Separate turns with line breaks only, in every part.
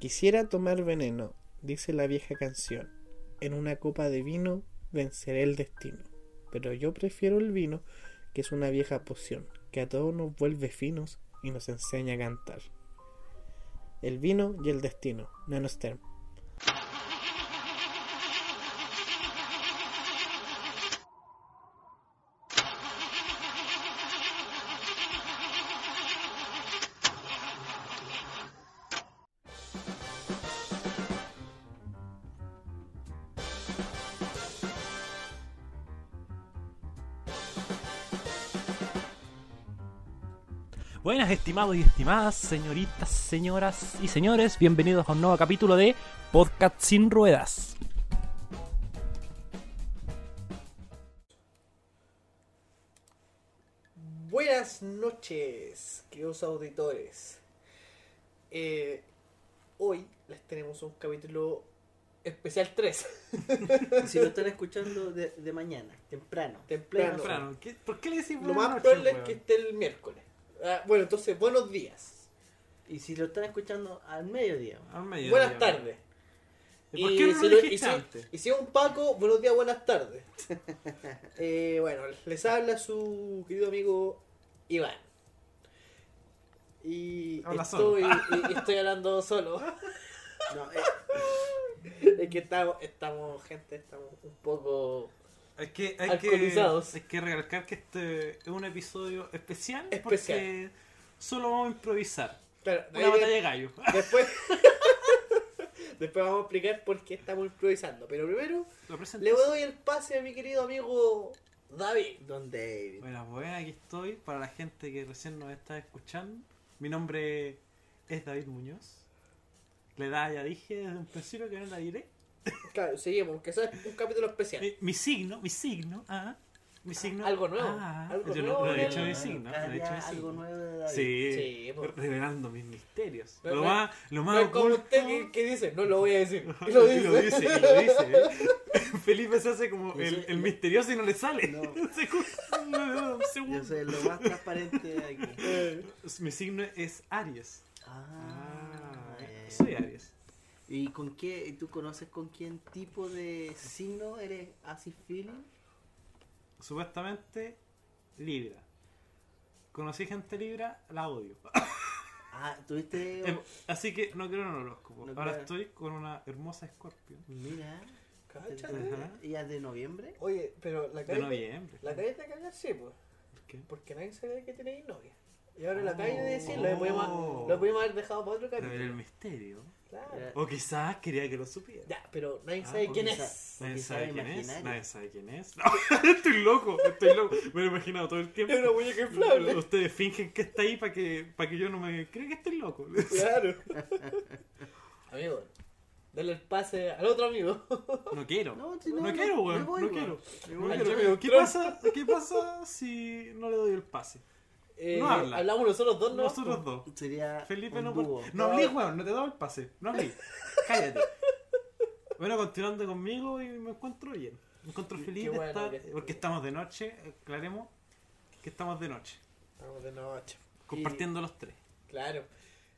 Quisiera tomar veneno, dice la vieja canción. En una copa de vino venceré el destino. Pero yo prefiero el vino, que es una vieja poción, que a todos nos vuelve finos y nos enseña a cantar. El vino y el destino, Nanosterm.
Buenas, estimados y estimadas, señoritas, señoras y señores, bienvenidos a un nuevo capítulo de Podcast Sin Ruedas.
Buenas noches, queridos auditores. Eh, hoy les tenemos un capítulo especial 3.
Si lo están escuchando de, de mañana, temprano.
Temprano.
Temprano, ¿qué- ¿por qué le decís
Lo
buenas
más
noches,
probable es
weón?
que esté el miércoles. Ah, bueno, entonces, buenos días.
Y si lo están escuchando al mediodía.
Al mediodía,
buenas
weón.
tardes.
¿Y ¿Por qué no
si
lo
y si-
dijiste antes?
y si es un Paco, buenos días, buenas tardes. Eh, bueno, les habla su querido amigo Iván. Y
Habla
estoy, y- y estoy hablando solo. eh,
No, eh,
Es que estamos, estamos, gente, estamos un poco
Es que hay que,
Alcoholizados.
hay que recalcar que este es un episodio especial,
Especial.
porque solo vamos a improvisar.
Claro, de
Una
ahí de-
batalla de gallo.
después, después vamos a explicar por qué estamos improvisando. Pero primero
Lo presentas.
le doy el pase a mi querido amigo David.
Don David.
Buenas, buenas, aquí estoy. Para la gente que recién nos está escuchando, mi nombre es David Muñoz. La edad ya dije desde un principio que no la diré.
Claro, seguimos, que eso es un capítulo especial.
Mi, mi signo, mi signo, ah. Mi signo.
algo nuevo,
Ah,
algo
yo no-
nuevo
no,
en
he hecho
el-
mi signo.
Cada
no he hecho
día
mi
algo
signo.
nuevo de David.
Sí,
Sí, pues. po.
revelando mis misterios.
Pero
lo,
no-
más, lo más
No es como
oculto-
usted que, que dice, no lo voy a decir.
Ajá,
Y lo
y
dice.
lo dice, y lo dice. ¿eh? Felipe se hace como
Yo
el,
soy-
el misterioso y no le sale.
No.
Se cu- no, no, un
Yo
segundo.
soy lo más transparente de aquí.
Eh,
Mi signo es Aries.
Ah, ya.
soy Aries.
¿Y con qué? y ¿Tú conoces con quién tipo de signo eres así feeling?
Supuestamente Libra. Conocí gente Libra, la odio.
Ah, ¿tuviste?
Em, Así que no creo en el horóscopo.
No
Ahora
creo.
estoy con una hermosa escorpión
Mira.
Ah,
cáchate.
Ajá.
¿Y es de noviembre?
Oye, pero la
de
calle,
noviembre.
la calle te cagas, sí, pues.
¿Por qué?
Porque nadie sabía que tenéis novia. Y ahora
Oh.
la calle de decir, lo pudimos, lo pudimos haber dejado para otro
Pero era el
capítulo.
misterio.
Claro.
O quizás quería que lo supiera.
Ya, pero nadie
Ah,
sabe
o
quién
quizá-
es.
Nadie
Porque
sabe
sabe
quién es,
imaginario.
nadie sabe quién es. No, estoy loco, estoy loco. Me lo he imaginado todo el tiempo.
Es una muñeca inflable.
Ustedes fingen que está ahí para que, para que yo no me crea que estoy loco.
Claro. Amigo, dale el pase al otro amigo.
No quiero. No,
si
quiero, weón.
me voy,
No
weón.
quiero.
Me
No
voy.
quiero.
Jimmy
¿Qué
Neutron.
pasa, ¿Qué pasa si no le doy el pase?
Eh,
No habla.
Hablamos nosotros dos, ¿no?
Nosotros dos.
Sería
Felipe
un
no
dúo.
por... No hablé, weón, no te he dado el pase. No hablé. Cállate. Bueno, continuando conmigo y me encuentro bien. Me encuentro
Qué
feliz de
bueno
estar-
que estés
porque
bien.
estamos de noche, aclaremos que estamos de noche,
Estamos de noche.
compartiendo los tres.
Claro.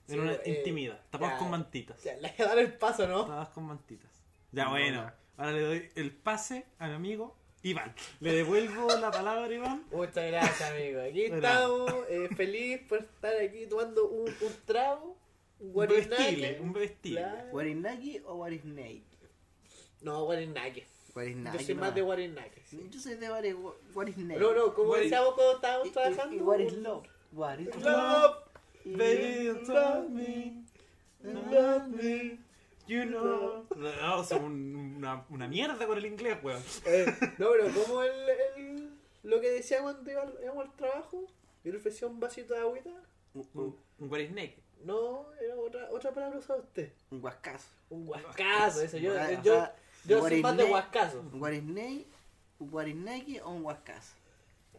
En
Sí,
una
eh,
intimidad, tapados
ya,
con mantitas.
ya, le voy a dar el paso, ¿no?
Tapados con mantitas. Ya
No,
bueno,
no.
ahora le doy el pase a mi amigo Iván. Le devuelvo la palabra a Iván.
Muchas gracias, amigo. Aquí
De
estamos. eh, feliz por estar aquí tomando un, un trago. Un
Un
guarinaki.
bebestible, un bebestible.
Claro.
¿Warinaki o Warisnake?
No, guarinaki.
Warisnake.
Yo soy
no.
más de guarinaki. sí.
Yo soy de Wari- Wa- Warisnake.
No, no, como
Guarin-
decíamos cuando estábamos
Y,
trabajando.
y, y what is love? What is
Love,
Y-
Baby, you love me, love me, you know. No, ah, o sea, un- una, una mierda con el inglés, weón.
Eh, no, pero como el, el- lo que decía cuando iba- íbamos al trabajo, yo le ofrecía un vasito de agüita.
Un, un what is naked.
No, era otra, otra palabra usaba usted.
Un guascazo.
Un huascazo, eso. Yo,
Ah,
yo,
ajá.
yo
What
soy
is
más de
next?
huascazo.
Un Warisnake, un Warisnake o un guascazo.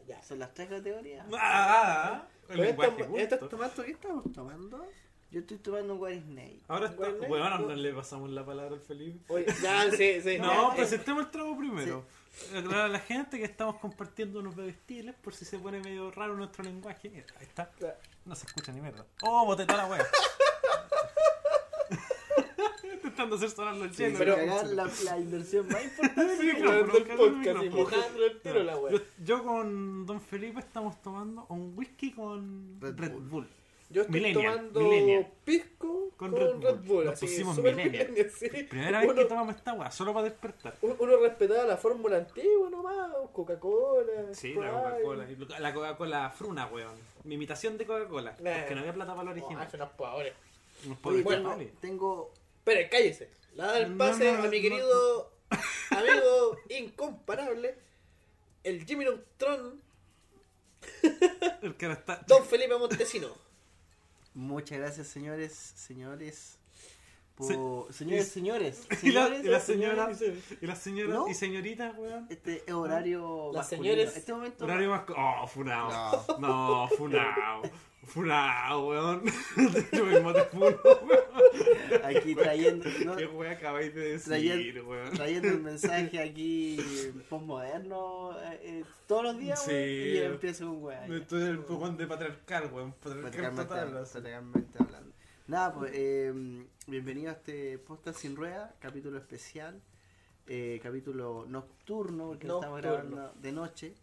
Ya.
Son las tres categorías.
Ah, ah, ah, el
Pero esta-
lenguaje
esta-
culto.
tomato, ¿qué estamos tomando?
Yo estoy tomando un Warisnake.
Ahora está,
What is naked?
weón, no le pasamos la palabra al Felipe.
Oye, ya, sí, sí.
No,
ya, eh,
presentemos el trago primero. Aclarar a la gente que estamos compartiendo unos bebestibles por si se pone medio raro nuestro lenguaje. Mira, Ahí está.
ya.
No se escucha ni mierda. ¡Oh, boté toda la wea!
intentando hacer sonar los
Sí,
chelos.
pero-
cagar la, la inversión más importante
Sí,
del
claro,
mundo.
pero el micrófono.
y mojando el tiro la wea.
Yo, yo con Don Felipe estamos tomando un whisky con
Red
Red,
Bull.
Bull.
Yo estoy
Millennial,
tomando
millennial.
pisco con,
Con Red Bull.
Red Bull.
Nos
así,
pusimos
super
millennial.
millennial, sí.
Primera vez que
Uno-
tomamos esta weá, solo para despertar.
un- Uno respetaba la fórmula antigua nomás, Coca-Cola.
Sí,
Sprite.
la Coca-Cola. y lo- La Coca-Cola fruna, weón. Mi imitación de Coca-Cola.
Nah.
Porque no había plata para la
Oh,
original.
hace unos pobres.
Unos pobres
Oye,
Bueno.
cabrones.
tengo, tengo
Pero cállese. Le da el
No,
pase
no,
a mi
no.
querido amigo incomparable, el Jimmy Neutron,
El que ahora está.
Don Felipe Montesino.
Muchas gracias, señores, señores.
Se-
Por... Señores, señores.
Y la,
señores,
y la señora.
señores.
Y la señora.
¿No?
Y señorita, weón.
Este es horario.
Las
masculino.
señores-
Este momento.
Horario más. Oh, funao. No, funao. Funao, weón. Yo mismo te funo, weón.
Aquí trayendo. ¿no?
Qué weón acabáis de decir,
Trayendo-
weón.
Trayendo el mensaje aquí postmoderno eh, eh, todos los días,
Sí.
weón, y empiezo con weá. ya.
Esto es el pogón de patriarcal, weón. Patriarcal
Prácticamente
total.
hablando,
así.
prácticamente hablando. Nada, pues eh, bienvenido a este podcast sin rueda, capítulo especial, eh, capítulo nocturno, porque lo estamos
Nocturno.
grabando de noche.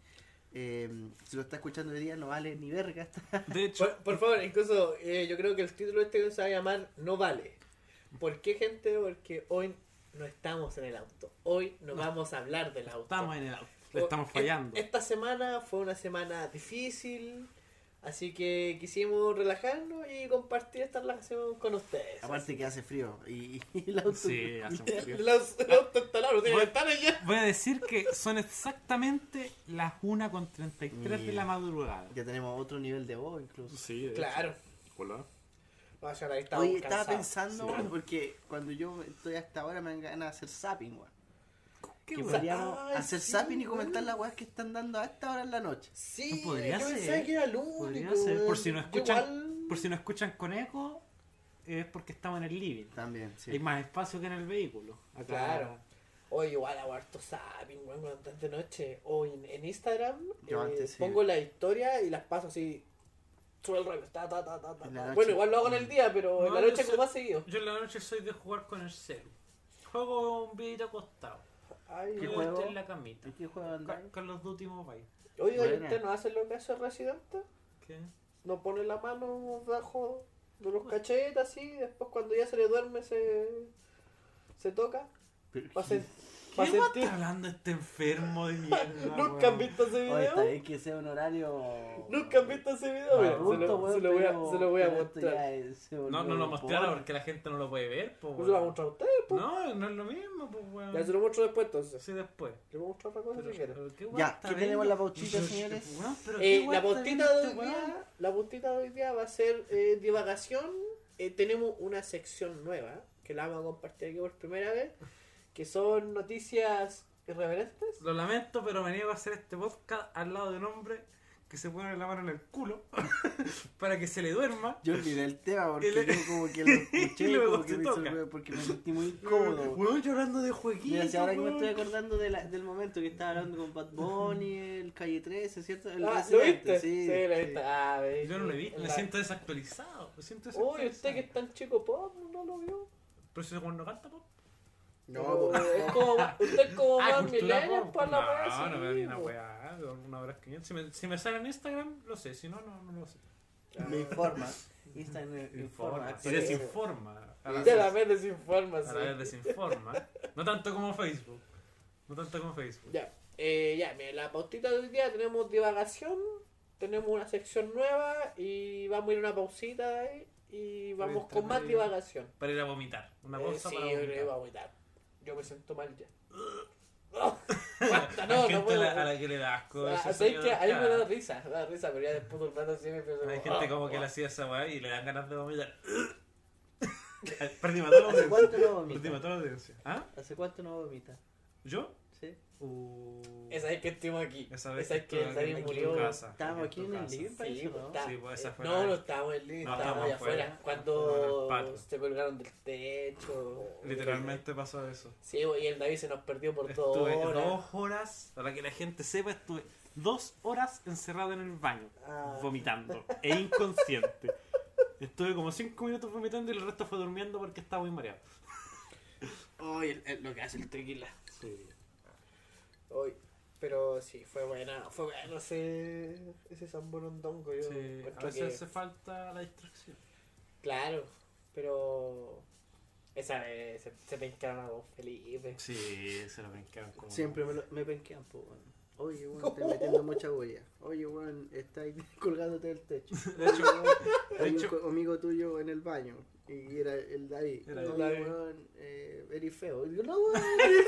Eh, si lo está escuchando hoy día, no vale ni verga. Está...
De hecho,
Por, por favor, incluso eh, yo creo que el título de este se va a llamar No vale. ¿Por qué, gente? Porque hoy no estamos en el auto. Hoy no, vamos a hablar del auto.
estamos en el auto. Le estamos
Es-
fallando.
Esta semana fue una semana difícil, así que quisimos relajarnos y compartir esta relación con
Ah,
ustedes.
Aparte que hace frío y, y el auto-
Sí, hace un frío.
El aus- el auto está largo, tiene
Voy-
ventanas ya.
Voy a decir que son exactamente las 1 con 33 de
Mira.
la madrugada.
Ya tenemos otro nivel de voz incluso.
Sí, de
Claro.
hecho. Hola.
Vaya, ahí estamos
Oye, estaba
cansados.
pensando, weón, porque cuando yo estoy hasta ahora me dan ganas de hacer zapping, weón.
¿Qué
Que
weón?
podríamos
Ay,
hacer
sí,
zapping y
weón.
comentar las weas que están dando a esta hora en la noche.
Sí,
Podría
yo
ser,
pensaba que era el único,
Podría ser. Por si no
Yo
escuchan,
igual-
por si no escuchan con eco, es porque estamos en el living.
También, sí.
Hay más espacio que en el vehículo. Acá.
Claro. Oye, igual hago harto zapping, weón, cuando estás de noche. O en, en Instagram
Yo
eh,
antes sí.
pongo la historia y las paso así. Sube el rollo, ta, ta, ta, ta, ta.
En la
ta.
noche.
Bueno, igual lo hago en el día, pero en
No,
la
yo
noche
sé-
como más seguido.
Yo en la noche soy de jugar con el celu. Juego un videito acostado.
Ay,
¿Qué
Yo
weón.
juego?
estoy en la camita.
¿En qué juego andan?
Ca- Carlos Duty Mobile.
Oiga, ¿y
Buena.
usted no hace lo que hace Residente?
¿Qué?
No pone la mano bajo de los cachetes así, y después cuando ya se le duerme se, se toca.
Pero-
Va a sen-
¿Qué
va a
weón
sentir.
está hablando este enfermo de mierda?
¿Nunca
weón?
han visto ese
Oye, está
video?
bien que sea un horario.
¿Nunca han visto ese video? Mira,
Adulto,
se, lo,
weón,
se lo voy a,
pero-
se lo voy a
pero esto
mostrar.
ya es- se
No, no
volvió
lo
un
mostré ahora
porno.
porque la gente no lo puede ver. Po,
Yo se lo voy a
weón.
mostrar a ustedes, Pues po.
no, no es lo mismo, pues,
Ya se lo muestro después entonces.
Sí, después.
Le voy a mostrar otra cosa
Pero-
si quieres.
pero qué weón
Ya,
está
¿qué
viendo?
tenemos la pautita,
Yo-
señores?
weón, pero
Eh,
qué weón
la
está
postita
viendo
de hoy
este weón?
día, la postita de hoy día va a ser eh, divagación. Eh, tenemos una sección nueva que la vamos a compartir aquí por primera vez, que son noticias irreverentes.
Lo lamento, pero me niego a hacer este podcast al lado de un hombre que se pone la mano en el culo para que se le duerma.
Yo olvidé el tema porque
Y le-
yo como que lo escuché
y luego
como que
se
me hizo
toca.
ruido porque me sentí muy incómodo. weón.
Weón, yo hablando de
Mira,
jueguitos.
si ahora que me
weón.
estoy acordando de la- del momento que estaba hablando con Bad Bunny, el Calle 13, ¿cierto? El
Ah, ¿Lo
Residente,
viste?
Sí,
lo
sí.
viste. Ah, ve.
Yo no lo vi, me
La-
siento desactualizado. Me siento
Uy,
desactualizado.
usted que es tan chico pop, no lo vio.
Pero si ese weón no canta, po.
No,
Pero es como, usted es como
Ah,
más
cultura
millennial
pop.
para la
no,
wea,
No,
sí, pues.
no veo ni una
po.
weá. veo una hora que- Si me, si me sale en Instagram, lo sé. Si no, no, no lo sé.
Me informa. Oh. Instagram informa.
Informa.
sí.
Y desinforma. A la,
De la
vez,
vez desinforma,
a
sí.
la vez desinforma. No tanto como Facebook. No tanto como Facebook.
Ya, eh, ya, mira, la pautita de hoy día tenemos divagación, tenemos una sección nueva y vamos a ir a una pausita de ahí y vamos
Entre
con más
medio.
divagación.
Para ir a vomitar. Una
Eh,
bolsa
sí,
para
yo creo que
vomitar.
voy a vomitar. Yo me siento mal ya. Basta, no,
Hay
no
gente a
puedo.
la, a la que le da asco.
Ah,
ese
¿sabes
sonido
qué?
de
A mí me da
cada-
risa, me da risa, pero ya después del rato sí me empiezo
Hay
como,
gente
ah,
como que
ah.
le hacía esa weá y le dan ganas de vomitar. Perdí mató la
¿Hace
audiencia.
cuánto no
Perdí
vomita?
mató la audiencia. ¿Ah?
¿Hace cuánto no vomita?
¿Yo?
¿Sí?
Uh,
Esa es que estuvimos aquí.
Esa vez que
que
estuve aquí
Salim
en tu
murió.
casa.
Estábamos aquí en el
Sí,
living, parece,
Sí, pues,
¿no?
está-
Sí, pues, esa fue
no,
la-
no estábamos en línea,
No,
estábamos allá
estábamos
afuera.
afuera, estábamos en el
Cuando
patio.
se colgaron del techo. eh,
Literalmente pasó eso.
Sí, pues, y el David se nos perdió por dos
Estuve
horas.
dos horas, para que la gente sepa, estuve dos horas encerrado en el baño,
Ah.
vomitando e inconsciente. Estuve como cinco minutos vomitando y el resto fue durmiendo porque estaba muy mareado.
Hoy lo que hace el tequila. Hoy. Pero sí, fue bueno, fue bueno ese, ese zamborondongo. Yo
Sí, a
encuentro
veces
que-
hace falta la distracción.
Claro, pero esa vez se, se pencaron a Don Felipe.
Sí, se lo brincaron como.
Siempre me, lo, me penquean, po, weón. Oye, weón, estás metiendo mucha huella. Oye, weón, estás colgándote del techo.
De hecho,
Hay un
hecho-
co- amigo tuyo en el baño. Y era el David.
Era
Oye,
el David.
weón, eh, eres feo. Y yo, no, weón.
Eres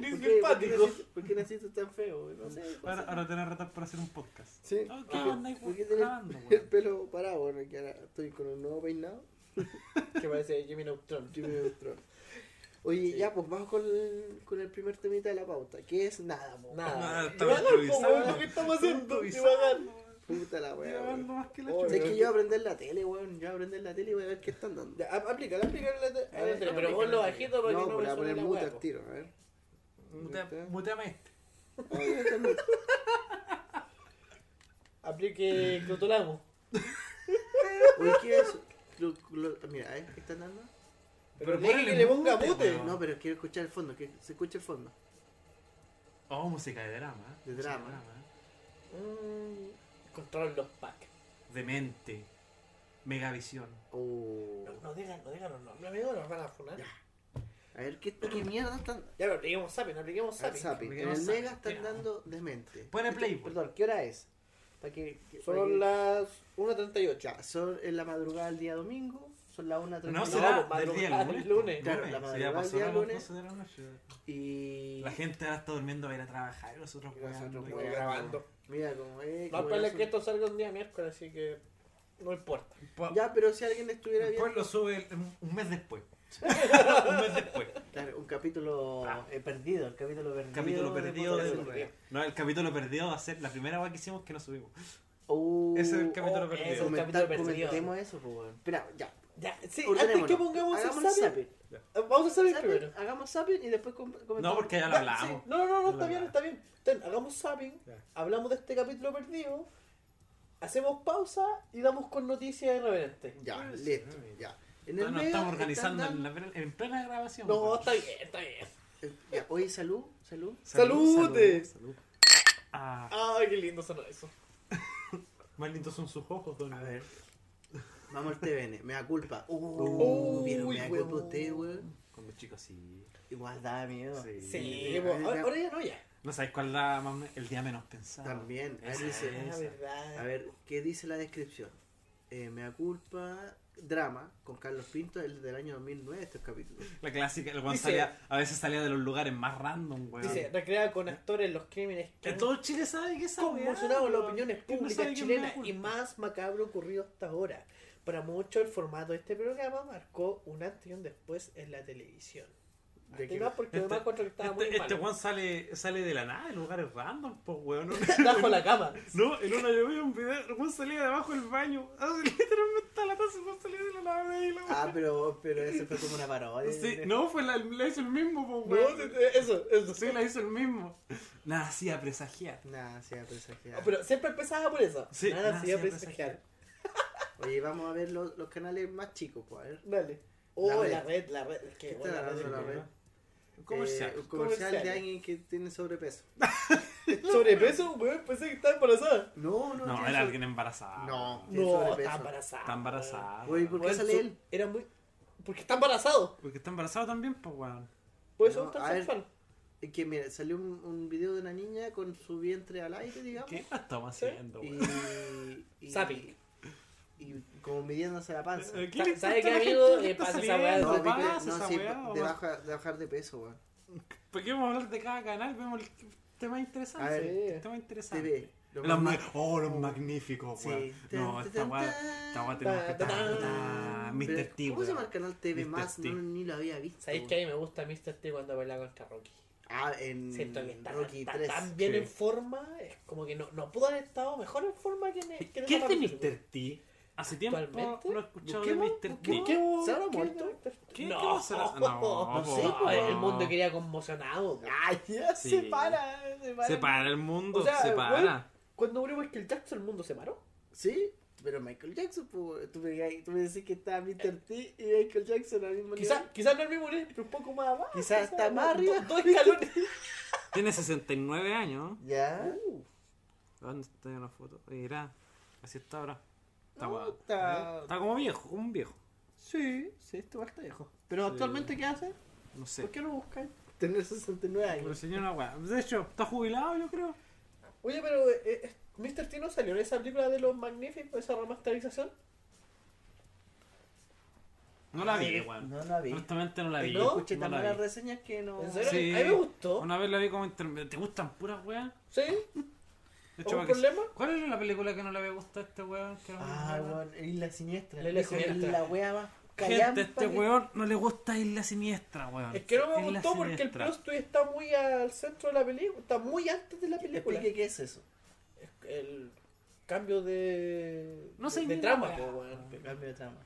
¿Por qué, por qué naciste- ¿Por qué naciste tan feo? No sé. cosas.
ahora, ahora tenés retar para hacer un podcast.
Sí.
Ah, ¿Qué
Ah.
onda, ahí
¿Por qué tenés
buscando,
el
weón?
pelo parado? Bueno, que ahora estoy con un nuevo peinado.
Que parece Jimmy Neutron.
Jimmy Neutron. Oye,
Sí.
ya, pues vamos con el, con el primer temita de la pauta. Que es nada, po.
Ah,
Nada.
Nada,
Nada,
estaba improvisando.
¿Qué estamos haciendo?
Improvisando.
Divagar.
Puta la weá. weón.
Grabando más que la
Oh,
chucha.
¿Sabes que yo voy a aprender la tele, weón? Yo voy a aprender la tele y voy a ver qué están dando.
Ya, ap- Aplícala, aplícala. la te-
A ver,
Pero,
aplícala
pero ponlo
la tele.
bajito para
Eh, no,
que no
pues
me
le voy a
suene
poner
la
mute
hueá,
al
po.
tiro, a ver.
Mutea- Muteame este.
Ay, ya está mute.
Aplique Crotolamo.
Oye, ¿qué es? Lo- lo- mira, ¿eh? ¿qué están dando?
Pero,
Pero
le dije que le ponga
ponle
mute.
mute,
No, pero quiero escuchar el fondo, que se escuche el fondo.
Oh, música de drama. ¿eh?
De
música
drama.
Mm, Control los packs.
Demente. Megavisión.
Oh.
No, no digan, no digan los nombres, amigo, nos van a funar. Ya,
A ver, ¿qué, qué mierda están
pero apliquemos Zapping, apliquemos
al
Zapping.
Zapping.
porque
En
no
el
sabe.
Mega están
Ya.
dando demente.
Pone play. po.
Perdón, ¿qué hora es? Para que, que- pa' que-
Son las 1.38.
Ya, son en la madrugada del día domingo, son las 1.30.
No,
No,
será
pues,
del día
madrugada,
lunes.
el lunes.
Claro, la
si ya
madrugada
pasó
del día
las
lunes.
12 de la noche.
Y...
La gente ahora está durmiendo para ir a trabajar y nosotros
Y nosotros
jugando.
Estoy grabando.
Mira cómo es...
Más
cómo
probable
es
es que esto salga un día miércoles, así que no importa.
Po-
Ya, pero si alguien estuviera
Después
viendo...
lo sube el- un- un mes después. un mes después.
Claro, un capítulo
Ah.
eh, perdido, el capítulo perdido.
Capítulo
de
perdido
Podcast
de
Sin Ruedas.
No, el capítulo perdido va a ser la primera vez que hicimos que no subimos.
Oh,
Ese es el capítulo
oh,
perdido.
ese es el
comentar-
capítulo perdido.
Comentemos eso, pues, weón. Espera, ya.
Ya, sí, antes
ordenémonos.
que pongamos
Hagamos
el zapping, eh, vamos a saber
Zapping,
primero.
Hagamos zapping y después com- comentamos.
No, porque ya lo
Ya,
hablamos.
sí. No, no, no,
No
está
hablamos.
bien, está bien. Ten, hagamos zapping,
Ya.
hablamos de este capítulo perdido, hacemos pausa y damos con noticias irreverentes.
Ya,
Pues,
listo,
mira.
ya. En
Ah, No, nos estamos
Mega están
organizando en,
dando-
la- en plena grabación.
No,
weón.
está bien, está bien.
eh, ya, Oye, salud, salud.
¡Salute!
salud, salud. Ah,
Ay, qué lindo sonó eso.
más lindos son sus ojos, don.
A ver. Vamos al TVN, me da culpa.
Uh,
Uh, vieron, me da
weón.
culpa usted, weón.
Cuando chicos sí.
Igual da miedo.
Sí.
Sí,
ya,
pues,
ya.
ahora, ahora ya no, ya.
No sabéis cuál era más o menos el día menos pensado.
También, ahí
Esa,
dice.
Ah,
esa.
verdad.
A ver, ¿qué dice la descripción? Eh, me da culpa, drama, con Carlos Pinto, este el del año 2009, estos capítulos.
La clásica, el Juan
Dice-
salía, a veces salía de los lugares más random, weón.
Dice, recrea con actores los crímenes que
que
han
todo Chile sabe que esa weá,
conmocionado las
weón.
opiniones
¿Quién no
públicas
sabe que es
chilenas
mea culpa?
y más macabro ocurrido hasta ahora. Para muchos, el formato de este programa marcó un antes y un después en la televisión.
¿De qué?
Además, porque
Este-
además encuentro que estaba muy
Este, este
malo.
Juan sale, sale de la nada de lugares random, pues weón.
Bajo la cama.
No, en una yo vi un video, el Juan salía de abajo del baño. Ah, Literalmente está la taza, el Juan salía de la nada de ahí, la
Ah, pero, pero eso fue como una parodia.
Sí, no, fue la, la hizo el mismo, po,
No,
weón.
eso, eso.
Sí, la hizo el mismo. Nada, hacía presagiar.
Nada, sea presagiado.
Ah, Pero siempre empezaba por eso.
Sí,
nada,
nada
hacía
hacía
presagiar.
Oye, vamos a ver los, los canales más chicos, pues, a ver.
Dale. Oh,
red.
la red, la red. Es que,
¿Qué
bueno,
está
la
dando
red es
la red?
Un Comercial.
Eh, un
Eh, Comercial.
comercial de alguien que tiene sobrepeso.
Sobrepeso, weón, pensé que estaba embarazada.
No, no,
no,
tiene
era
sobre-
alguien embarazada.
No. Tiene
No,
sobrepeso.
está embarazada.
Está embarazada.
Oye, ¿por qué
Weón,
sale
su-
él?
Era muy. Porque está embarazado.
Porque está embarazado también, pues weón.
Por eso
No,
es tan
a ver.
sexual.
Es que mira, salió un, un video de una niña con su vientre al aire, digamos.
¿Qué la estamos
Sí.
haciendo, weón?
Y, y,
Zapping.
y como midiéndose la panza.
¿Qué
Sa-
le
¿sabe
importa
qué,
a la
amigo?
gente que
Le
está
pasa esa
saliendo?
weá,
No,
¿Te
Eh, ¿Te
de,
pasa
no,
esa
sí,
weá,
de,
weón?
baja- de bajar de peso, weón.
¿Por qué vamos a hablar de cada canal? Vemos el tema interesante.
A ver,
el tema interesante.
TV. Lo
Los
más-
ma- oh, los magníficos,
Sí.
weón. No,
Tan,
esta
tan,
weá.
tan.
Esta weá tenemos que
Tan, tan,
estar.
Pero,
Mr. T,
¿Cómo se llama el
weón.
canal TV
Mr.
más?
T.
No, ni lo había visto.
¿Sabéis que a
weón.
mí me gusta Mr. T cuando baila contra Rocky?
Ah, en
Siento que está,
Rocky
está
3.
tan bien
Sí.
en forma, es como que no, no pudo haber estado mejor en forma que en el- que en
¿Qué
esa
es de
película.
Mr. T? Hace tiempo
¿Actualmente?
no he escuchado de
Busquemos,
Mr.
¿Qué,
T.
busquemos.
qué-
¿Se habrá
qué-
muerto?
¿Qué-
no,
qué va a ser? No,
no,
po.
sé, pues,
No.
el mundo quería conmocionado. Ah, po.
Ay, ya
Sí.
se para. Se para.
Se para el mundo,
O sea,
se para.
Cuando murió Michael Jackson, el mundo se paró.
¿Sí? Pero Michael Jackson, pues, tú me, digas- tú me decís que está Mr. T y Michael Jackson al mismo
Quizás
nivel.
quizá no el mismo nivel, pero un poco más abajo.
Quizás está más arriba.
Dos escalones.
Tiene 69 años.
Ya.
¿Dónde está la foto? Ahí Era. Así está ahora. Está,
No, ah,
guapo.
está-
Está como viejo, como un viejo.
Sí, sí, este igual está viejo. Pero actualmente, ¿qué hace?
No sé.
¿Por qué no buscan tener 69
Pero
años?
señora, weá. De hecho, está jubilado, yo creo.
Oye, pero eh, eh, Mr. T no salió en esa película de los magníficos, esa remasterización.
No la vi, weón.
Ah, No la vi.
Honestamente no la vi.
no, escuché
No
tan
la
malas
vi.
reseñas que no.
¿En serio?
Sí.
A mí me gustó.
Una vez la vi como intermedio. ¿Te gustan puras weas?
¿Sí?
De hecho,
¿Algún
para que-
problema?
¿Cuál era la película que no le había gustado a este weón? Que era una
Ah,
mierda?
weón, Isla Siniestra.
La Isla
Dijo,
Siniestra.
La wea más
Gente,
callampa
este
que-
weón no le gusta Isla Siniestra, weón.
Es que no me
Isla
gustó porque el
Siniestra.
plot twist está muy al centro de la película, está muy antes de la
este.
película.
Explique qué es eso.
El cambio de.
No sé
de,
ni
de
la
trama,
weá.
po, weón.
El cambio de trama.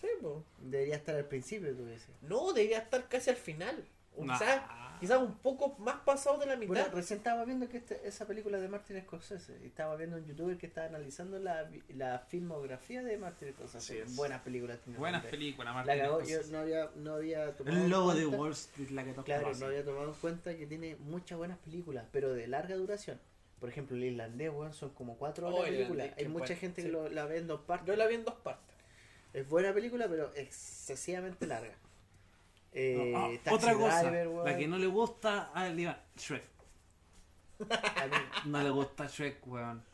Sí, po.
Debería estar al principio, tú dices.
No, debería estar casi al final. O
Nah.
quizás, quizás un poco más pasado de la mitad.
Bueno, recién estaba viendo que este- esa película de Martin Scorsese. y Estaba viendo un youtuber que estaba analizando la, vi- la filmografía de Martin
Así
Scorsese.
es.
Buenas películas. tiene
Buenas
hombre.
películas,
La
Martín.
cagó, yo
Scorsese.
no había, no había tomado
El logo
en
de
cuenta-
Wall Street, la que todos
Claro,
conocen.
no había tomado en cuenta que tiene muchas buenas películas, pero de larga duración. Por ejemplo, el irlandés, weón, son como cuatro horas
Oh,
de
El
película.
Irlandés,
Hay
qué
mucha
bueno,
gente
sí.
que lo- la ve en dos partes.
Yo la vi en dos partes.
Es buena película, pero excesivamente larga. Eh,
Ah,
Taxi
otra cosa,
Driver, weón.
la que no le gusta a Iván, Shrek.
A mí-
No le gusta Shrek, weón.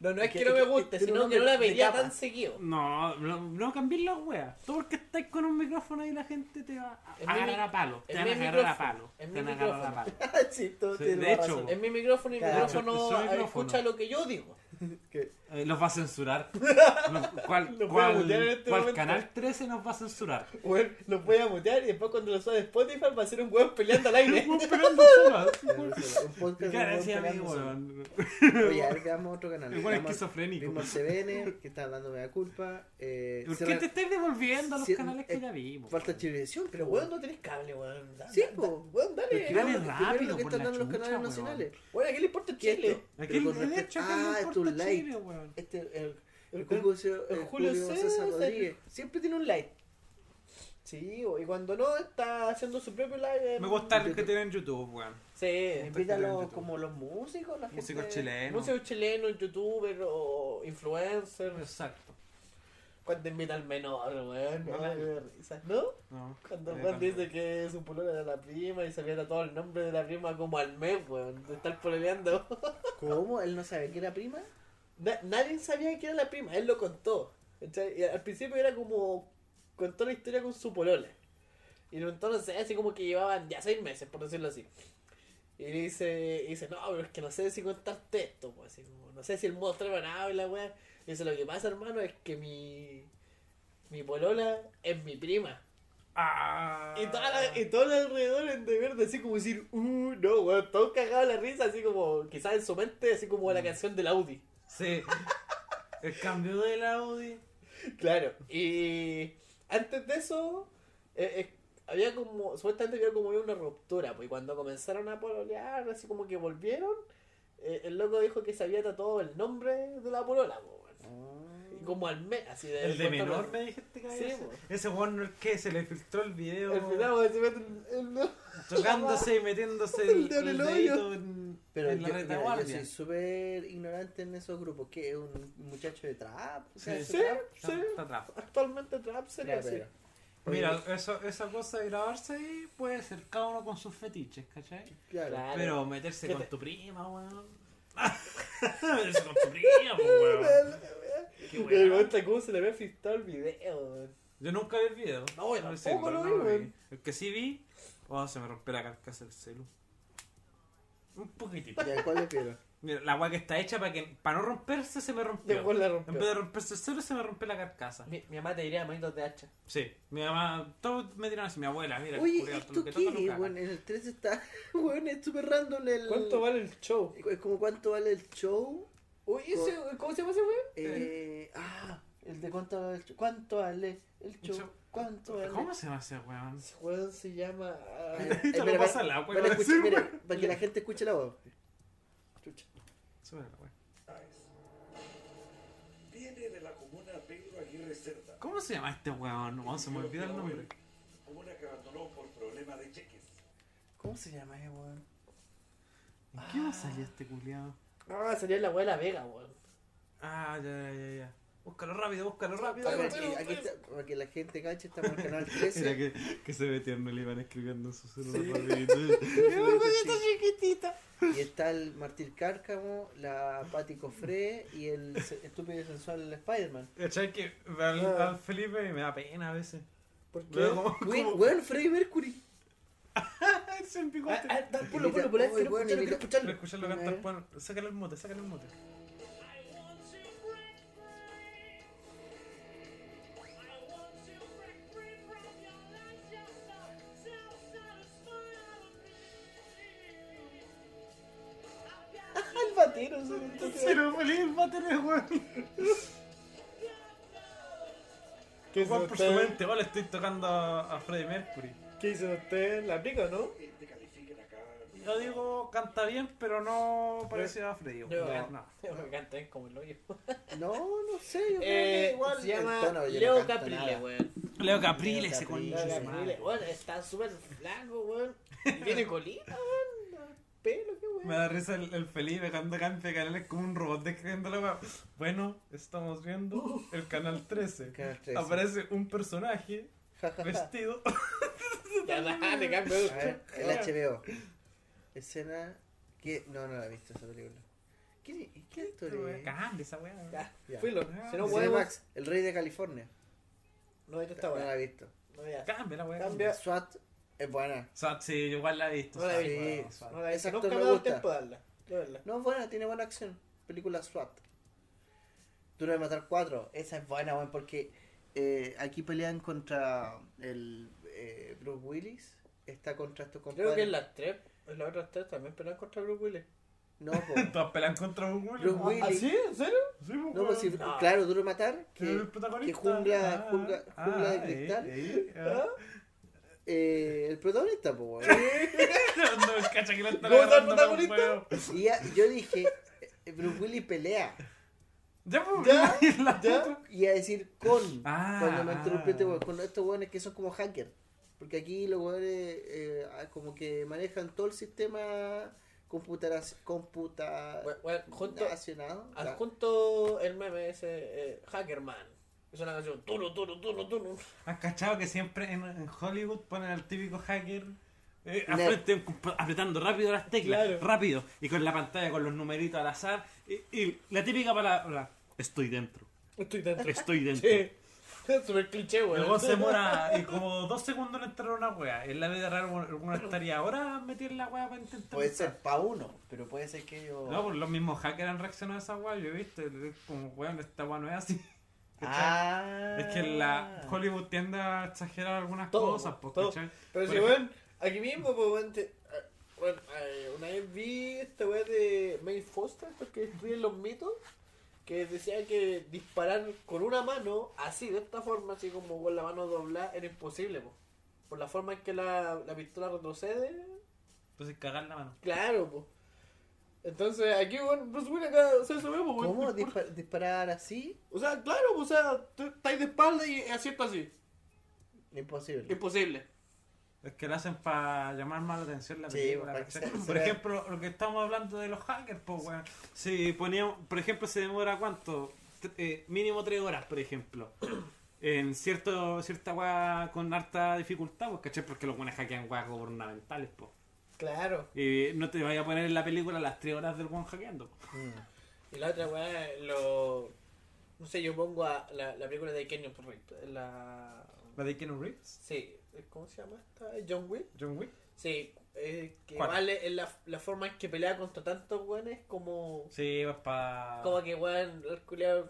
No, no es
Es que-
que no me
es que-
guste,
tiene
sino
un
que no la
nombre de
vería
capa.
tan seguido.
No, no, no cambies las weas. Tú porque estás con un micrófono y la gente te va a
Es mi
agarrar
mi-
a palo. Te
es
van a
mi
agarrar a
micrófono,
palo.
es mi
Te van a agarrar a palo.
micrófono.
sí, todo
Sí,
tiene
de
la
hecho,
razón.
Es mi micrófono y mi
Claro,
micrófono,
su
ah,
micrófono.
escucha lo que yo digo.
Que-
Eh, los va a censurar. Los- ¿Cuál,
Los voy a
cuál,
mutear en este
cuál
momento.
canal 13 nos va a censurar?
Weón, los voy a mutear y después cuando lo suba de Spotify va a ser un weón peleando al aire.
Weón, pero no se va.
Un podcast
¿Qué
de un weón
decía a mí,
peleándose.
weón?
Oye, a ver, veamos otro canal.
Igual
Veamos-
esquizofrénico.
Vimos CBN, que está dándome la culpa. Eh,
¿Por qué
Sierra-
te Oh. estáis devolviendo a los
Sí,
canales
eh,
que ya vimos?
Falta civilización, pero
Pero weón,
bueno.
no tenés cable, weón. Da-
Sí,
da-
po.
da- Weón, dale.
Pero dale
Primero- primero
rápido,
que
por
están
la
dando los
chucha,
canales
weón.
nacionales.
Weón, ¿a qué le importa
¿Qué
Chile?
esto?
¿A
Pero
quién
con
le
respecto-
hecho a
Ah,
le
es tu
importa
like.
Chile, weón?
Este, el, el,
El
Julio, César-
el
el
Eh, Julio
Julio César
César.
Rodríguez. Siempre tiene un like.
Sí, o- y cuando no, está haciendo su propio live. en-
Me gusta el que tiene en YouTube, weón.
Sí.
Invítalo
YouTube.
como los músicos, la gente.
Músicos chilenos.
Músicos chilenos, youtubers o influencers.
Exacto.
Cuando invita al menor, weón.
No,
No, me da risa. ¿No?
No.
Cuando
Eh,
el weón dice que su polola era la prima y se había tratado el nombre de la prima como al mes, weón. De estar pololeando.
¿Cómo? ¿Él no sabe que era prima?
Na- nadie sabía que era la prima, él lo contó. ¿cachai? Y al principio era como. contó la historia con su polola. Y entonces, así como que llevaban ya seis meses, por decirlo así. Y le dice, y dice, no, pero es que no sé si contarte esto, pues, así como, no sé si el monstruo nada y la weá. Y dice, lo que pasa, hermano, es que mi. mi polola es mi prima.
Ah.
Y, toda la- y todo el alrededor en de verde, así como decir, uh, no, weón, todos cagados la risa, así como, quizás en su mente, así como la canción del Audi.
Sí. El cambio del Audi.
Claro, y antes de eso, eh, eh, había como, supuestamente había como una ruptura, pues y cuando comenzaron a pololear, así como que volvieron, eh, el loco dijo que se había tatuado el nombre de la polola, po, weón.
Ah.
y como al mes, así de...
El de
cuánto
menor
mes.
me dijiste que había
Sí,
ese-
weón.
Ese weón no es que se le filtró el video.
Al final, weón, se mete el- el-
Chocándose y metiéndose
El dedo en el hoyo.
dedito en,
Pero
en la
yo, mira, yo
retaguardia.
soy súper ignorante en esos grupos. ¿Qué? ¿Un muchacho de trap? O sea,
Sí.
¿es
Sí,
trap?
Está-
sí.
está atrás.
Actualmente Trap se
Ya,
le hace.
pero-
Mira, eso, esa cosa de grabarse ahí puede ser cada uno con sus fetiches, ¿cachai?
Claro.
Claro.
Pero meterse
¿Qué
con
te-
tu prima, weón. meterse con tu prima, po, weón. Qué
El
weón.
weón está como se le había filtrado el video, weón.
Yo nunca vi el video.
No, yo
Debo
tampoco
decirlo,
lo vi,
no
weón.
El que sí vi, oh, se me rompió la carcasa del celu. Un poquitito.
¿Y a cuál le pierdo?
Mira, la weá que está hecha para que para no romperse se me rompió.
Después la
En vez de
rompió.
romperse el celu se me rompió la carcasa.
Mi, mi mamá te diría manitos de hacha.
Sí, mi mamá, todos me tiran así, mi abuela, mira, el
Oye,
culiao,
¿esto
lo
qué?
que toca lo caga.
Bueno, en el 3 está. Bueno, es súper random el.
¿Cuánto vale el show?
Es como cuánto vale el show.
Uy, ese, ¿cómo se llama ese weón?
Eh, ah, el de cuánto vale el show. ¿Cuánto vale el show?
show.
¿Cuánto vale?
¿Cómo se va a hacer, weón?
Ese weón se llama.
Ay,
ah,
Te lo
espera,
pasa
para-
la agua,
para
iba a
escuchar-
decir,
mira,
pues.
weón.
Para que la gente escuche la voz.
Chucha.
Súbela, weón.
Viene
alcalde de la comuna Pedro Aguirre Cerda,
¿Cómo se llama este weón? No, se me olvida el nombre.
comuna que abandonó por problema de cheques.
¿Cómo se llama ese weón?
¿En qué va a salir este culiado?
Ah, salió la weá de la Vega, weón.
Ah, ya, ya, ya, ya. Búscalo rápido, búscalo rápido.
Para que,
pues.
aquí está- para que la gente canche, estamos en el canal 13.
Era que, que se ve tierno, le iban escribiendo en su celular rapidito.
chiquitita.
Y está el Martín Cárcamo, la Patti Cofré y el se- estúpido y sensual Spider-Man.
¿Cachai? Que ve al,
Ah.
al Felipe y me da pena a veces.
¿Por
Veo como-
Weón, weón, Freddy Mercury.
Ay, se empicó.
Ah, ah, da- ponlo, ponlo, ponlo,
Imita-
quiero
oh, weón,
escucharlo, quiero
imita-
escucharlo.
Escucharlo
Una
cantar,
vez.
pon... sácale el mote, sácale el mote.
El batero, se me está tirando.
Pero Felipe va a tener weón.
¿Qué
Juan por su mente, hola, estoy tocando a, a Freddie Mercury.
¿Qué hizo usted? ¿La pica o no?
Yo digo, canta bien, pero no parece a Freddy.
Yo,
weón. No.
Me canta bien como el hoyo.
No, no sé, yo creo que
Eh,
igual.
se
el tono
llama
yo no
Leo
canto
Caprile,
nada.
weón.
Leo Caprile, ese
Caprile.
concha
Leo
de su
Caprile,
madre.
weón, está súper flaco, weón. Tiene colita, weón. Pelo, qué
Me
weón.
da risa el, el Felipe cuando canta el canal es como un robot describiendo la weón. Bueno, estamos viendo el canal 13.
Canal 13.
Aparece un personaje
Ja, ja, ja.
vestido.
Ya, da, le cambio de
A
gusto.
ver, el HBO. Escena que. No, no la he visto esa película. ¿Quién es? ¿Qué actor es?
Cambia esa weón.
Ya,
Ya.
filo. Si no
Cinemax,
huevos.
el rey de California.
No, esto está
No la
weón.
he visto.
No, ya.
Cambia la weón.
Cambia. Ya.
SWAT es buena.
Swat, sí, yo igual la he visto.
No la he
Swat,
visto.
weón,
Sí.
Swat.
No la he
Ese
visto.
actor
Nunca
me
me ha dado
gusta.
tiempo de darla. De verdad.
No, es buena, tiene buena acción. Película SWAT. Duro de matar cuatro. Esa es buena, weón, porque eh, aquí pelean contra el eh, Bruce Willis. Está contra estos compadres.
Creo que en las tres, en las otras tres también pelean contra Bruce Willis.
No, pues.
Todas pelean contra un
Bruce
weón.
Willis.
¿Ah, ¿En serio?
Sí, weón.
No, pues si-
No.
claro, duro de matar.
Que
Que,
el
Mm.
protagonista.
que jungla-
Ah,
jungla-
ah,
jungla de
ah,
cristal.
eh, eh, ah.
¿Ah?
eh, el protagonista, pues, weón.
No, el cacha que lo están
¿Cómo está el
agarrando para un
protagonista?
huevo.
Y ya- yo dije, eh, Bruce Willis pelea.
Ya, pues,
Ya,
la
ya.
puta.
Y a decir con.
Ah,
cuando me
ah.
interrumpió este weón, Con estos weones que son como hackers. Porque aquí los weones eh, ah, como que manejan todo el sistema computaraz- computa
Bueno, bueno, junto,
computacionado.
adjunto el meme ese, eh, Hackerman. Es una canción, turu, turu, turu, turu.
¿Has cachado que siempre en, en Hollywood ponen al típico hacker eh,
Nerd.
al frente, compa- apretando rápido las teclas,
Claro.
rápido, y con la pantalla con los numeritos al azar? Y, y la típica palabra, estoy dentro,
Estoy tan
estoy dentro.
Sí. Es súper cliché, weón.
Luego se mora y como dos segundos en entrar a una wea. En la vida real, alguna estaría ahora meter la wea para intentar.
Puede
buscar.
ser pa' uno, pero puede ser que yo.
No, pues los mismos hackers han reaccionado a esa weá, yo he visto, es como weón, esta weá no es así. ¿Cachai?
ah,
Es que la Hollywood tiende a exagerar algunas
Todo,
cosas, pues,
todo.
¿cachai?
Pero
Por
si,
ejemplo-
weón, aquí mismo, pues, weón, te- ah, weón, ay, una vez vi esta weá de May Foster, porque estudian los mitos, que decía que disparar con una mano, así, de esta forma, así como con la mano doblada, era imposible, po. Por la forma en que la, la pistola retrocede,
Entonces cagar la mano.
claro, po. Entonces, aquí, weón, Bruce Willis acá se sube, po, weón.
¿Cómo? Dispa- disparar así?
O sea, claro, po, o sea, tú estás de espalda y acierto así.
Imposible.
Imposible.
Es que lo hacen para llamar más la atención la
Sí, pues,
película.
para que
¿cachai?
se- se
por
vea.
ejemplo, lo que estamos hablando de los hackers, pues, weón. Si poníamos, por ejemplo, se demora cuánto? T- eh, mínimo tres horas, por ejemplo. En cierto, cierta weá con harta dificultad, pues, ¿cachai? Porque los buenos hackean weá gubernamentales, pues.
Claro.
Y no te vaya a poner en la película las tres horas del buen hackeando. pues. po.
Y la otra weá, lo. No sé, yo pongo a la, la película de Kenyon Rick. La.
¿La de Keanu Reeves?
Sí, ¿cómo se llama esta? ¿John Wick?
¿John Wick?
Sí, eh, que
¿Cuál?
vale es la, la forma en que pelea contra tantos weones como.
Sí, pues para...
Como que weón, el culiao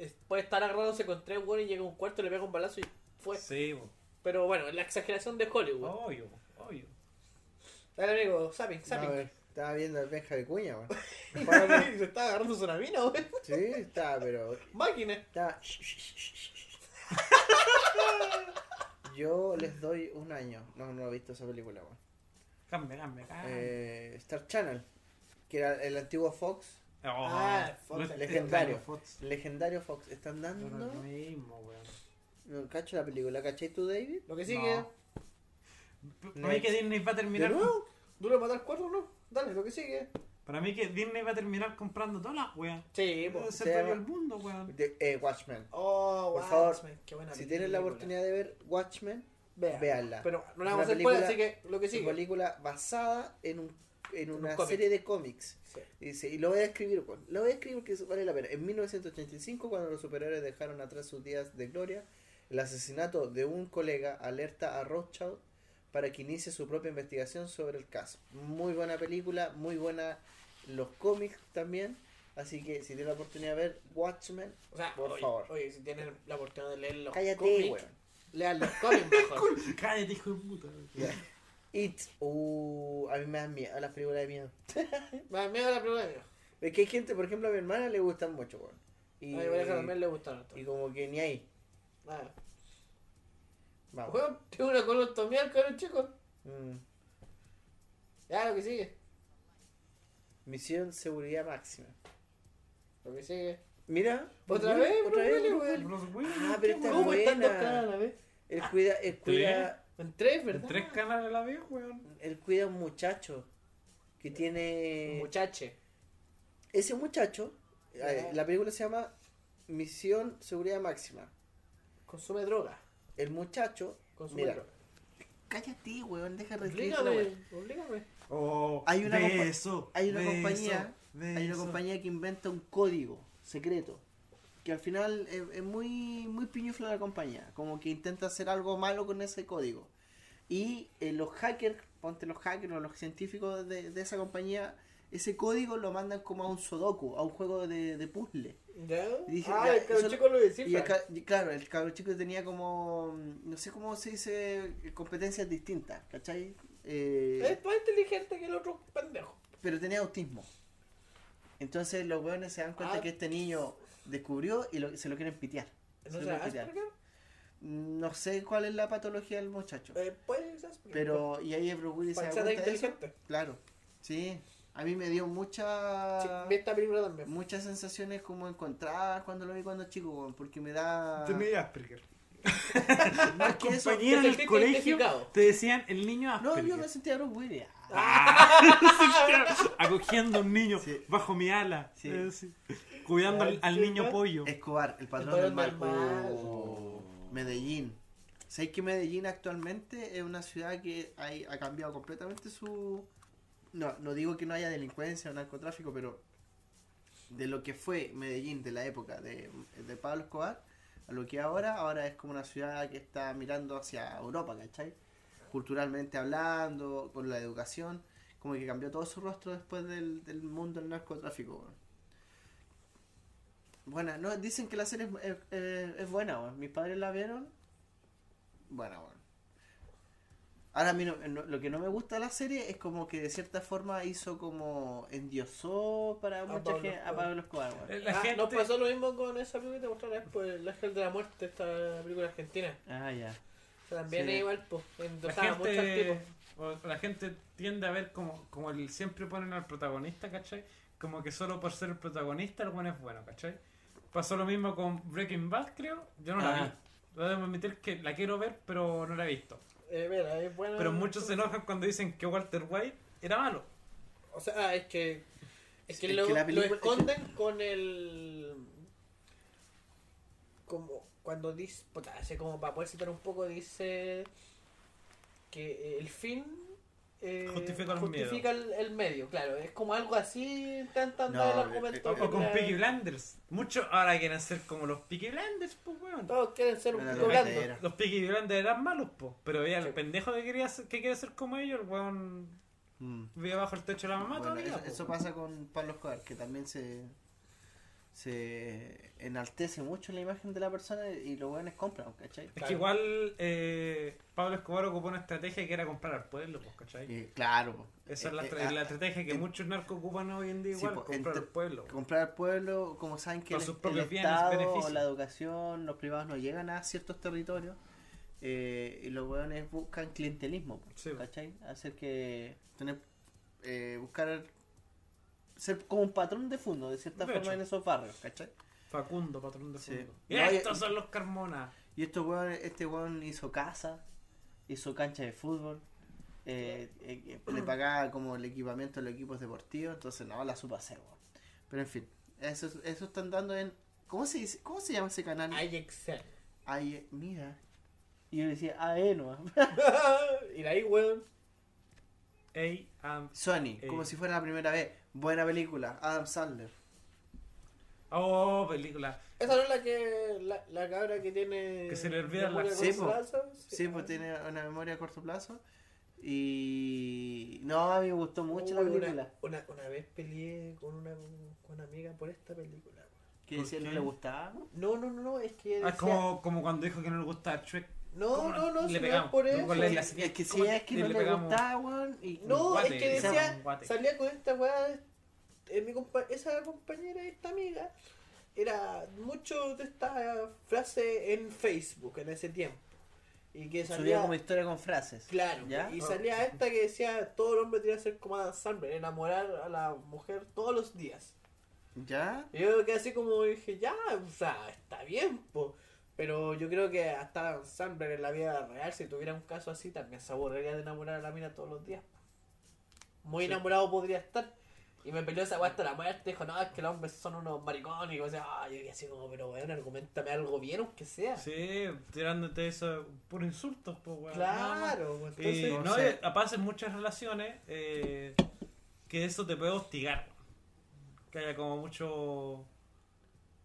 es- puede estar agarrándose con tres weones y llega un cuarto, le pega un balazo y fue.
Sí, po.
Pero bueno, es la exageración de Hollywood.
obvio, po, obvio.
Dale, amigo, zapping,
No, a
zapping.
ver, estaba viendo el Benja de Cuña, weón.
Se está agarrando su mina, weón.
Sí, estaba, pero
Máquina.
Ta- Yo les doy un año. No, no he visto esa película, weón.
Ah. Cambia, cambia, cambia.
Eh, Star Channel, que era el antiguo Fox,
Ah, Fox,
Oh, Lo-
legendario.
Fox.
Legendario Fox, están
Pero
dando.
es lo mismo, weón.
No cacho la película, ¿cachai tú, David?
Lo que sigue.
No. Para mí que Disney va a
¿De
terminar.
nuevo? ¿Duro de matar cuatro no? Dale, lo que sigue.
Para mí que Disney va a terminar comprando todas las weas.
Sí,
Puede
se
ser todo
llama-
el mundo, weón.
De, eh, Watchmen.
Oh,
Por
Watchmen,
favor,
qué buena
Si tienen la
película.
oportunidad de ver Watchmen,
Vean.
véanla.
Pero no
Una
la vamos a hacer
película-
spoiler, así que lo que
Es una
sigue.
película basada en, un, en
Pues un
una
cómic.
serie de cómics.
Sí.
Dice, y lo voy a escribir, Juan, lo voy a escribir porque eso vale la pena. En 1985, cuando los superhéroes dejaron atrás sus días de gloria, el asesinato de un colega alerta a Rothschild para que inicie su propia investigación sobre el caso. Muy buena película, muy buena los cómics también. Así que si tienen la oportunidad de ver Watchmen,
O sea,
Por
oye,
favor.
Oye, si tienen la oportunidad de leer los
cállate,
cómics,
weón.
lean los cómics mejor.
Cállate, hijo de puta.
Ya. It, uh, a mí me dan miedo, las películas de miedo.
Me da miedo la primera vez.
Es que hay gente, por ejemplo, a mi hermana le gustan mucho, weón.
A
Y,
mi pareja Ah, también le gustaron.
y como que ni ahí.
Ah.
Vamos.
Weón, tiene una colostomía el cabrón chico.
Mm.
Ya, lo que sigue.
Misión seguridad máxima.
Lo que sigue.
Mira.
¿Otra
volvió,
vez?
Otra vez.
Dale,
volvió.
weón.
Los weones,
Ah, pero
qué
esta es
¿Cómo están dos caras a
buena.
la vez?
Él cuida, él cuida,
En tres,
En
¿verdad?
tres canales la veo, weón.
él cuida a un muchacho que tiene.
Eh, Muchache.
Ese muchacho. eh,
Ya.
La película se llama Misión seguridad máxima.
Consume droga.
El muchacho.
Consume
Mira.
droga.
Cállate, weón. Deja de escribir la weá.
Oblígame, oblígame.
Oh,
Hay una compa-
beso,
hay una
beso,
compañía- Hay una
beso.
compañía que inventa un código secreto. Que al final es, es muy, muy piñufla la compañía. Como que intenta hacer algo malo con ese código. Y eh, los hackers, ponte los hackers o los científicos de, de esa compañía, ese código lo mandan como a un sudoku, a un juego de, de puzzle.
¿Ya?
Dije,
ah,
ya,
el cabrón
eso-
chico lo
Y,
descifra.
acá- y claro, el cabro chico tenía como, mm, no sé cómo se dice, competencias distintas, ¿cachai? Eh,
Es más inteligente que el otro pendejo.
pero tenía autismo. Entonces los weones se dan cuenta
Ah.
que este niño descubrió y lo- se lo quieren pitear. Se
¿No
lo
será
quieren pitear.
Asperger?
No sé cuál es la patología del muchacho.
Eh, puede ser Asperger.
Pero, y ahí Bruce Willis se da
Para que sea tan
cuenta de eso.
inteligente.
Claro, sí. A mí me dio
Sí,
mucha...
vi esta película también.
Muchas sensaciones como encontradas cuando lo vi cuando chico, weón, porque me da...
Tenía Asperger.
Más que eso...
Compañera en
que te
el
sientes
colegio
identificado.
te decían el niño
No,
Asperger. Ah.
yo me sentía Bruce Willis. ah,
Acogiendo a un niño
Sí.
bajo mi ala.
Sí.
Eh, sí. Cuidando al, al niño pollo.
Escobar, el patrón,
El
del
patrón
mal.
del mal.
Oh, Medellín. ¿Sabéis que Medellín actualmente es una ciudad que hay- ha cambiado completamente su... No, no digo que no haya delincuencia o narcotráfico, pero de lo que fue Medellín de la época de, de Pablo Escobar a lo que ahora, ahora es como una ciudad que está mirando hacia Europa, ¿cachai? Culturalmente hablando, con la educación, como que cambió todo su rostro después del, del mundo del narcotráfico. weón. Bueno, no, dicen que la serie es, es- eh, es buena, weón. Mis padres la vieron. Buena, weón. Ahora, a mí no- no- lo que no me gusta de la serie es como que de cierta forma hizo como endiosó para mucha
Pablo
gente a
Escobar.
Pablo Escobar, weón.
Eh, La
Ah,
gente...
Nos pasó lo mismo con esa película que te mostraré por El Ángel de la Muerte, esta película argentina.
Ah, ya.
O sea, También
Sí.
es igual, pues.
la
Endosaba mucho al
gente,
tipo.
o- la gente tiende a ver como, como el, siempre ponen al protagonista, ¿cachai? Como que solo por ser el protagonista el bueno es bueno, ¿cachai? Pasó lo mismo con Breaking Bad, creo. Yo no la
Ah.
vi. Debo admitir que la quiero ver, pero no la he visto.
Eh, mira, es buena.
Pero muchos se enojan cuando dicen que Walter White era malo.
O sea, ah, es que. Es que,
Es
lo,
que la
lo
película-
esconden con el. Como cuando dice. puta, así como para poder citar un poco, dice. Que el fin. eh,
Justifica los
justifica el, el medio, claro. Es como algo así. Intentan
No,
dar el
eh,
argumento.
O,
que
o con
la-
Peaky Blinders. Muchos ahora quieren ser como los Peaky Blinders, pues, weón.
Todos quieren ser un
Una
poco blando.
tomatera.
Los Peaky Blinders eran malos, pues. Pero veía
Sí.
el pendejo que quería ser, que quiere ser como ellos, el weón.
Mm.
Vive bajo el techo de la mamá
Bueno,
todavía. pues.
eso,
po, weón.
eso pasa con Pablo Escobar, que también se, se enaltece mucho la imagen de la persona y los buenos compran, ¿cachai?
Es que igual eh, Pablo Escobar ocupó una estrategia que era comprar al pueblo, pues, ¿cachai?
Eh, claro. po.
Esa es la,
Eh,
tra-
eh,
la
ah,
estrategia que
en-
muchos narcos ocupan hoy en día
Sí,
igual,
po,
comprar
entre-
al pueblo.
ah, Comprar al pueblo, como saben que
Con
el,
sus
el
propios bienes,
Estado,
beneficios.
la educación, los privados no llegan a ciertos territorios eh, y los hueones buscan clientelismo, po,
Sí, po.
¿cachai? Hacer que tener, eh, buscar ser como un patrón de fondo, de cierta
De
forma,
hecho.
en esos barrios, ¿cachai?
Facundo, patrón de
Sí.
Facundo.
No, y-
Estos son los Carmona.
Y estos weón, este weón hizo casa, hizo cancha de fútbol, eh, eh, eh, le pagaba como el equipamiento a los equipos deportivos, entonces no, la supa hacer, weón. Pero en fin, eso, eso están dando en... ¿Cómo se, dice- ¿Cómo se llama ese canal?
Hay Excel.
Ay, eh, mira. Y yo le decía, AE nomás.
y ahí, weón.
Ey, am-
Sony, como
Eh.
si fuera la primera vez. Buena película, Adam Sandler.
Oh, película.
Esa no es la que. La, la cabra que tiene.
Que se le olvidan
memoria
las-
con
Sí, po.
plazo.
Sí, pues tiene una memoria a corto plazo. Y... No, a mí me gustó mucho la
Uy, una-
película.
Una, una vez peleé con una, con una amiga por esta película. weón.
Que
¿Por
decía no
qué?
le gustaba.
No, no, no, no, es que.
Ah,
decía-
es como, como cuando dijo que no le gustaba Shrek.
No,
¿Cómo
no, no,
le
si no es
pegamos?
por
No,
eso.
con la- la-
Es que sí,
¿Cómo
es que
le
no le
pegamos?
gustaba, weón. Y...
No,
Guate,
es que
le
decía,
llaman guate.
salía con esta weá, eh, mi compa- esa compañera, esta amiga, era mucho de esta frase en Facebook en ese tiempo. Y que
Subía
salía,
como historia con frases.
claro,
¿Ya?
y salía esta que decía, todo el hombre tiene que ser como Adam Sandler, enamorar a la mujer todos los días.
¿Ya?
Y yo que así como dije, ya, o sea, está bien, po. Pero yo creo que hasta Adam Sandler en la vida real, si tuviera un caso así, también se aburriría de enamorar a la mina todos los días. po. Muy enamorado podría estar. Y me peleó esa weá hasta la muerte. Dijo, no, es que los hombres son unos maricones. Y yo decía, ah, yo quedé así como, pero weón, argumentame algo bien, aunque sea.
Sí, tirándote eso por insultos, pues, weón.
claro, po, entonces.
Eh,
no
no,
sé.
y pasa en muchas relaciones eh, que eso te puede hostigar. Que haya como mucho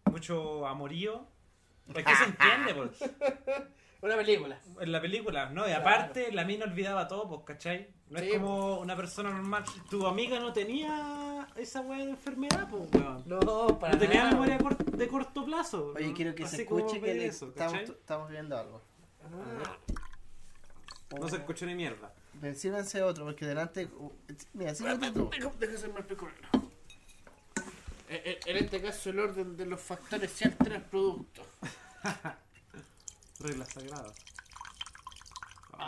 mucho amorío. Es que se entiende, pues.
Una película.
En la película, ¿no? Y
Claro.
aparte, la mina olvidaba todo, pues, ¿cachai? No
Sí,
es
pues.
como una persona normal. Tu amiga no tenía esa weá de enfermedad, pues, weón.
No, para
No tenía
nada,
memoria cor- de corto plazo.
Ah. Oye,
¿no?
quiero que se
Así como
escuche que
pedir
le-
eso,
estamos,
¿cachai?
estamos viendo algo.
Ah,
No se escuchó ni mierda.
Decíbanse otro, porque delante. uh, Mira, síguete tú.
eh, eh, en este caso, el orden de los factores se altera el producto.
Reglas sagradas.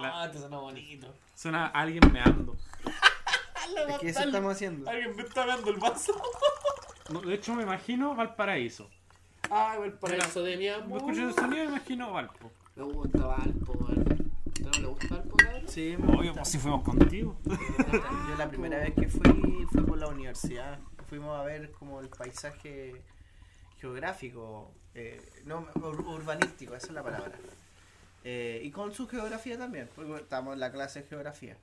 La-
Ah, te sonó bonito.
Suena a alguien meando.
Es que eso estamos haciendo.
Alguien me está dando el vaso.
No, de hecho, me imagino Valparaíso.
Ah, el paraíso de mi
Me
amor.
escucho el sonido y me imagino Valpo.
Me gusta Valpo, weón. ¿Usted ¿No le gusta Valpo, cabrón?
Sí, me
Obvio,
gusta.
pues si fuimos contigo.
Yo la primera vez que fui fue por la universidad. Fuimos a ver como el paisaje geográfico, eh, no, ur- urbanístico, esa es la palabra. Eh, y con su geografía también, porque estamos en la clase de geografía.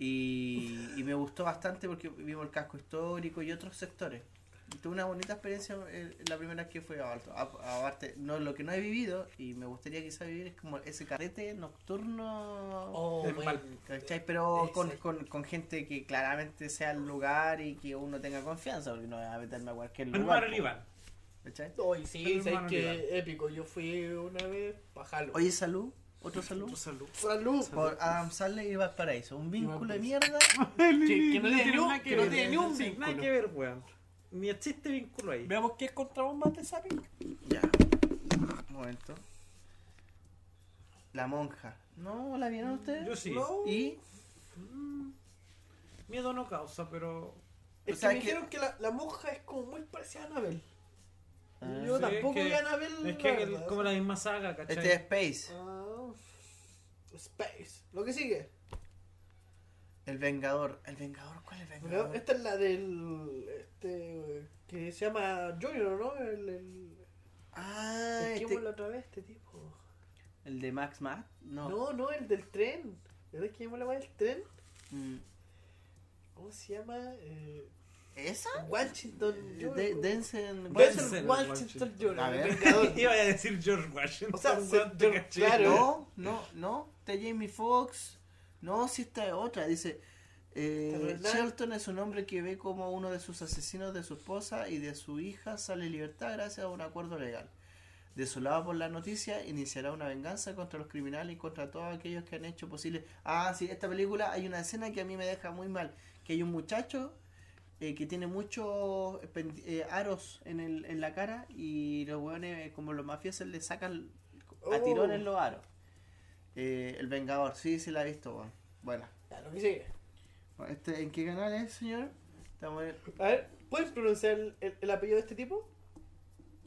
Y, y me gustó bastante porque vimos el casco histórico y otros sectores. Y Tuve una bonita experiencia eh, la primera vez que fui a Alto. A- Aparte, no, lo que no he vivido y me gustaría quizá vivir es como ese carrete nocturno.
Oh,
En
weón.
Valpo.
¿Cachai? Pero con,
Exacto.
con, con gente que claramente sea el lugar y que uno tenga confianza, porque no voy a meterme a cualquier lugar.
Hermano
po,
Iván.
¿cachai?
Oye, sí,
Hermano
sabes
Iván.
que épico. Yo fui una vez pa' Jalo.
Oye, salud, otro salud.
salud.
salud.
Por Adam Sandler y Valparaíso. Un vínculo de mierda.
que no tiene ni un- que no tiene ni un
Nada
vínculo.
que ver, weón. Ni existe vínculo ahí.
Veamos qué encontramos más de esa pica.
Ya. Un momento. La monja. No, ¿la vieron ustedes?
Yo sí.
No.
Y
Miedo no causa, pero.
Es
O sea
que me
que-
dijeron que la, la monja es como muy parecida a Anabel.
Ah.
Yo
Sí,
tampoco
es que-
vi a Anabel.
Es que es como la misma saga, ¿cachai?
este es Space,
Ah, Space. Lo que sigue.
el Vengador. ¿El Vengador? ¿Cuál es el
Bueno,
Vengador?
esta es la del. Este. eh, Que se llama Junior, ¿no? El. el
Ah,
el que
este-
vimos la otra vez, este tipo.
el de Max Max. No.
No, no, el del tren. ¿Verdad que llamó la weá del tren?
Mm.
¿Cómo se llama? Eh,
¿Esa?
Washington Jr.
Eh, De- Denzel.
Denzel
Denzel
Washington Jr.
A
el
ver.
Vengador.
Iba a decir George Washington.
O sea,
weón,
se-
te
yo-
caché.
claro.
No, no, no. Está Jamie Foxx. No, si esta es otra. Dice. eh,
¿Esta no es la-
Shelton es un hombre que ve como uno de sus asesinos de su esposa y de su hija sale en libertad gracias a un acuerdo legal. Desolado por la noticia, iniciará una venganza contra los criminales y contra todos aquellos que han hecho posible. Ah, sí, esta película hay una escena que a mí me deja muy mal, que hay un muchacho eh, que tiene muchos pendi- eh, aros en, el, en la cara y los hueones, eh, como los mafiosos, le sacan a
Oh.
tirones los aros. Eh, el Vengador, sí, sí la he visto, weón. Buena.
Ya, lo que sigue.
Este, ¿En qué canal es, señor? Estamos en-
A ver, ¿puedes pronunciar el, el- el apellido de este tipo?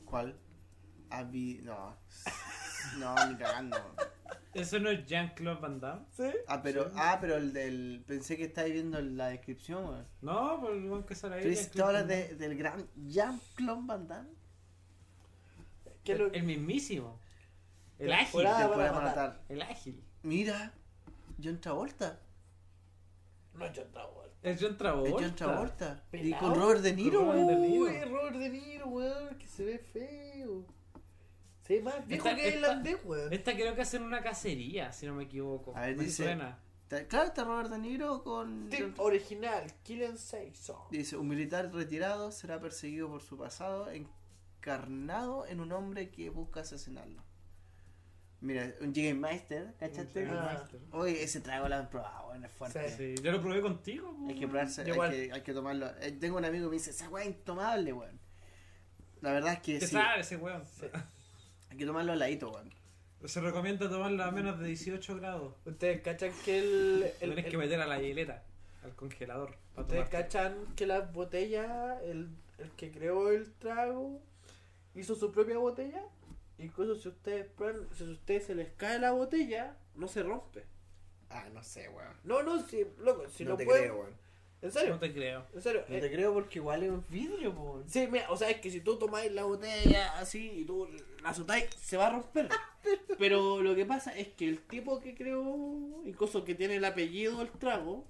¿Cuál? Abi. No. No, ni cagando.
¿Eso no es Jean-Claude Van Damme?
Sí.
Ah, pero, ah, pero el del. Pensé que estáis viendo la descripción, weón.
No, pues el weón que sale ahí.
¿Tú dices- tú
Jean-Claude
hablas
Van Damme.
de- del gran Jean-Claude Van Damme?
¿Qué es lo
El mismísimo. El
Temporada.
ágil.
Ah,
Te
van a
podemos
matar.
matar.
El ágil.
Mira, John Travolta.
No, John Travolta.
Es John
Es
Travolta.
John Travolta. Y
Pelao.
con Robert De Niro,
Con Robert
weón.
De Niro.
Uy, Robert De Niro, weón, que se ve feo. Se ve más viejo
Esta-
que
esta-
irlandés, weón.
Esta creo que hacen una cacería, si no me equivoco.
A ver,
me
dice-
suena.
Está- Claro, está Robert De Niro con.
Tip original, Killian Saison.
Dice, un militar retirado será perseguido por su pasado encarnado en un hombre que busca asesinarlo. Mira, un Jägermeister, ¿cachaste?
Ah.
Oye, ese trago lo han probado, bueno, es fuerte.
Sí.
Sí, yo lo probé contigo. pues, po.
Hay que probarse, hay
Igual.
que, hay que tomarlo. Eh, tengo un amigo que me dice, esa weá es intomable, weón. La verdad es que
¿Qué
sí,
sabe ese weón?
hay que tomarlo al ladito, weón.
Se recomienda tomarlo a menos de 18 grados.
Ustedes cachan que el. el-
Tienes
el-
que meter a la hieleta, al congelador. pa'
Ustedes
tomarte.
cachan que las botellas, el, el que creó el trago, hizo su propia botella. Incluso si ustedes prueban, si a ustedes se les cae la botella, no se rompe.
Ah, no sé, weón.
No, no, si, loco, si
no
lo
te
pueden.
creo, weón.
En
No
serio,
te creo.
en serio.
No
eh,
te creo porque igual es un vidrio, weón.
Sí, mira, o sea, es que si tú tomáis la botella así y tú la azotáis, se va a romper.
Ah,
Pero lo que pasa es que el tipo que creó, incluso que tiene el apellido del trago,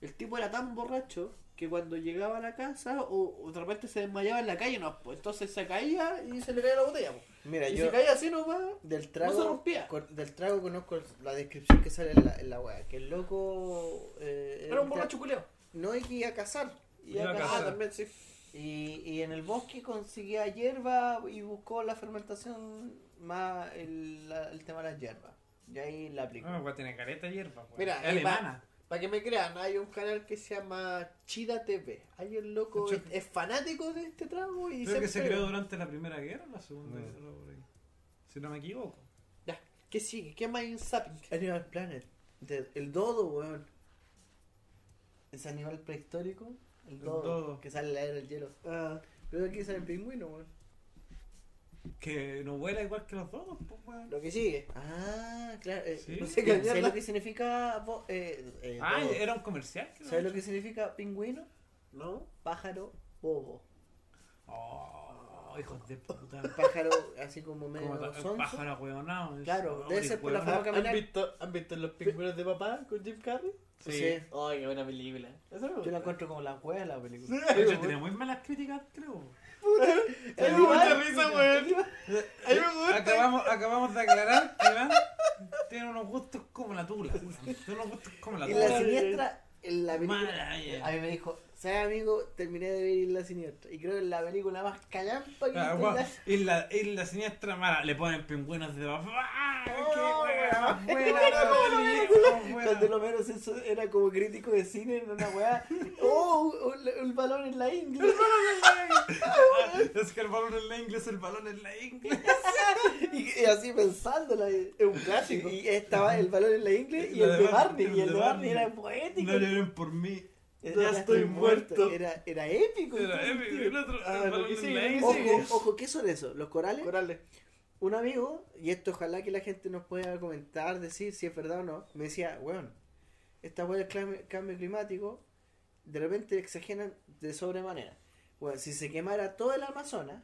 el tipo era tan borracho que cuando llegaba a la casa o, o de repente se desmayaba en la calle, no, pues entonces se caía y se le caía la botella. Pues.
Mira,
y
yo...
se caía así nomás.
Del
No
trago,
se rompía.
con- del trago conozco la descripción que sale en la, en la wea. Que el loco. eh,
Era un
tra-
borracho culeo.
No, y que iba a cazar. Iba
Iba
a
a
cazar.
Ah,
cazar.
también sí.
Y, y en el bosque conseguía hierba y buscó la fermentación más el, la- el tema de las hierbas. Y ahí la aplicó.
No, pues tiene careta de hierba. pues.
Mira,
Es
ahí va.
alemana.
Para que me crean, hay un canal que se llama Chida TV. Hay un loco, es, es fanático de este trago y
Creo que se
siempre-
creó durante la Primera Guerra o la Segunda Guerra. por ahí. Si no me equivoco.
Ya, ¿qué sigue? ¿Qué más hay en Zapping?
Animal Planet. de- el dodo, weón. Ese animal prehistórico. El
El
dodo.
dodo.
Que sale en la era del hielo.
Ah,
Pero aquí sale el pingüino, weón.
Que no vuela igual que los dos, pues, weón.
lo que sigue.
Ah, claro. eh,
Sí.
no
sé
sé
qué
qué
mierda.
lo que significa. bo- eh, eh,
Ah,
dodo?
era un comercial. creo.
¿Sabes lo que significa pingüino?
¿No?
Pájaro bobo.
Oh, hijos de puta.
Pájaro así como medio
Como ta-
sonso.
pájaro hueonado.
Claro, debe ser por la
hueonado.
forma que- caminar.
visto, Ah, han visto Los Pingüinos de Papá con Jim Carrey?
Sí.
Sí.
Oh, qué buena película. Eso
Yo la
me
encuentro como la hueá de la película.
De hecho, tenía muy malas críticas, creo.
Hay
mucha
risa, weón. A mí me
Acabamos, acabamos de aclarar que Iván tiene unos gustos como la tula. weón. Tiene unos gustos como la
Y la
tula.
siniestra, en la película.
Mala,
A
ya.
mí me dijo, ¿sabes amigo? Terminé de ver Isla Siniestra. Y creo que es la película más callampa que
Ah,
he visto en
weón,
la-
Y la, y la siniestra mala, le ponen pingüinos de papá. ¡Ah, ¡Qué
Oh,
hueá más buena! más buena.
Cuando lo menos eso era como crítico de cine en una weá. ¡Oh! Un, un balón en la ingle.
Ah, Es que el balón en la inglés, el balón en la inglés.
Y, y así pensándola. y-
Es un clásico.
Y estaba el balón en la ingle y
La
el de
de Bar-
Barney. Y el de Barney era poético.
No lloren por mí.
Era-
Ya estoy muerto.
Era, era épico.
Era
entonces,
épico,
tío.
el otro-
Ah,
el
lo que
balón
sigue,
en la
lo que
inglés.
Ojo, ojo, ¿qué son esos? ¿Los corales?
Corales.
Un amigo, y esto ojalá que la gente nos pueda comentar, decir si es verdad o no, me decía, weón, esta weá del clame- cambio climático, de repente exageran de sobremanera. Bueno, si se quemara todo el Amazonas,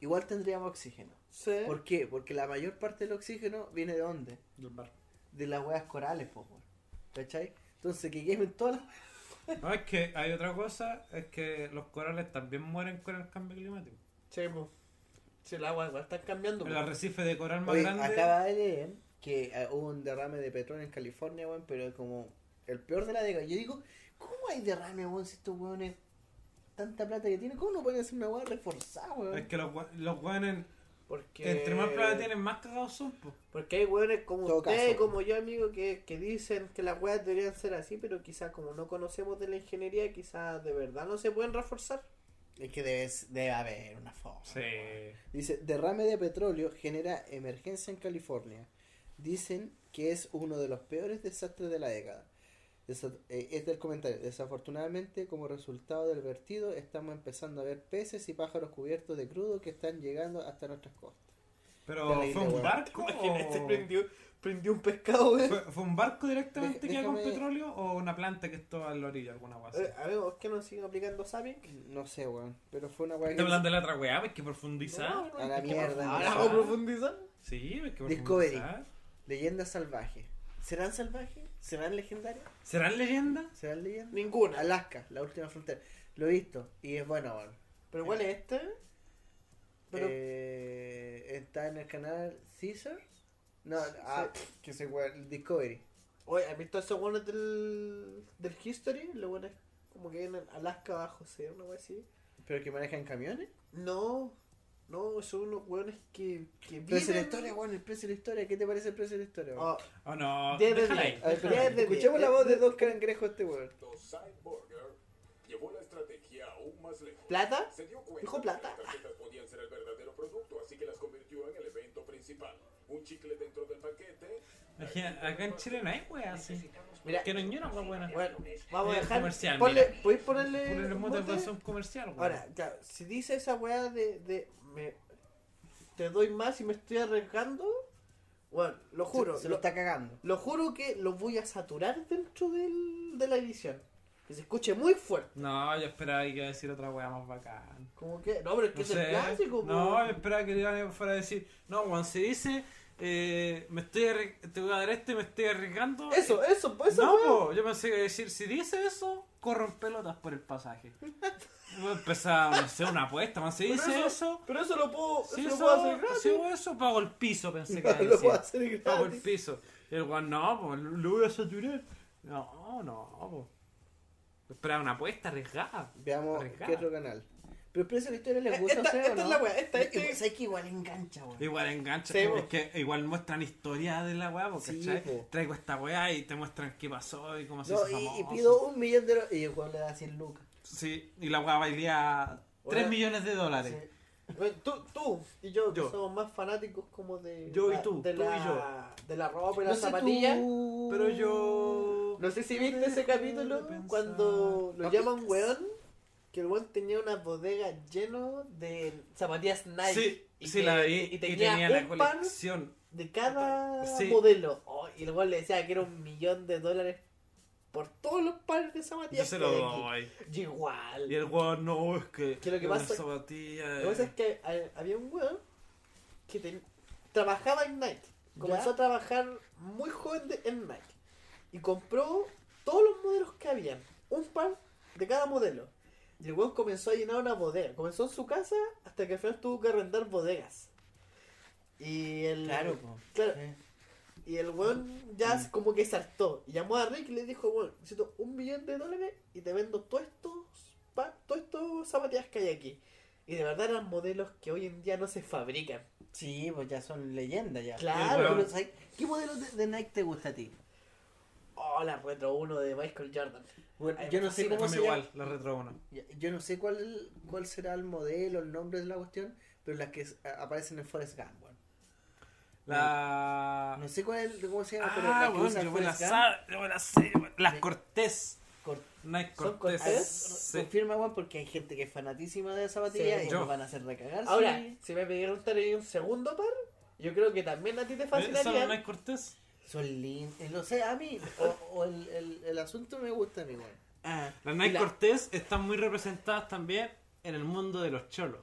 igual tendríamos oxígeno.
Sí.
¿Por qué? Porque la mayor parte del oxígeno viene de dónde?
Del bar.
De las weas corales, po, weón. ¿Cachai? Entonces que quemen todas las...
No, es que hay otra cosa, es que los corales también mueren con el cambio climático.
Sí, po. Sí, el agua igual está cambiando.
El
po.
arrecife de coral más
Oye,
grande.
acaba de leer que eh, hubo un derrame de petróleo en California, weón, pero como el peor de la década. Yo digo, ¿cómo hay derrame, weón, si estos weones tanta plata que tienen? ¿Cómo no pueden hacer una weón reforzada, weón?
Es que los gua- los guanes,
Porque...
entre más plata tienen, más cagados son. po.
Porque hay hueones como
Todo
usted,
caso.
como yo, amigo, que, que dicen que las weas deberían ser así, pero quizás como no conocemos de la ingeniería, quizás de verdad no se pueden reforzar.
Es que debes- debe haber una forma.
Sí.
Dice, derrame de petróleo genera emergencia en California. Dicen que es uno de los peores desastres de la década. Desa- eh, este es el comentario. Desafortunadamente, como resultado del vertido, estamos empezando a ver peces y pájaros cubiertos de crudo que están llegando hasta nuestras costas.
Pero
Terrible,
fue un
weón.
barco.
Imagínate,
o-
prendió, prendió un pescado, güey.
¿Fue, fue un barco directamente
De-
que iba con
déjame-
petróleo o una planta que estaba en la orilla, alguna weá así?
Eh, A ver, ¿por qué no siguen aplicando Sapiens?
No sé, weón. Pero fue una weá
Estamos
que...
hablando de la otra weá, hay que profundizar.
No, no,
A la
hay que
mierda,
profundizar.
mierda.
Ahora vamos a profundizar.
Sí, hay que
Discovery.
profundizar.
Leyenda salvaje.
¿Serán salvajes? ¿Serán legendarias?
¿Serán leyendas?
¿Serán leyendas?
Ninguna.
Alaska, la última frontera. Lo he visto y es bueno, weón.
¿Pero cuál es este? Pero-
Eh, está en el canal Caesar. No, ah, que se weón, Discovery.
Oye, ¿has visto esos buenos del, del History? Los buenos como que vienen en Alaska abajo, ¿sí? Una wea así.
Pero que manejan camiones.
No, no, son unos hueones que, que
Precio de la
viven-
historia, weón, el precio de la historia. ¿Qué te parece el precio de la historia, weón?
Ah,
¿O no?
Diez de
Déjala
diez.
ahí.
A ver, espera,
diez de
escuchemos la
diez,
voz de
diez de
dos cangrejos este weón.
Dosai Burger llevó la estrategia aún más lejos.
¿Plata?
Se dio cuenta
Dijo
que
plata.
las tarjetas podían ser el verdadero producto, así que las convirtió en el evento principal. Un chicle dentro del paquete.
Imagina, Acá en Chile no hay weá así.
Mira,
Que no hay ni una weá buena.
bueno, vamos a
Es
dejar.
comercial,
ponle,
mira.
¿Podéis ponerle.
Por el
un
mote
mote?
de razón comercial, weón.
Ahora, claro, si dice esa weá de. de me, te doy más y me estoy arriesgando. Bueno, lo juro.
Se, se
lo-
lo está cagando.
Lo juro que los voy a saturar dentro del, de la edición. Que se escuche muy fuerte.
No, yo esperaba que iba a decir otra weá más bacán.
Como que. No, pero es que
No
es
sé.
el clásico,
No,
po.
yo esperaba que iban fuera a decir. No, weón, se dice. eh, me estoy arri- te voy a dar este, me estoy arriesgando. Eh,
Eso, eso, pues eso.
no,
weón.
po, yo pensé que iba a decir, si dice eso, corren pelotas por el pasaje. Voy a empezar, no sé, una apuesta, man. Si
Pero
dice
eso-
eso,
Pero eso lo puedo,
si
eso
eso,
lo puedo hacer gratis.
si hago eso, pago el piso, pensé que iba a
lo
decir.
puedo hacer
Pago el
gratis.
piso. Y el guan, no, pues lo voy a saturar. No, no, pues. Esperaba una apuesta arriesgada.
Veamos
Arriesgada.
qué otro canal. Pero el precio de la historia les gusta
Eh, Esta,
a ustedes,
esta
o no?
es la weá, esta,
Es
esta.
que, ¿sabes que igual engancha, weón.
Igual engancha,
Sí,
es
po.
que igual muestran historias de la weá, porque
Sí,
¿cachai?
po.
traigo esta weá y te muestran qué pasó y cómo se
No,
hizo
y, y
famoso.
pido un millón de euros. Y el weón le da 100 lucas.
Sí, y la weá valía 3
Ahora-
millones de dólares.
Sí. Bueno, Tú, tú y yo, que
Yo.
somos más fanáticos como de.
Yo y
la-
tú,
de
tú y
la- De la ropa y
No
las
sé
zapatillas.
tú.
Pero yo.
No sé si viste ese capítulo cuando lo llaman weón, que el weón tenía una bodega lleno de zapatillas Nike.
Sí,
y
sí,
que-
la vi.
Y tenía,
la
un pan
colección.
de cada
Sí.
modelo. Oh, y el weón le decía que era un millón de dólares por todos los pares de
Yo
zapatillas.
se
que
lo
hay aquí.
doy.
Y igual.
Y el weón, no, es que.
Que lo que
una
pasa-
zapatilla,
Lo que pasa es
eh.
que eh, había un weón que ten- trabajaba en Nike. Comenzó
Ya.
a trabajar muy joven de- en Nike. Y compró todos los modelos que habían. Un par de cada modelo. Y el weón comenzó a llenar una bodega. Comenzó en su casa hasta que al final tuvo que arrendar bodegas. Y el,
Claro, po.
claro,
Eh,
y el weón ya
Mm.
se- como que saltó. Y llamó a Rick y le dijo, weón, necesito un millón de dólares y te vendo todos estos, pa- todos estos zapatillas que hay aquí. Y de verdad eran modelos que hoy en día no se fabrican.
Sí, pues ya son leyendas ya.
Claro.
Pero, ¿sabes? ¿Qué modelo de, de Nike te gusta a ti?
Oh, la retro 1 de Michael Jordan.
Bueno,
Ay,
yo no sé
sí,
cómo
Dame
se llama.
igual, la retro 1.
Ya, Yo no sé cuál, cuál será el modelo, el nombre de la cuestión, pero las que a- aparecen en Forest Gump, weón.
La.
No sé cuál es, cómo se llama, pero las
Ah,
que
weón,
usan
yo me la
Forrest Gump,
sa- yo me la sé, weón. Las
Sí.
Cortés.
cor-
Nike
¿Son
Cortés.
Cortés?
Sí.
Confirma, weón, porque hay gente que es fanatísima de zapatillas
Sí,
y
yo.
nos van a hacer recagar.
Ahora,
sí.
si me pidieron tener un segundo par, yo creo que también a ti te
¿Eh? ¿Son Nike
facilitaría.
Cortés?
Son lindos. No sé, a mí. O, o el, el, el asunto me gusta a mí, weón.
Ah,
Las Nike
la-
Cortés están muy representadas también en el mundo de los cholos.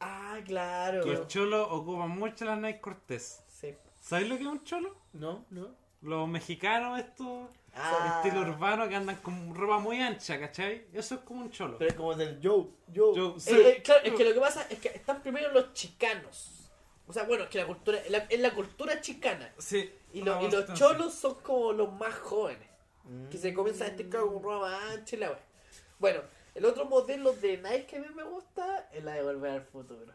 Ah, claro.
Que los cholos ocupan mucho las Nike Cortés.
Sí.
¿Sabes lo que es un cholo?
No, no.
Los mexicanos estos,
Ah.
estilo urbano, que andan con ropa muy ancha, ¿cachai? Eso es como un cholo.
Pero es como del yo, yo.
Yo,
Eh,
sí.
eh, claro, es que lo que pasa es que están primero los chicanos. O sea, bueno, es que la cultura, la- es la cultura chicana.
Sí.
Y,
una
lo- y los
constancia.
cholos son como los más jóvenes. Que se comienzan a esticar con ropa ancha y la wea. Bueno, el otro modelo de Nike que a mí me gusta es la de Volver al Futuro.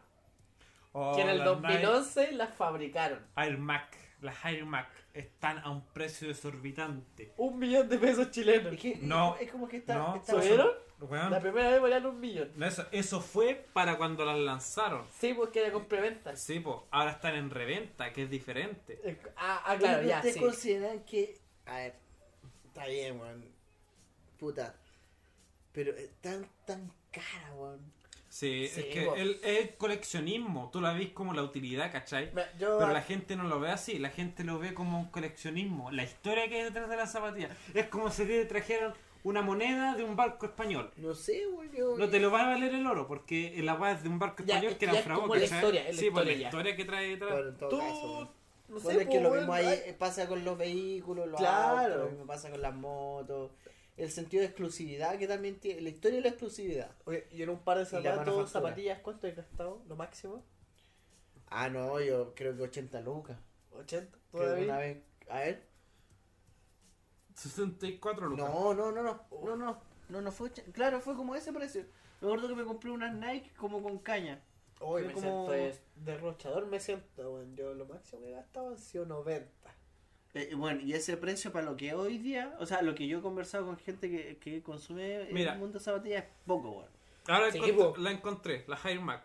O
que en el
las
2011 las fabricaron.
Nike Air Mac, las Air Mac están a un precio desorbitante.
Un millón de pesos chilenos.
Es que-
No.
Es como que está.
No.
está-
¿Subieron?
Weón,
La primera vez valían un millón.
no, eso, eso fue para cuando las lanzaron.
Sí, porque era complementa.
Sí, po, ahora están en reventa, que es diferente.
Ah, ah, claro,
Pero
ya,
¿Ustedes
sí.
consideran que. A ver. Está bien, weón. Puta. Pero es tan, tan cara, weón.
Sí,
Sí,
es que
pues.
po.
el, el coleccionismo, tú la ves como la utilidad, ¿cachai?
Me- Yo,
Pero la gente no lo ve así, la gente lo ve como un coleccionismo. La historia que hay detrás de la zapatilla es como si te trajeran una moneda de un barco español.
no sé, weón. Yo,
No te lo va a valer el oro, porque la weá es de un barco
Ya,
español
es
que
que
era
ya es
frago,
como la
¿cachai?
historia, es la
Sí, pues la
historia ya.
historia que trae detrás.
Bueno, en todo
Tú-
caso, weón.
No sé,
Bueno, es que
po,
lo
weón,
mismo ahí
ay,
eh, pasa con los vehículos, los
Claro.
autos, lo mismo pasa con las motos, el sentido de exclusividad que también tiene, la historia de la exclusividad.
Oye, y en un par de
la manufactura.
zapatos, zapatillas, ¿cuánto he gastado? Lo máximo.
Ah, no, yo creo que 80 lucas.
80
Creo que
todavía.
una vez, a ver,
64 lucas.
no, no, no, no, no, no, no, no fue, ochen- claro, fue como ese precio. Me acuerdo que me compré unas Nike como con caña.
Hoy
Yo
me
como-
siento es- derrochador, me siento, weón. Yo lo máximo que he gastado han sido 90.
Eh, bueno, y ese precio para lo que hoy día, o sea, lo que yo he conversado con gente que, que consume
Mira.
el mundo de zapatillas es poco, weón.
Ahora
Sí,
encont-
po.
la encontré, la Higher Mac.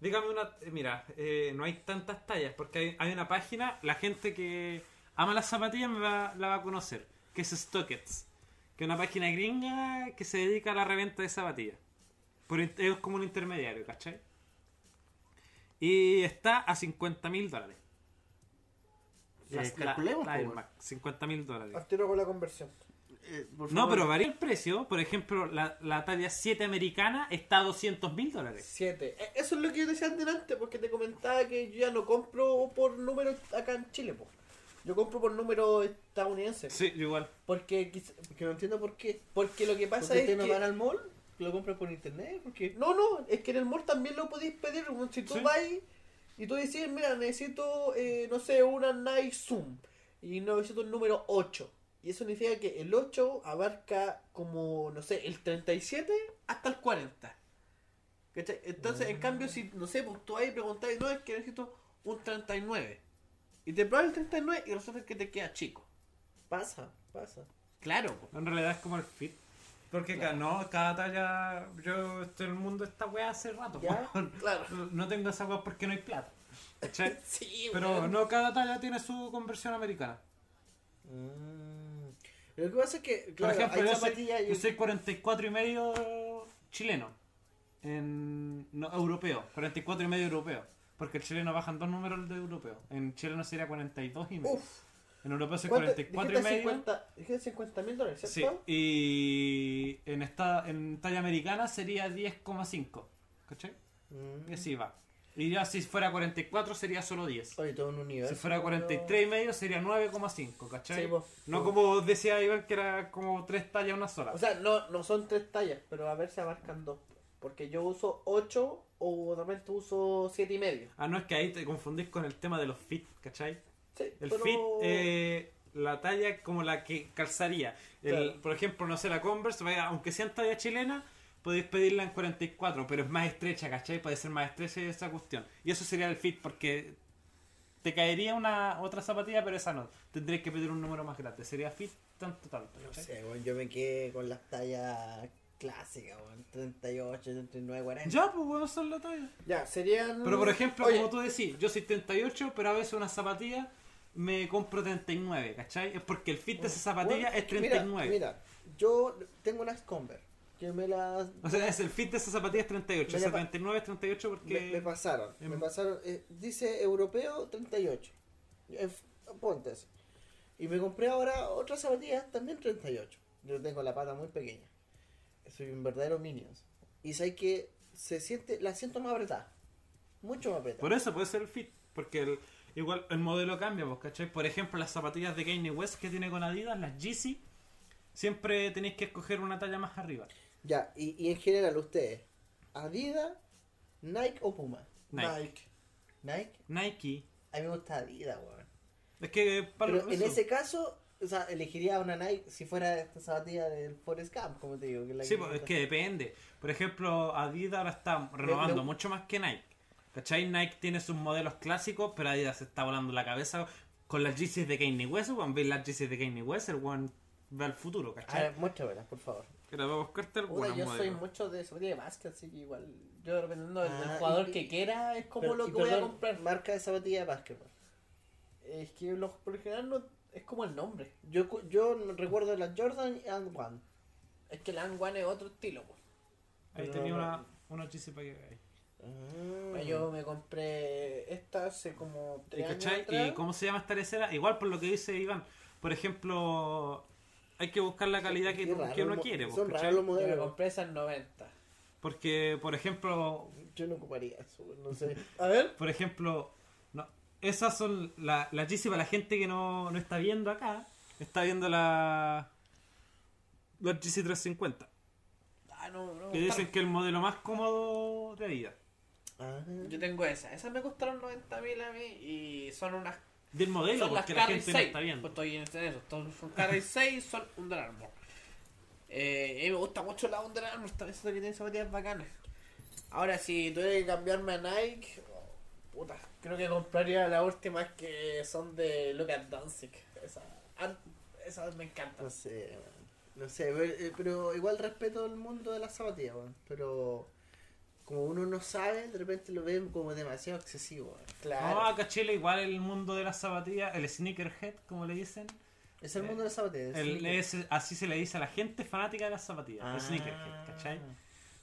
Dígame una. eh, Mira, eh, no hay tantas tallas porque hay, hay una página, la gente que ama las zapatillas me va- la va a conocer, que es Stockets, que es una página gringa que se dedica a la reventa de zapatillas. Por, in- es como un intermediario, ¿cachai? Y está a 50 mil dólares.
Ya, calculemos,
la
po,
Air
weón.
Mac, 50 mil dólares.
Arturo con la conversión.
Eh, por
No,
favor.
pero varía el precio. Por ejemplo, la, la talla 7 americana está a 200 mil dólares.
7. E, Eso es lo que yo decía delante, porque te comentaba que yo ya no compro por número acá en Chile, po. Yo compro por número estadounidense.
Sí, igual.
Porque quiz-
Que no entiendo por qué.
porque lo que pasa
¿Porque
es
ustedes
que
no van al mall? ¿Lo compras por internet? Porque
No, no, es que en el mall también lo podéis pedir. weón. Si tú
Sí.
vas y tú decís, mira, necesito, eh, no sé, una Nike Zoom y necesito el número 8. Y eso significa que el 8 abarca como, no sé, el 37 hasta el 40. ¿Cachai? Entonces, en cambio, si, no sé, pues tú ahí preguntáis, no, es que necesito un 39. Y te probas el 39 y resulta que te queda chico.
pasa, pasa.
Claro, po.
En realidad es como el fit. Porque ca- no, cada talla. Yo estoy en el mundo de esta weá hace rato.
¿Ya?
weón.
Claro.
No tengo esa weá porque no hay plata. ¿Cachai?
Sí,
Pero
weón.
no, cada talla tiene su conversión americana.
Mm. Lo que pasa es que,
Por
claro,
ejemplo,
hay
yo soy,
zapatillas y-
yo soy 44 y medio chileno. En, no, europeo. 44 y medio europeo. Porque el chileno bajan dos números de europeo. En chileno sería 42 y medio.
Uf.
En europeo soy
¿Cuánto?
44 y
Dijiste
medio.
50 dijiste 50 mil dólares,
Sí,
¿cierto?
y en, esta, en talla americana sería 10,5. ¿Cachai?
Mm.
Y así va. Y ya si fuera 44 sería solo 10.
Oye, todo un universo.
Si fuera 43 y medio sería 9,5, ¿cachai?
Sí, pues. po.
no como decía Iván que era como tres tallas una sola.
O sea, no, no son tres tallas, pero a ver si abarcan dos. Porque yo uso 8 o de repente uso siete y medio.
ah, no, es que ahí te confundís con el tema de los fit, ¿cachai?
Sí,
El
pero-
fit, eh, la talla como la que calzaría. El,
Claro.
Por ejemplo, no sé, la Converse, vaya, aunque sea en talla chilena, podéis pedirla en 44, pero es más estrecha, ¿cachai? Puede ser más estrecha esa cuestión. Y eso sería el fit, porque te caería una otra zapatilla, pero esa no. Tendrías que pedir un número más grande. Sería fit tanto, tanto.
No
¿cachai?
sé, weón, yo me quedé con las tallas clásicas, weón. 38, 39, 40.
Ya, pues bueno, son la talla.
Ya, serían...
Pero por ejemplo,
Oye,
como tú decís, yo soy 38, pero a veces una zapatilla me compro 39, ¿cachai? Es porque el fit de esa zapatilla
Weón,
es
que
39.
Mira, mira, yo tengo unas Converse que me las
O sea, es el fit de esa zapatilla es 38.
Me
Esa
llama-
39 es 38 porque...
me, me pasaron.
em-
Me pasaron. eh, dice europeo 38. Eh, ponte así. Y me compré ahora otras zapatillas también 38. Yo tengo la pata muy pequeña. Soy un verdadero minions. Y sabes que se siente, la siento más apretada. Mucho más apretada.
Por e- eso puede ser el fit. Porque el- igual el modelo cambia, pues, ¿cachai? Por ejemplo, las zapatillas de Kanye West que tiene con Adidas, las Yeezy, siempre tenéis que escoger una talla más arriba.
Ya, y, y en general ustedes. Adidas, Nike o Puma.
Nike.
Nike.
Nike.
A mí me gusta Adidas, weón.
Es que... eh, para
Pero en
eso.
ese caso, o sea, elegiría una Nike si fuera esta zapatilla del Forest Camp, como te digo. Que es la
Sí,
me
pues, es
gusta.
que depende. Por ejemplo, Adidas ahora está renovando
Me- me-
mucho más que Nike. ¿Cachai? Nike tiene sus modelos clásicos, pero Adidas se está volando la cabeza con las Yeezys de Kanye West. Weón, ve las Yeezys de Kanye West, el weón ve al futuro,
A
¿cachai?
ver, muéstramelas, por favor.
Pero voy a buscarte el
puta,
buen
yo soy
modelo.
mucho de sobre de básquet, así que igual... Yo dependiendo del, del
Ah,
jugador
y-
que quiera es como
Pero-
lo
y
que voy a
perdón,
comprar.
Marca de zapatilla de básquetbol.
Es que los, por lo general no... Es como el nombre.
Yo, cu- yo no recuerdo la Jordan and One.
Es que el One es otro estilo, pues.
Ahí tenía una, una chispa que ahí.
Ah,
Yo me compré esta hace como
¿Y,
tres años
cachai?
atrás.
¿Y cómo se llama esta lesera? Igual por lo que dice Iván. Por ejemplo, hay que buscar la calidad que,
Qué raro
que
el
uno
mo-
quiere. pues,
Son
¿cachai?
raros los
Yo me
modelos.
compré esa en 90.
Porque, por ejemplo,
Yo no ocuparía eso, no sé.
A ver.
por ejemplo, no, esas son la- las Yeezy para la gente que no, no está viendo acá. Está viendo la las Yeezy 350.
Ah, no, no.
Que dicen que es el modelo más cómodo de vida.
Ah.
Yo tengo esa. Esas me costaron 90 mil a mí y son unas.
Del modelo,
son las
porque la
Carry
gente no
6.
está viendo.
Pues estoy en eso. Son, son Carry 6, son Under Armour. Eh, a mí me gusta mucho la Under Armour. Esta vez que tiene zapatillas bacanas. Ahora, si tuviera que cambiarme a Nike. oh, Puta, creo que compraría las últimas que son de Lucas Danzig. Esas esa me encantan.
No sé, weón. no sé, pero, eh, pero igual respeto el mundo de las zapatillas, weón. pero como uno no sabe, de repente lo ven como demasiado excesivo. weón.
No, acá en Chile igual el mundo de las zapatillas, el sneakerhead, como le dicen.
Es el
Eh,
mundo de las zapatillas.
El-
sí.
es- así se le dice a la gente fanática de las zapatillas,
Ah.
el sneakerhead, ¿cachai?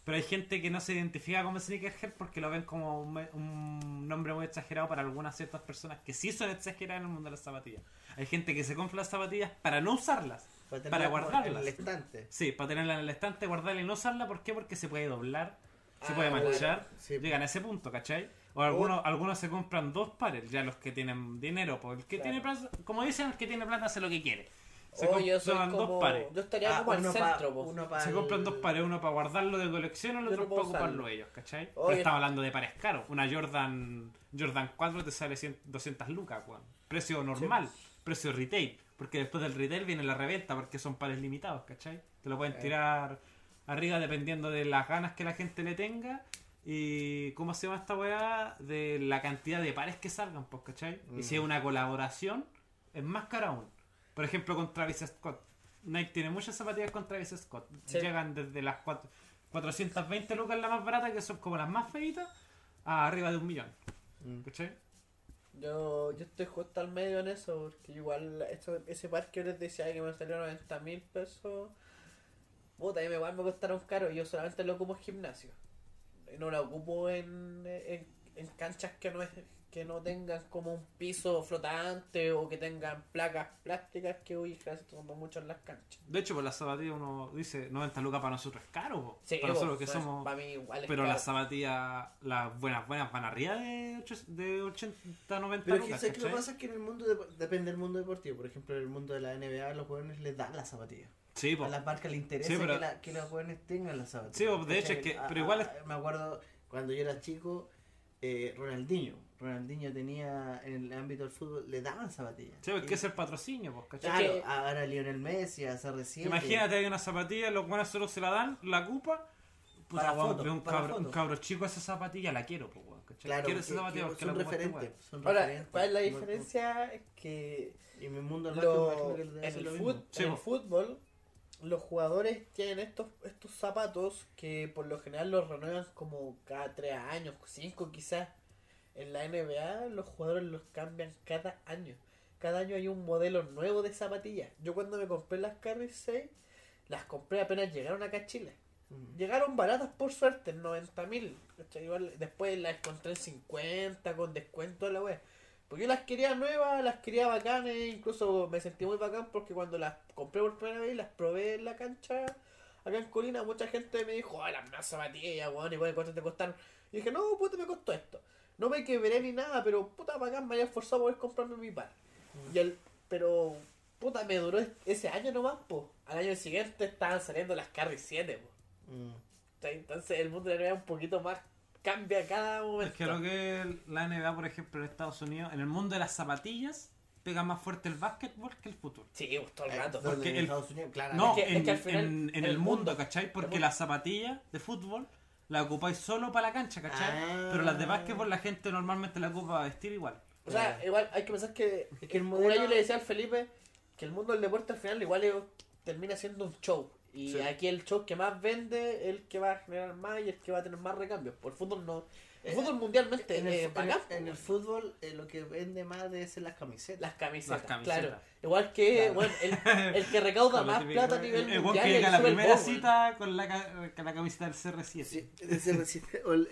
Pero hay gente que no se identifica como sneakerhead porque lo ven como un, me- un nombre muy exagerado para algunas ciertas personas que sí son exageradas en el mundo de las zapatillas. Hay gente que se compra las zapatillas para no usarlas.
Para, tenerla
para
como
guardarlas.
En el estante.
Sí, para tenerla en el estante, guardarla y no usarla. ¿Por qué? Porque se puede doblar, se
Ah, Oh.
puede manchar.
claro, sí.
Llegan a ese punto, ¿cachai? O algunos, algunos se compran dos pares, ya los que tienen dinero. Porque el que tiene plata, como dicen, el que tiene plata hace lo que quiere. Se
Oh, yo soy
compran
como-
dos pares.
Yo estaría
Ah,
como al
uno pa-
centro, po.
uno pa
Se
el-
compran dos pares, uno para guardarlo de colección y el
Yo
otro
no
para
puedo
ocuparlo
usarlo.
ellos, ¿cachai? Pero
Oye.
estamos hablando de pares caros. Una Jordan Jordan 4 te sale 100 200 lucas, weón. Precio normal, precio retail. Porque después del retail viene la reventa porque son pares limitados, ¿cachai? Te lo
Eh.
pueden tirar arriba dependiendo de las ganas que la gente le tenga y cómo se llama esta weá de la cantidad de pares que salgan, pues, ¿cachai? Y si es
Mm.
una colaboración, es más caro aún. Por ejemplo, con Travis Scott. Nike tiene muchas zapatillas con Travis Scott.
Sí.
Llegan desde las cuatro- 420 lucas, la más barata, que son como las más feitas, a arriba de un millón.
Mm.
¿Cachai?
Yo, yo estoy justo al medio en eso, porque igual eso- ese par que yo les decía que me salió 90 mil pesos, puta, ahí me, igual me costaron caro, yo solamente lo ocupo en gimnasio. Y No lo ocupo en, en, en canchas que no es, que no tengan como un piso flotante o que tengan placas plásticas que uy, se toman mucho en las canchas.
De hecho, por las zapatillas uno dice 90 lucas para nosotros es caro, po.
Sí,
para
vos,
nosotros que
no es-
somos.
para mí igual es
Pero
caro.
las zapatillas, las buenas, buenas, van arriba de, ocho- de 80, 90
Pero es que,
lucas.
¿sabes qué lo que
¿cachai?
pasa es que en el mundo de- depende del mundo deportivo. Por ejemplo, en el mundo de la NBA, los jóvenes les dan las zapatillas.
Sí, po.
A las marcas les interesa
Sí, pero-
que, la- que los jóvenes tengan las zapatillas.
Sí, pues, de hecho es
¿Cachai?
que-
A-
pero igual es-
a- me acuerdo cuando yo era chico, eh, Ronaldinho. Ronaldinho tenía en el ámbito del fútbol, le daban zapatillas.
Sí, porque
Y-
es el patrocinio, pues, ¿cachai?
Claro,
que-
ahora Lionel Messi, a CR7.
Imagínate, hay una zapatilla, los buenos solo se la dan, la cupa. Puta,
Para
weón,
foto,
ve un,
para
cabro,
foto.
un cabro chico esa zapatilla, la quiero, pues, weón, ¿cachai?
Claro,
quiero
porque-
esa zapatilla
que
porque la
son
ocupo este weón.
referentes. Son
Ahora,
referentes.
¿cuál es la
No-
diferencia? Es que
Y mi mundo del
Lo-
básquet, imagino que debe
en,
ser
el
lo mismo.
fut-
Sí,
en el
po.
fútbol, los jugadores tienen estos, estos zapatos que por lo general los renuevan como cada tres años, cinco quizás. En la NBA los jugadores los cambian cada año. Cada año hay un modelo nuevo de zapatillas. Yo cuando me compré las Carry 6, las compré apenas llegaron acá a Chile.
Mm.
Llegaron baratas por suerte, en 90 mil. Después las encontré en 50 con descuento a la wea. Porque yo las quería nuevas, las quería bacanes, incluso me sentí muy bacán porque cuando las compré por primera vez y las probé en la cancha acá en Colina, mucha gente me dijo, ay, las más zapatillas, weón, y weón, cuánto te costaron. Y dije, no, puta, me costó esto. No me quebré ni nada, pero puta, bacán, me había esforzado a poder comprarme mi par. Y el, pero, puta, me duró ese año nomás, po. Al año siguiente estaban saliendo las Carry 7, po.
Mm.
¿Cachai? Entonces el mundo de la NBA un poquito más cambia cada momento.
Es que lo que la NBA, por ejemplo, en Estados Unidos, en el mundo de las zapatillas, pega más fuerte el básquetbol que el fútbol.
Sí, pues, todo el
Eh,
rato.
donde
Porque
en
el-
Estados Unidos, claramente.
No,
Es que- es
en,
que al final
en- en
el
el, mundo,
mundo-
¿cachai? Porque
mundo-
las zapatillas de fútbol las ocupáis solo para la cancha, ¿cachai?
Ah.
Pero las de básquetbol la gente normalmente la ocupa para vestir igual.
O sea, igual hay que pensar que,
Es que el
como
modelo-
yo le decía al Felipe, que el mundo del deporte al final igual es- termina siendo un show. Y aquí el show que más vende es el que va a generar más y el que va a tener más recambios. Por el fútbol no. El fútbol mundialmente
Eh, En
en
el,
eh,
fu- en,
bacán,
el- en el fútbol eh, lo que vende más de es las camisetas.
Las camisetas,
Las camisetas.
claro. Igual que
Claro.
bueno, el, el que recauda
Con lo
más
típico, eh,
plata a
el-
nivel
el weón
mundial
que
es
llega
el
a la
Super
primera
Bowl.
cita con la, ca- con la camiseta del CR7.
Sí, ese resiste- o el-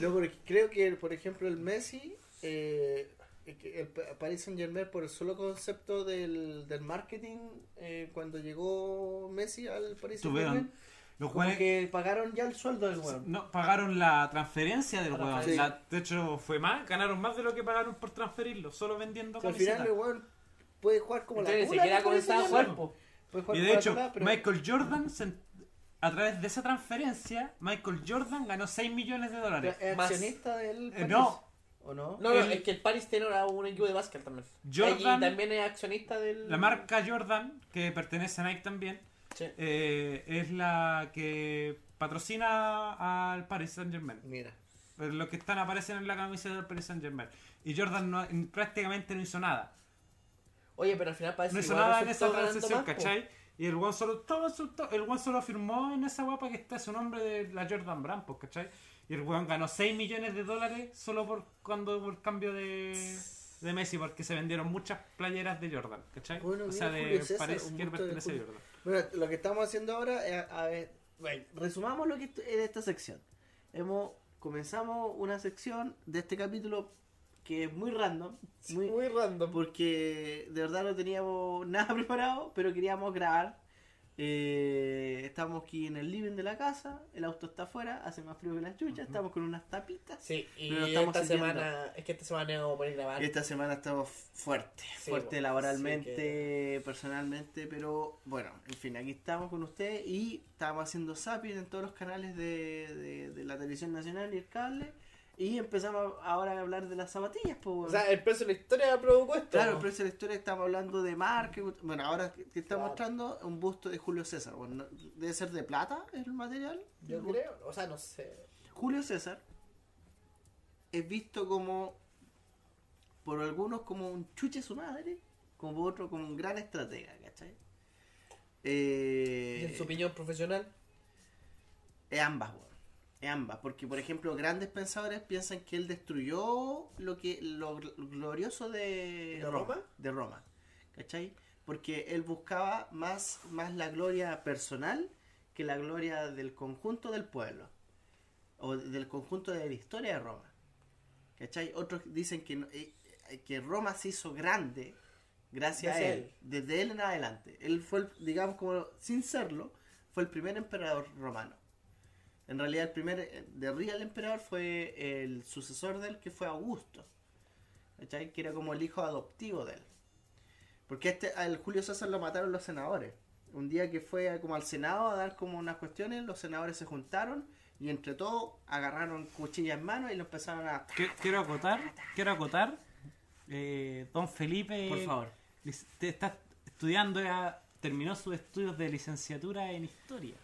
no, porque creo que, por ejemplo, el Messi, eh, el Pa- Paris Saint Germain, por el solo concepto del, del marketing, eh, cuando llegó Messi al Paris Saint
Tuvieron-
Germain,
Los
como
jugadores
que pagaron ya el sueldo del weón.
no, pagaron la transferencia del
La
weón.
transferencia.
La- de hecho, fue más. Ganaron más de lo que pagaron por transferirlo, solo vendiendo
O sea, al
camisetas.
final el weón puede jugar como
Entonces,
la
ni
cuna
siquiera
del Paris
comenzaba a
Saint-Germain.
jugar, po.
Puede jugar
Y de
como la
hecho,
cuna, pero-
Michael Jordan, se- a través de esa transferencia, Michael Jordan ganó 6 millones de
pero
dólares.
¿Es
Más.
accionista del
Eh,
Paris?
no.
¿O no?
No, no,
El-
es que el Paris tiene ahora un equipo de básquet también.
Jordan-
y también es accionista del.
La marca Jordan, que pertenece a Nike también,
Sí.
eh, es la que patrocina al Paris Saint Germain.
Mira.
Los que están aparecen en la camiseta del Paris Saint Germain. Y Jordan no- prácticamente no hizo nada.
Oye, pero al final parece
No
que
hizo
igual
nada en
resultó
esa
ganando
transición,
más, po.
¿cachai? Y el one solo, todo su- to- el one solo firmó en esa guapa que está su nombre de la Jordan Brand, pues, ¿cachai? Y el weón ganó 6 millones de dólares solo por cuando por cambio de, de Messi, porque se vendieron muchas playeras de Jordan, ¿cachai?
Bueno,
o sea,
mira,
de
Julio César,
París
un
que
punto de
pertenece a
Julio.
Jordan.
Bueno, lo que estamos haciendo ahora es, a ver, bueno, resumamos lo que estu- en esta sección. Hemos comenzamos una sección de este capítulo que es muy random, muy,
Muy random.
porque de verdad no teníamos nada preparado, pero queríamos grabar. Eh, estamos aquí en el living de la casa, el auto está afuera, hace más frío que la chucha, estamos con unas tapitas.
Sí, y
Pero estamos
esta
siguiendo.
semana. Es que esta semana vamos a poner a grabar.
Esta semana estamos fuerte,
Sí,
fuerte
bueno,
laboralmente,
así que-
personalmente, pero bueno, en fin, aquí estamos con ustedes y estábamos haciendo zapping en todos los canales de, de- de la televisión nacional y el cable y empezamos ahora a hablar de las zapatillas, pues
O
bueno.
sea, el precio de la historia provocó esto.
Claro,
po.
pero esa es la historia, estamos hablando de marca, y- bueno, ahora que, que está
Claro.
mostrando un busto de Julio César, bueno, debe ser de plata el material.
Yo creo. O sea, no sé.
Julio César es visto como por algunos como un chuche su madre, como por otro como un gran estratega, ¿cachai?
Y
Eh,
en su opinión profesional.
es ambas, weón. Es ambas. Porque, por ejemplo, grandes pensadores piensan que él destruyó lo que lo gl- glorioso de,
¿De Roma?
De Roma. ¿Cachai? Porque él buscaba más, más la gloria personal que la gloria del conjunto del pueblo. O del conjunto de la historia de Roma. ¿Cachai? Otros dicen que, no- eh, eh, que Roma se hizo grande gracias
Desde
a él,
él.
Desde él en adelante. Él fue, el- digamos, como sin serlo, fue el primer emperador romano. En realidad, el primer eh, de real emperador fue el sucesor de él, que fue Augusto. ¿Cachai? Que era como el hijo adoptivo de él. Porque este, al Julio César lo mataron los senadores. Un día que fue a- como al Senado a dar como unas cuestiones, los senadores se juntaron y entre todos agarraron cuchillas en mano y lo empezaron a...
Que- Quiero acotar, quiero acotar, eh, don Felipe...
Por favor.
Lic- te- está estudiando, ya terminó sus estudios de licenciatura en historia.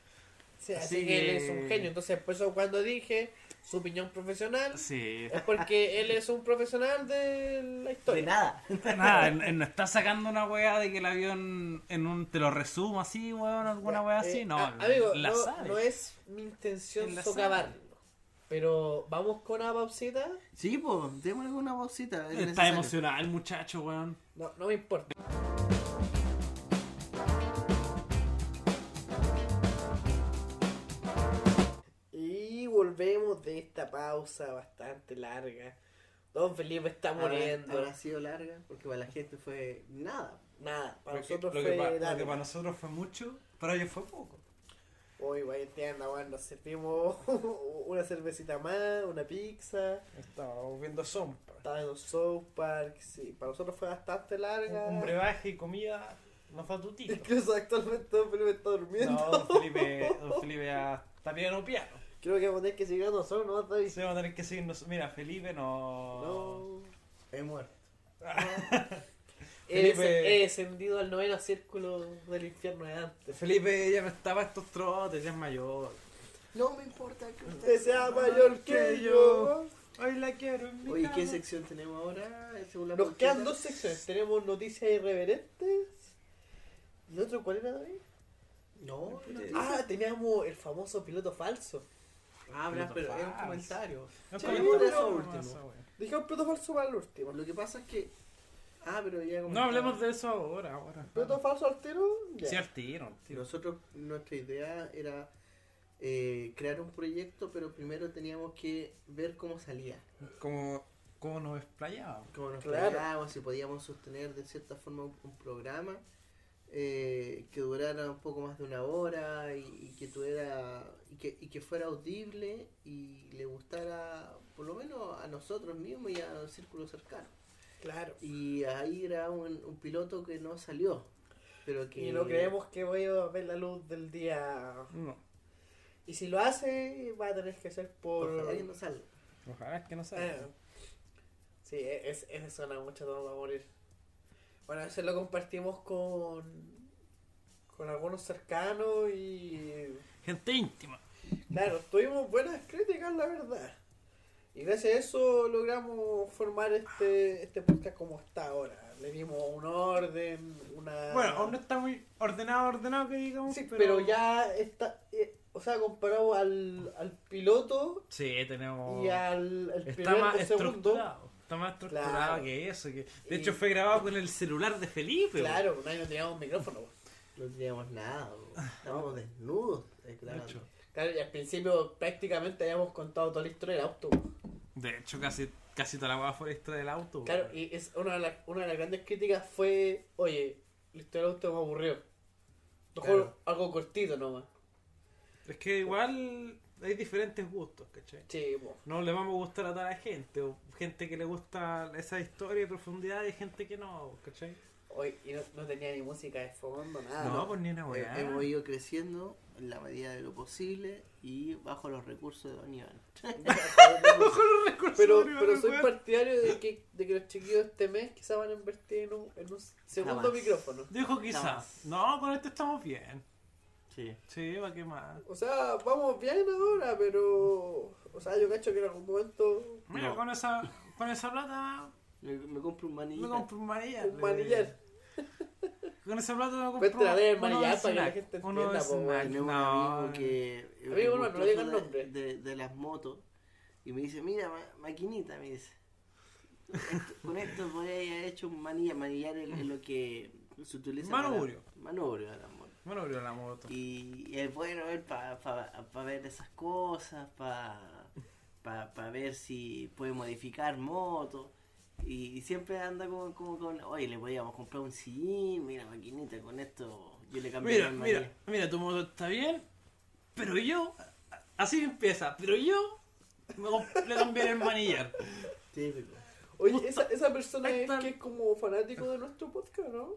Sí,
Así
así, que él
que-
es un genio. Entonces, por eso cuando dije su opinión profesional,
Sí.
es porque él es un profesional de la
De
historia.
nada.
Nada, él, él no está sacando una weá de que el avión en un te lo resumo así, weón, alguna weá así.
Eh,
No,
ah,
a- amigo,
la
no,
sabe.
no es mi intención
Él la
socavarlo. Pero vamos con una pausita.
Sí, pues, démosle una pausita. es
Está
necesario.
emocionado el muchacho, weón.
No, no me importa. Y volvemos de esta pausa bastante larga. Don Felipe está
Habrá-
muriendo.
habrá sido larga, porque para la gente fue nada.
Nada, para
Lo que-
nosotros
lo que
fue
pa-
larga.
lo que para nosotros fue mucho, para ellos fue poco.
Uy, güey, entienda, weón, nos servimos una cervecita más, una pizza,
Estábamos viendo sombra.
estaba en un South Park, sí, para nosotros fue bastante
Un,
larga.
un brebaje y comida nos da tutito.
Incluso actualmente Don Felipe está durmiendo.
No, don Felipe, don Felipe ya está piano piano.
Creo que vamos a tener que seguir a nosotros, no vas a
Se va a tener que seguirnos. Mira, Felipe no.
No.
He muerto.
He, des-
Felipe-
he descendido al noveno círculo del infierno de Dante.
Felipe ya no estaba estos trotes, ya es mayor.
No me importa que usted
Que Este sea mayor que yo.
Hoy la quiero en mi
Oye, ¿qué
cama.
sección tenemos ahora? Este Según la
Nos
pausita.
quedan dos secciones. Tenemos noticias irreverentes. ¿Y otro cuál era, David?
No, no.
Ah, teníamos el famoso piloto falso. Ah,
Pluto
pero es un
Falso.
comentario.
No,
Sí,
pero-
pero
pero-
eso
pero-
último.
Dejamos plato falso para el último. Lo que pasa es que. Ah, pero ya como.
No hablemos de eso ahora. ahora.
Plato falso al tiro. ya.
Sí, al tiro, al tiro.
Nosotros, nuestra idea era eh, crear un proyecto, pero primero teníamos que ver cómo salía.
Como, como nos explayaba.
Cómo nos
Claro.
peleábamos, si podíamos sostener de cierta forma un, un programa eh, que durara un poco más de una hora y, y que tuviera y que, y que fuera audible y le gustara por lo menos a nosotros mismos y a un círculo cercano.
Claro.
Y ahí era un, un piloto que no salió, pero que
Y no creemos que voy a ver la luz del día.
No,
Y si lo hace, va a tener que ser por.
ojalá que no salga.
ojalá que no
Ah.
salga.
Sí, e- es, esa suena mucho todo va a morir. Bueno, eso lo compartimos con. con algunos cercanos y.
Gente íntima.
Claro, tuvimos buenas críticas, la verdad. Y gracias a eso logramos formar este, este podcast como está ahora. Le dimos un orden, una.
Bueno, aún no está muy ordenado, ordenado que digamos.
Eh. Sí, pero... ya está. eh, o sea, comparado al, al piloto
Sí, tenemos.
y al el
Está
primer
más
o segundo.
estructurado. Está más estructurado
Claro.
que eso. Que... De
Y-
hecho, fue grabado con el celular de Felipe.
Claro, un año no teníamos micrófono. pues. po.
No teníamos nada, bo.
pues.
estábamos desnudos. eh,
De
grabando.
hecho,
Claro, y al principio prácticamente habíamos contado toda la historia del auto. pues. po.
Pues, de hecho casi, casi toda la hueá fue extra del auto.
Claro,
güey.
y es una de, las, una de las grandes críticas fue, oye, la historia del auto me aburrió. Mejor
Claro.
algo cortito nomás.
Es que igual hay diferentes gustos, ¿cachai?
Sí, pues, po.
No le vamos a gustar a toda la gente. O gente que le gusta esa historia y profundidad y gente que no, ¿cachai?
Oye, y no, no tenía ni música de fondo, nada.
no,
no.
pues ni una
Eh,
weá.
hemos ido creciendo en la medida de lo posible y bajo los recursos de Don Iván.
Pero, pero soy partidario de que, de que los chiquillos este mes quizás van a invertir en un, en un segundo
Jamás.
micrófono.
Dijo quizás. No, con esto estamos bien.
Sí.
Sí, va a quemar.
O sea, vamos bien ahora, pero. O sea, yo cacho que en algún momento.
Mira,
No.
con esa con esa plata
Me, me compro un manillar.
me compro un manillar.
Un
le-
manillar.
Con ese plato no
Vete a leer el
uno
manillar
de
para que la
snack,
gente
uno de
entienda, po,
snack.
weón.
Tenemos un amigo que. es
Amigo,
un
no, no le diga el
gustoso
nombre.
De, de- de las motos. Y me dice: Mira, ma- maquinita, me dice. "esto- con esto podría haber hecho un manillar. Manillar es, es lo que se utiliza. para-
Manubrio.
Manubrio de las motos.
Bueno, abrió la moto.
Y, y es bueno para ver esas cosas, para ver si puede modificar motos. Y, siempre anda como, como con, oye, le podíamos comprar un sillín, mira maquinita, con esto yo le cambié
Mira, mira, mira, tu moto está bien, pero yo, así empieza, pero yo me comp- le cambié el manillar.
Oye, esa, esa persona
Ahí
es
está.
que es como fanático de nuestro podcast, ¿no?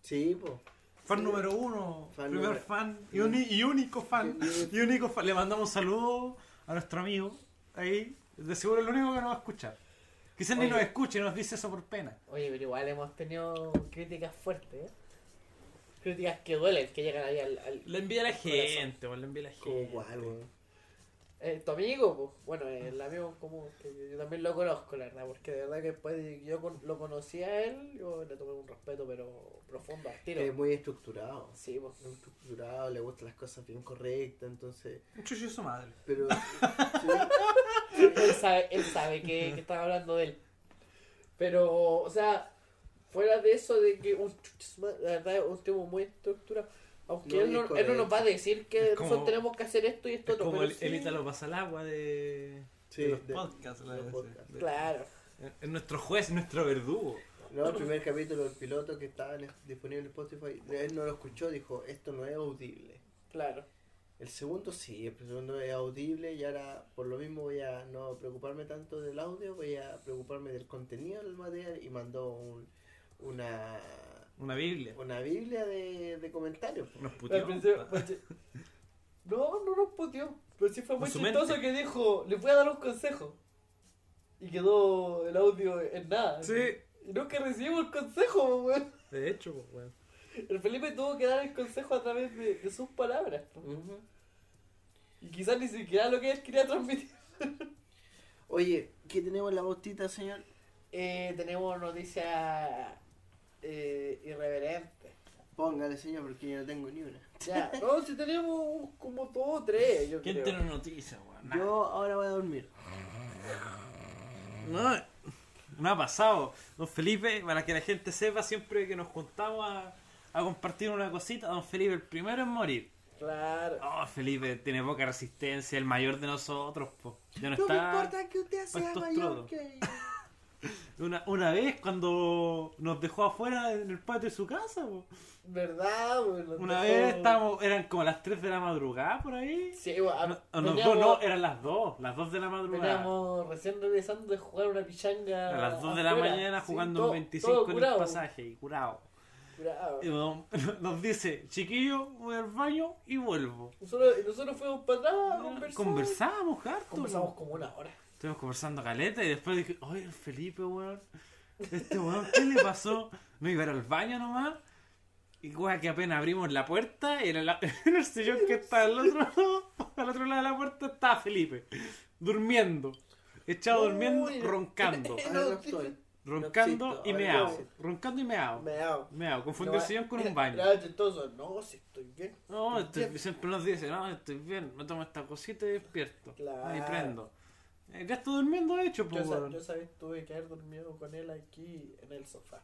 Sí, po.
Fan número uno,
Fan
primer
número-
fan y, uni- y único fan. Y único fan. Le mandamos un saludo a nuestro amigo, ahí, de seguro el único que nos va a escuchar. Quizás ni
Oye.
nos escuche, nos dice eso por pena.
Oye, pero igual hemos tenido críticas fuertes, ¿eh? Críticas que duelen, que llegan ahí al... al-
Le envía a la
Corazón.
gente, o le envía a la gente.
Como cual, weón.
Eh, tu amigo, pues, bueno, el amigo como que yo, yo también lo conozco, la verdad, porque de verdad que después de que yo con- lo conocí a él, yo le tomé un respeto, pero profundo al tiro.
Eh,
Es muy estructurado.
Sí, pues.
Muy estructurado, le gustan las cosas bien correctas, entonces.
Un chucho de su madre.
Pero.
él sabe, él sabe que, que estaba hablando de él. Pero, o sea, fuera de eso de que un, chuchas ma- la verdad es un tema muy estructurado. Aunque
No,
él,
es
no, él no nos va a decir que
Es como-
nosotros tenemos que hacer esto y esto
Es
otro.
como
pero
el, el
sí,
Ítalo pasa al agua de,
Sí,
de los
de-
podcasts. la
de los
verdad,
podcasts.
de-
Claro.
Es nuestro juez, nuestro verdugo.
No, el primer capítulo del piloto que estaba en- disponible en Spotify, él no lo escuchó, dijo, esto no es audible.
Claro.
El segundo sí, el segundo es audible y ahora por lo mismo voy a no preocuparme tanto del audio, voy a preocuparme del contenido del material y mandó un- una,
Una Biblia.
una biblia de, de comentarios. po.
Unos
Al principio,
puteos.
pues, sí. no, no nos puteó. Pero sí fue muy
Con su
chistoso
mente.
que dijo, le voy a dar un consejo. Y quedó el audio en nada.
Sí,
Y nunca recibimos el consejo, weón.
de hecho, pues, weón.
El Felipe tuvo que dar el consejo a través de, de sus palabras. po. Y quizás ni siquiera lo que él quería transmitir.
Oye, ¿qué tenemos en la botita, señor?
tenemos noticias irreverentes.
Póngale señor porque yo no tengo ni una.
Ya, no, si tenemos como dos o tres, yo
¿Quién
creo.
tiene noticias, weón? Nah.
Yo ahora voy a dormir.
No, no ha pasado. Don Felipe, para que la gente sepa, siempre que nos juntamos a, a compartir una cosita, Don Felipe el primero en morir.
Claro.
Oh, Felipe tiene poca resistencia, el mayor de nosotros, po. Ya no,
No me
está.
importa que usted sea
puesto
mayor
estrodo.
que
Una, una vez cuando nos dejó afuera en el patio de su casa, po.
¿Verdad? weón? Nos
Una
dejó-
vez estábamos, eran como las 3 de la madrugada por ahí.
Sí, weón,
No,
a-
o no,
veníamos-
no, eran las 2, las 2 de la madrugada.
Veníamos recién regresando de jugar una pichanga.
A las 2 de la
afuera.
mañana
Sí,
jugando
todo-
un 25
todo
en el
curado,
pasaje y curado.
curado.
Y don- nos dice, chiquillo, voy al baño y vuelvo.
Nosotros, nosotros fuimos para atrás a conversar.
Conversamos, harto.
Conversamos como una hora.
Estuvimos conversando caleta y después dije, oye, el Felipe, weón. Este weón, ¿qué le pasó? No iba a ir al baño nomás. Y weón, que apenas abrimos la puerta y en el, en el sillón que está al otro lado, al otro lado de la puerta estaba Felipe. Durmiendo. Echado durmiendo,
Uy.
roncando.
Ahora no estoy.
Roncando
existo,
y
ahora
no
meao.
existo.
Roncando y meao.
Me hago.
Meao. Confundió
No,
el sillón con
era-
un baño.
Era chistoso. No, si estoy bien.
No, estoy-
Despierto.
siempre nos dice, no, estoy bien, me tomo esta cosita y despierto. Ahí
Claro.
prendo. Eh, Ya estoy durmiendo, de hecho,
Yo,
pues,
esa,
weón.
yo esa vez tuve que haber dormido con él aquí en el sofá.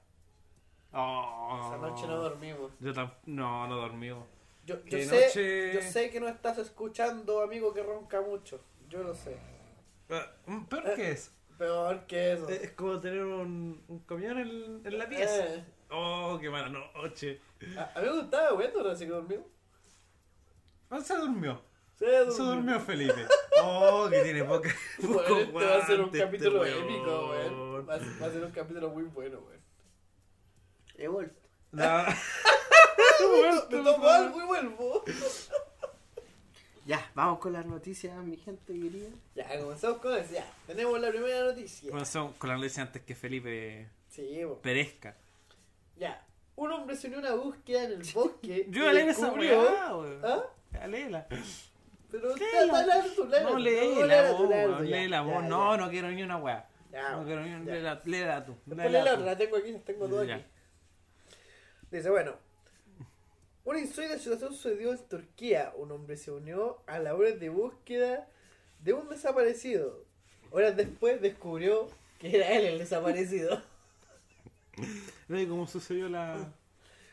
Oh.
Esa noche no dormimos.
Yo tam- no, no dormimos.
Yo, yo
Qué
sé,
noche.
yo sé que no estás escuchando, amigo, que ronca mucho. Yo lo sé.
¿Pero
Eh,
qué es?
Peor que eso.
Es como tener un, un camión en, en la pieza.
Eh,
Oh, qué mala noche.
a, a mí me gustaba bueno, no sé que dormimos.
Ah, Se durmió.
Se
Se
durmió.
durmió Felipe. Oh, que tiene poca.
Bueno,
poco
este va a ser un
guante este
capítulo
weón.
épico, weón. Va, a ser- va a ser un capítulo muy bueno, weón.
He vuelto.
No.
Me tocó algo y vuelvo.
Ya, vamos con las noticias, mi gente querida.
Ya, comenzamos con eso. Ya, tenemos la primera noticia.
Bueno, son con la noticia antes que Felipe
Sí, weón.
perezca.
Ya. Un hombre se unió a una búsqueda en el bosque.
Yo
y
voy a leer esa
descubrió-
weá, weón.
¿Ah?
Ya, Léela.
Pero está
Léela.
está largo, largo.
No, léela,
léela
vos,
tú, léela
weón,
tú, ya,
léela vos.
ya,
No,
ya.
no quiero ni una weá.
Ya,
No
weón,
quiero ni una.
ya.
Léela, léela tú.
Después
léela
la
tú.
otra, la tengo aquí, tengo todo
Ya.
aquí. Dice, bueno. Una insólita situación sucedió en Turquía. Un hombre se unió a labores de búsqueda de un desaparecido. Horas después descubrió que era él el desaparecido.
Ve cómo sucedió
Ah.
la.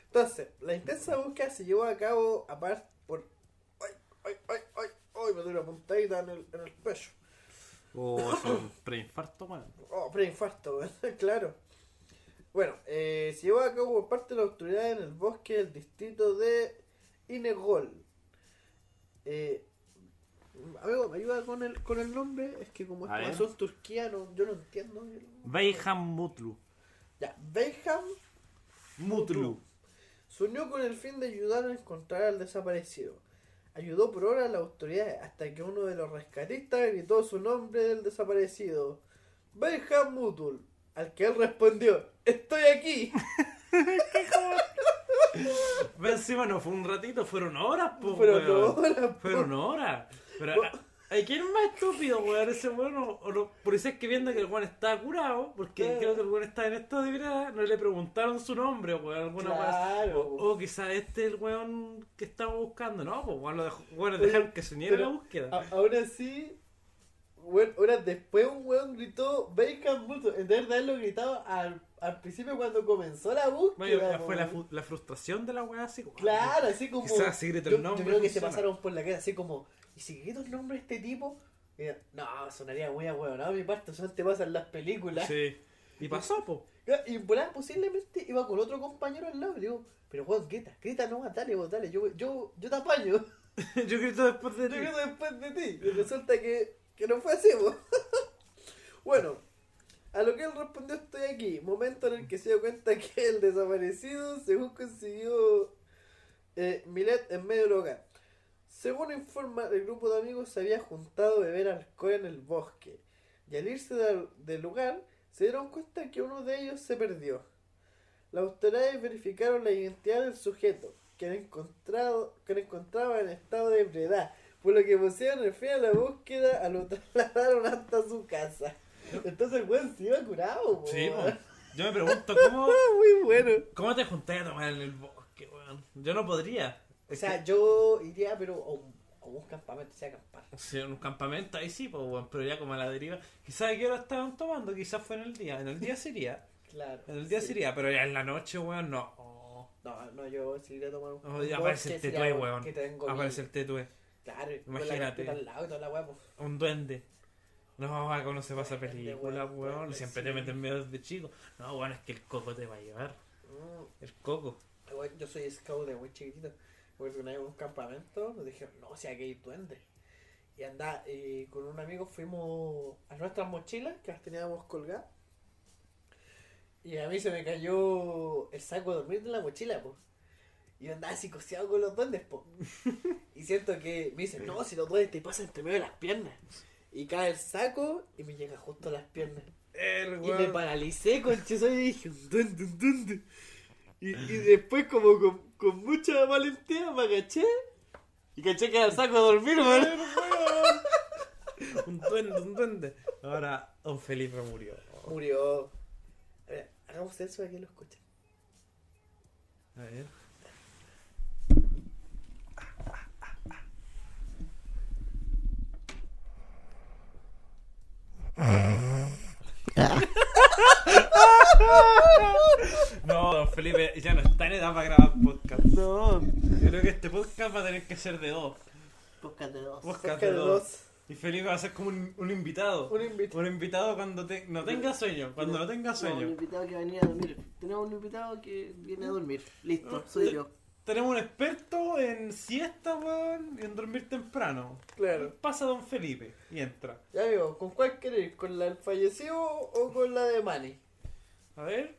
Entonces, la intensa búsqueda se llevó a cabo aparte por... ¡Ay, ay, ay, ay! ¡Ay, me dio una puntadita en el, en el pecho!
Oh, es un preinfarto, weón.
Oh, preinfarto, weón, claro. Bueno, eh, se llevó a cabo por parte de la autoridad en el bosque del distrito de Inegol. Eh, amigo, ¿me ayuda con el, con el nombre? Es que como
A
es
ver.
son turquiano, yo no entiendo. yo no-
Beiham Mutlu.
Ya, Beyham
Mutlu.
se unió con el fin de ayudar a encontrar al desaparecido. Ayudó por horas a las autoridades hasta que uno de los rescatistas gritó su nombre del desaparecido. Benjam Mutul, al que él respondió, estoy aquí.
Ve encima no fue un ratito, fueron horas, po,
Pero
weón.
no, la-
Fueron horas. Pero, ah, ¿hay quién es más estúpido, weón? Ese weón, o, o los policías que viendo que el weón está curado, porque
Claro.
creo que el weón está en estado de gracia, no le preguntaron su nombre, weón, alguna weá así.
Claro, po.
O, o quizás este es el weón que estaba buscando, ¿no? Pues weón, lo dejó, weón,
Oye,
dejaron que se uniera a la
pero- ah,
búsqueda.
A- aún así, weón, horas después un weón gritó Benjam Mutul. En verdad él lo gritaba al, al principio cuando comenzó la
Vaya,
búsqueda.
fue la,
po.
fu- la frustración de la weá así, weón.
Claro, así como.
Quizás así grita el
yo, yo
nombre,
creo que se
funciona.
pasaron por la cara, así como. ¿Y si grito el nombre de este tipo? Mira, no, sonaría muy a huevo, ¿no? Mi parte, eso te pasa en las películas.
Sí. Y pasó, po.
Y por ahí posiblemente iba con otro compañero al lado. y Digo, pero Juan, grita, grita nomás, dale, vos, dale, yo, yo, yo te apaño. Yo
Yo grito después de ti.
grito después de ti. Y resulta que, que no fue así, vos. bueno, a lo que él respondió, estoy aquí. Momento en el que se dio cuenta que el desaparecido, según consiguió eh, Milet en medio del hogar. Según informa, el grupo de amigos se había juntado a beber alcohol en el bosque. Y al irse del, del lugar, se dieron cuenta que uno de ellos se perdió. Las autoridades verificaron la identidad del sujeto, que era encontrado, que era encontraba en estado de ebriedad, por lo que pusieron en fin a la búsqueda, a lo trasladaron hasta su casa. Entonces el weón se iba curado, po.
Sí, po. Yo me pregunto cómo,
Muy bueno.
cómo te juntáis a tomar en el bosque. que, weón, yo no podría.
O
Es
sea, yo iría, pero a un, a un campamento, o sea, acampar.
que, si en un campamento ahí sí, pues, weón, pero ya como a la deriva. Quizás a qué hora estaban tomando, quizás fue en el día. En el día sería.
Claro.
En el día
Sí.
sería, pero ya en la noche, weón, no.
No, no, yo sí iría a tomar un.
Oh, ya
un
aparece
bosque,
el
sería
tetué,
algo
weón.
Que tengo
Aparece
y-
el tetue.
Claro,
Imagínate.
imagínate. Al lado y toda la weá, pues.
Un duende. No, va a conocer esa película,
Duende, weón,
weón. Siempre te
sí.
meten miedo de chico. No, weón, es que el coco te va a llevar.
Mm,
El coco.
Weón, Yo soy scout de muy chiquitito. Porque una vez en un campamento nos dijeron, no, si aquí hay duendes. Y andá, y con un amigo fuimos a nuestras mochilas que las teníamos colgadas. Y a mí se me cayó el saco de dormir de la mochila, pues. Y yo andaba así cociado con los duendes, po. Y siento que me dicen, no, si los duendes te pasan entre medio de las piernas. Y cae el saco y me llega justo a las piernas.
El
Y me paralicé con y dije, un duende, un duende. Y, y después como con, con mucha valentía me agaché y caché que era el saco a dormir, weón.
Un duende, un duende. Ahora, don Felipe murió.
Murió. A ver, hagamos eso para que lo escuchen.
A ver. No, don Felipe ya no está en edad para grabar podcast.
No,
Yo creo que este podcast va a tener que ser de dos.
Podcast de dos.
Podcast
saca
de
de
dos.
dos.
Y Felipe va a ser como un, un invitado.
Un invitado.
Un invitado cuando te- no tenga sueño. Cuando no tenga
Tenemos un
sueño.
invitado que va a venir a dormir. Tenemos un invitado que viene a
¿Eh?
dormir. Listo,
¿Eh?
soy yo.
Tenemos un experto en siesta, weón, y en dormir temprano.
Claro.
Pasa don Felipe y entra.
Ya amigo, ¿con cuál querés? ¿Con la del fallecido o con la de Manny?
A ver,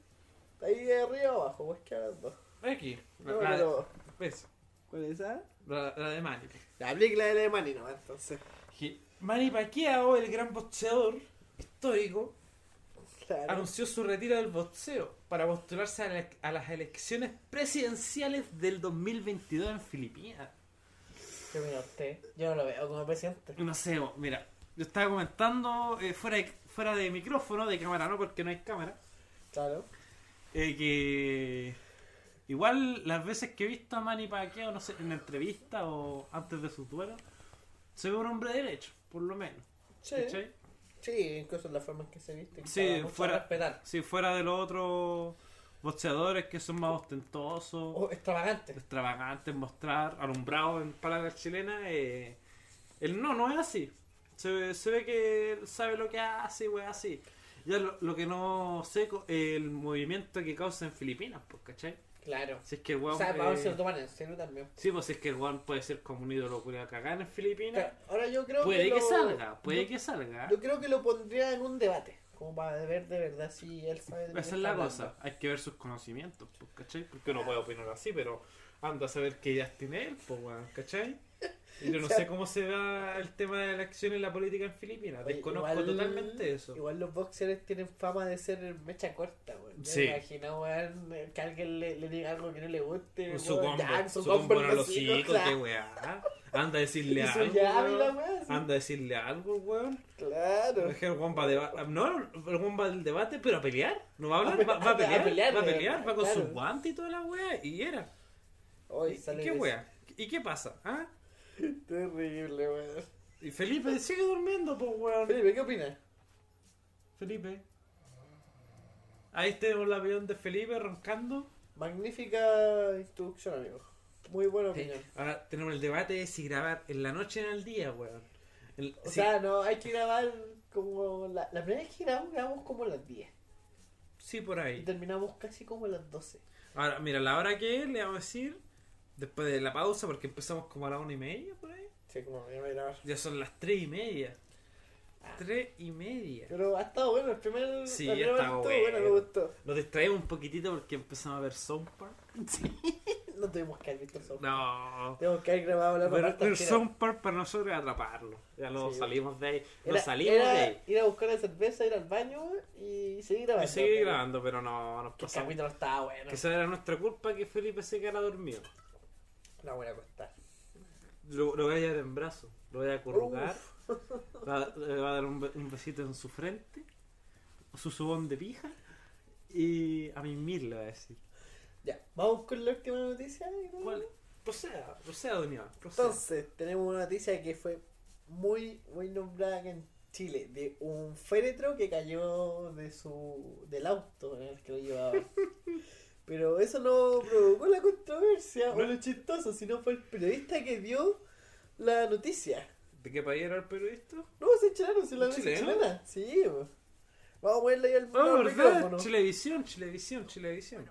Ahí de arriba o abajo, pues que las dos.
aquí. La,
No,
la-
pero-
eso,
¿Cuál es esa?
la- la de Manny.
La película de la de Manny nomás, entonces.
Dije, Manny Pacquiao, oh, el gran boxeador histórico,
Claro.
anunció su retiro del boxeo para postularse a, la- a las elecciones presidenciales del 2022 en Filipinas.
Yo mira usted, yo no lo veo como presidente.
No sé, bo- mira, yo estaba comentando eh, fuera, de, fuera de micrófono, de cámara no, porque no hay cámara,
Claro.
eh, que igual las veces que he visto a Manny Pacquiao, no sé, en entrevista o antes de su duelo, se ve un hombre derecho, por lo menos.
Sí.
¿cachai?
Sí, incluso en la forma en que se viste.
Sí,
para mucho
fuera-
respetar.
Si fuera de los otros boxeadores que son más ostentosos,
O Oh, extravagante.
extravagantes, mostrar, alumbrados en palabras chilenas, eh, él no, no es así. Se, ve- se ve que él sabe lo que hace, güey, así. Ya lo, lo que no sé co- el movimiento que causa en Filipinas, pues, ¿cachai?
Claro.
Si es que el
O
weón.
sea, para ver si
eh,
lo toman en serio también.
sí, pues si es que el weón puede ser como un ídolo culiao cagán en Filipinas.
Claro, Ahora yo creo
puede que
lo-
salga, puede
yo,
que salga.
Yo creo que lo pondría en un debate. Como para ver de verdad si él sabe de
Esa
qué está
es la
hablando.
cosa, hay que ver sus conocimientos, pues, ¿cachai? Porque uno puede opinar así, pero anda a saber qué ideas tiene él, pues, weón, ¿cachai? Y yo no sé cómo se da el tema de la acción en la política en Filipinas,
Oye,
desconozco
igual-
totalmente eso.
Igual los boxers tienen fama de ser mecha corta, weón. Yo
Sí.
me imagino, weón, que alguien le, le diga algo que no le guste.
su
weón.
combo,
Ya,
su
combo
combo
en
a
los
los
hijos,
hijos,
claro.
qué weá. Anda a
Y
decirle
su
algo.
llave y la
weón.
weá, sí.
Anda a decirle algo, weón.
Claro.
Es que el weón va a deba- No, el weón va al debate, pero a pelear. No va a hablar, va, va a pelear. Va a pelear, va,
weón,
con
claro.
su guante y toda la weá. Y era.
Hoy
¿Y
sale
qué
de-
weá? ¿Y qué pasa? ¿Ah?
Terrible, weón.
Y Felipe sigue durmiendo, pues, weón.
Felipe, ¿qué opinas?
Felipe. Ahí tenemos la avión de Felipe roncando.
Magnífica introducción, amigo. Muy buena opinión.
Ahora tenemos el debate de si grabar en la noche o en el día, weón. El-
O
sí,
sea, no, hay que grabar como... La, la primera vez que grabamos, grabamos como a las 10.
sí, por
Y
ahí.
terminamos casi como a las 12.
Ahora, mira, la hora que es, le vamos a decir, después de la pausa, porque empezamos como a la una y media, por ahí.
Sí, como me iba a grabar.
Ya son las tres y media. Tres y media.
Pero ha estado bueno, el primer...
Sí,
la
ha
primera
estado
vez estuvo
bueno.
me gustó.
Nos distraemos un poquitito porque empezamos a ver South Park.
No tuvimos que haber visto el software.
No.
Tuvimos que haber grabado la
Ver,
parte
ver
entera.
South Park para nosotros es atraparlo. Ya lo
Sí.
salimos de ahí. Lo
Era-
salimos
era
de ahí.
ir a buscar la cerveza, ir al baño y seguir grabando.
Y seguir
pero-
grabando, pero no nos
Que el
pasó.
capítulo estaba bueno.
Quizás era nuestra culpa que Felipe se quedara dormido.
Una buena costar.
Lo, lo voy a llevar en brazo, lo voy a acurrucar, va- le va a dar un, be- un besito en su frente, su subón de pija, y a mimir le va a decir.
Ya, vamos con la última noticia. ¿no?
¿Cuál? Proceda, proceda, don Iván. proceda.
Entonces, tenemos una noticia que fue muy, muy nombrada acá en Chile, de un féretro que cayó de su del auto en el que lo llevaba. Pero eso no provocó la controversia o lo chistoso, sino fue el periodista que dio la noticia.
¿De qué país era el periodista?
No, se chileno, si la noticia
¿Chileno?
chilena. Sí, po. vamos a ponerle ahí al
Ah,
al
verdad.
micrófono.
Chilevisión, Chilevisión, Chilevisión.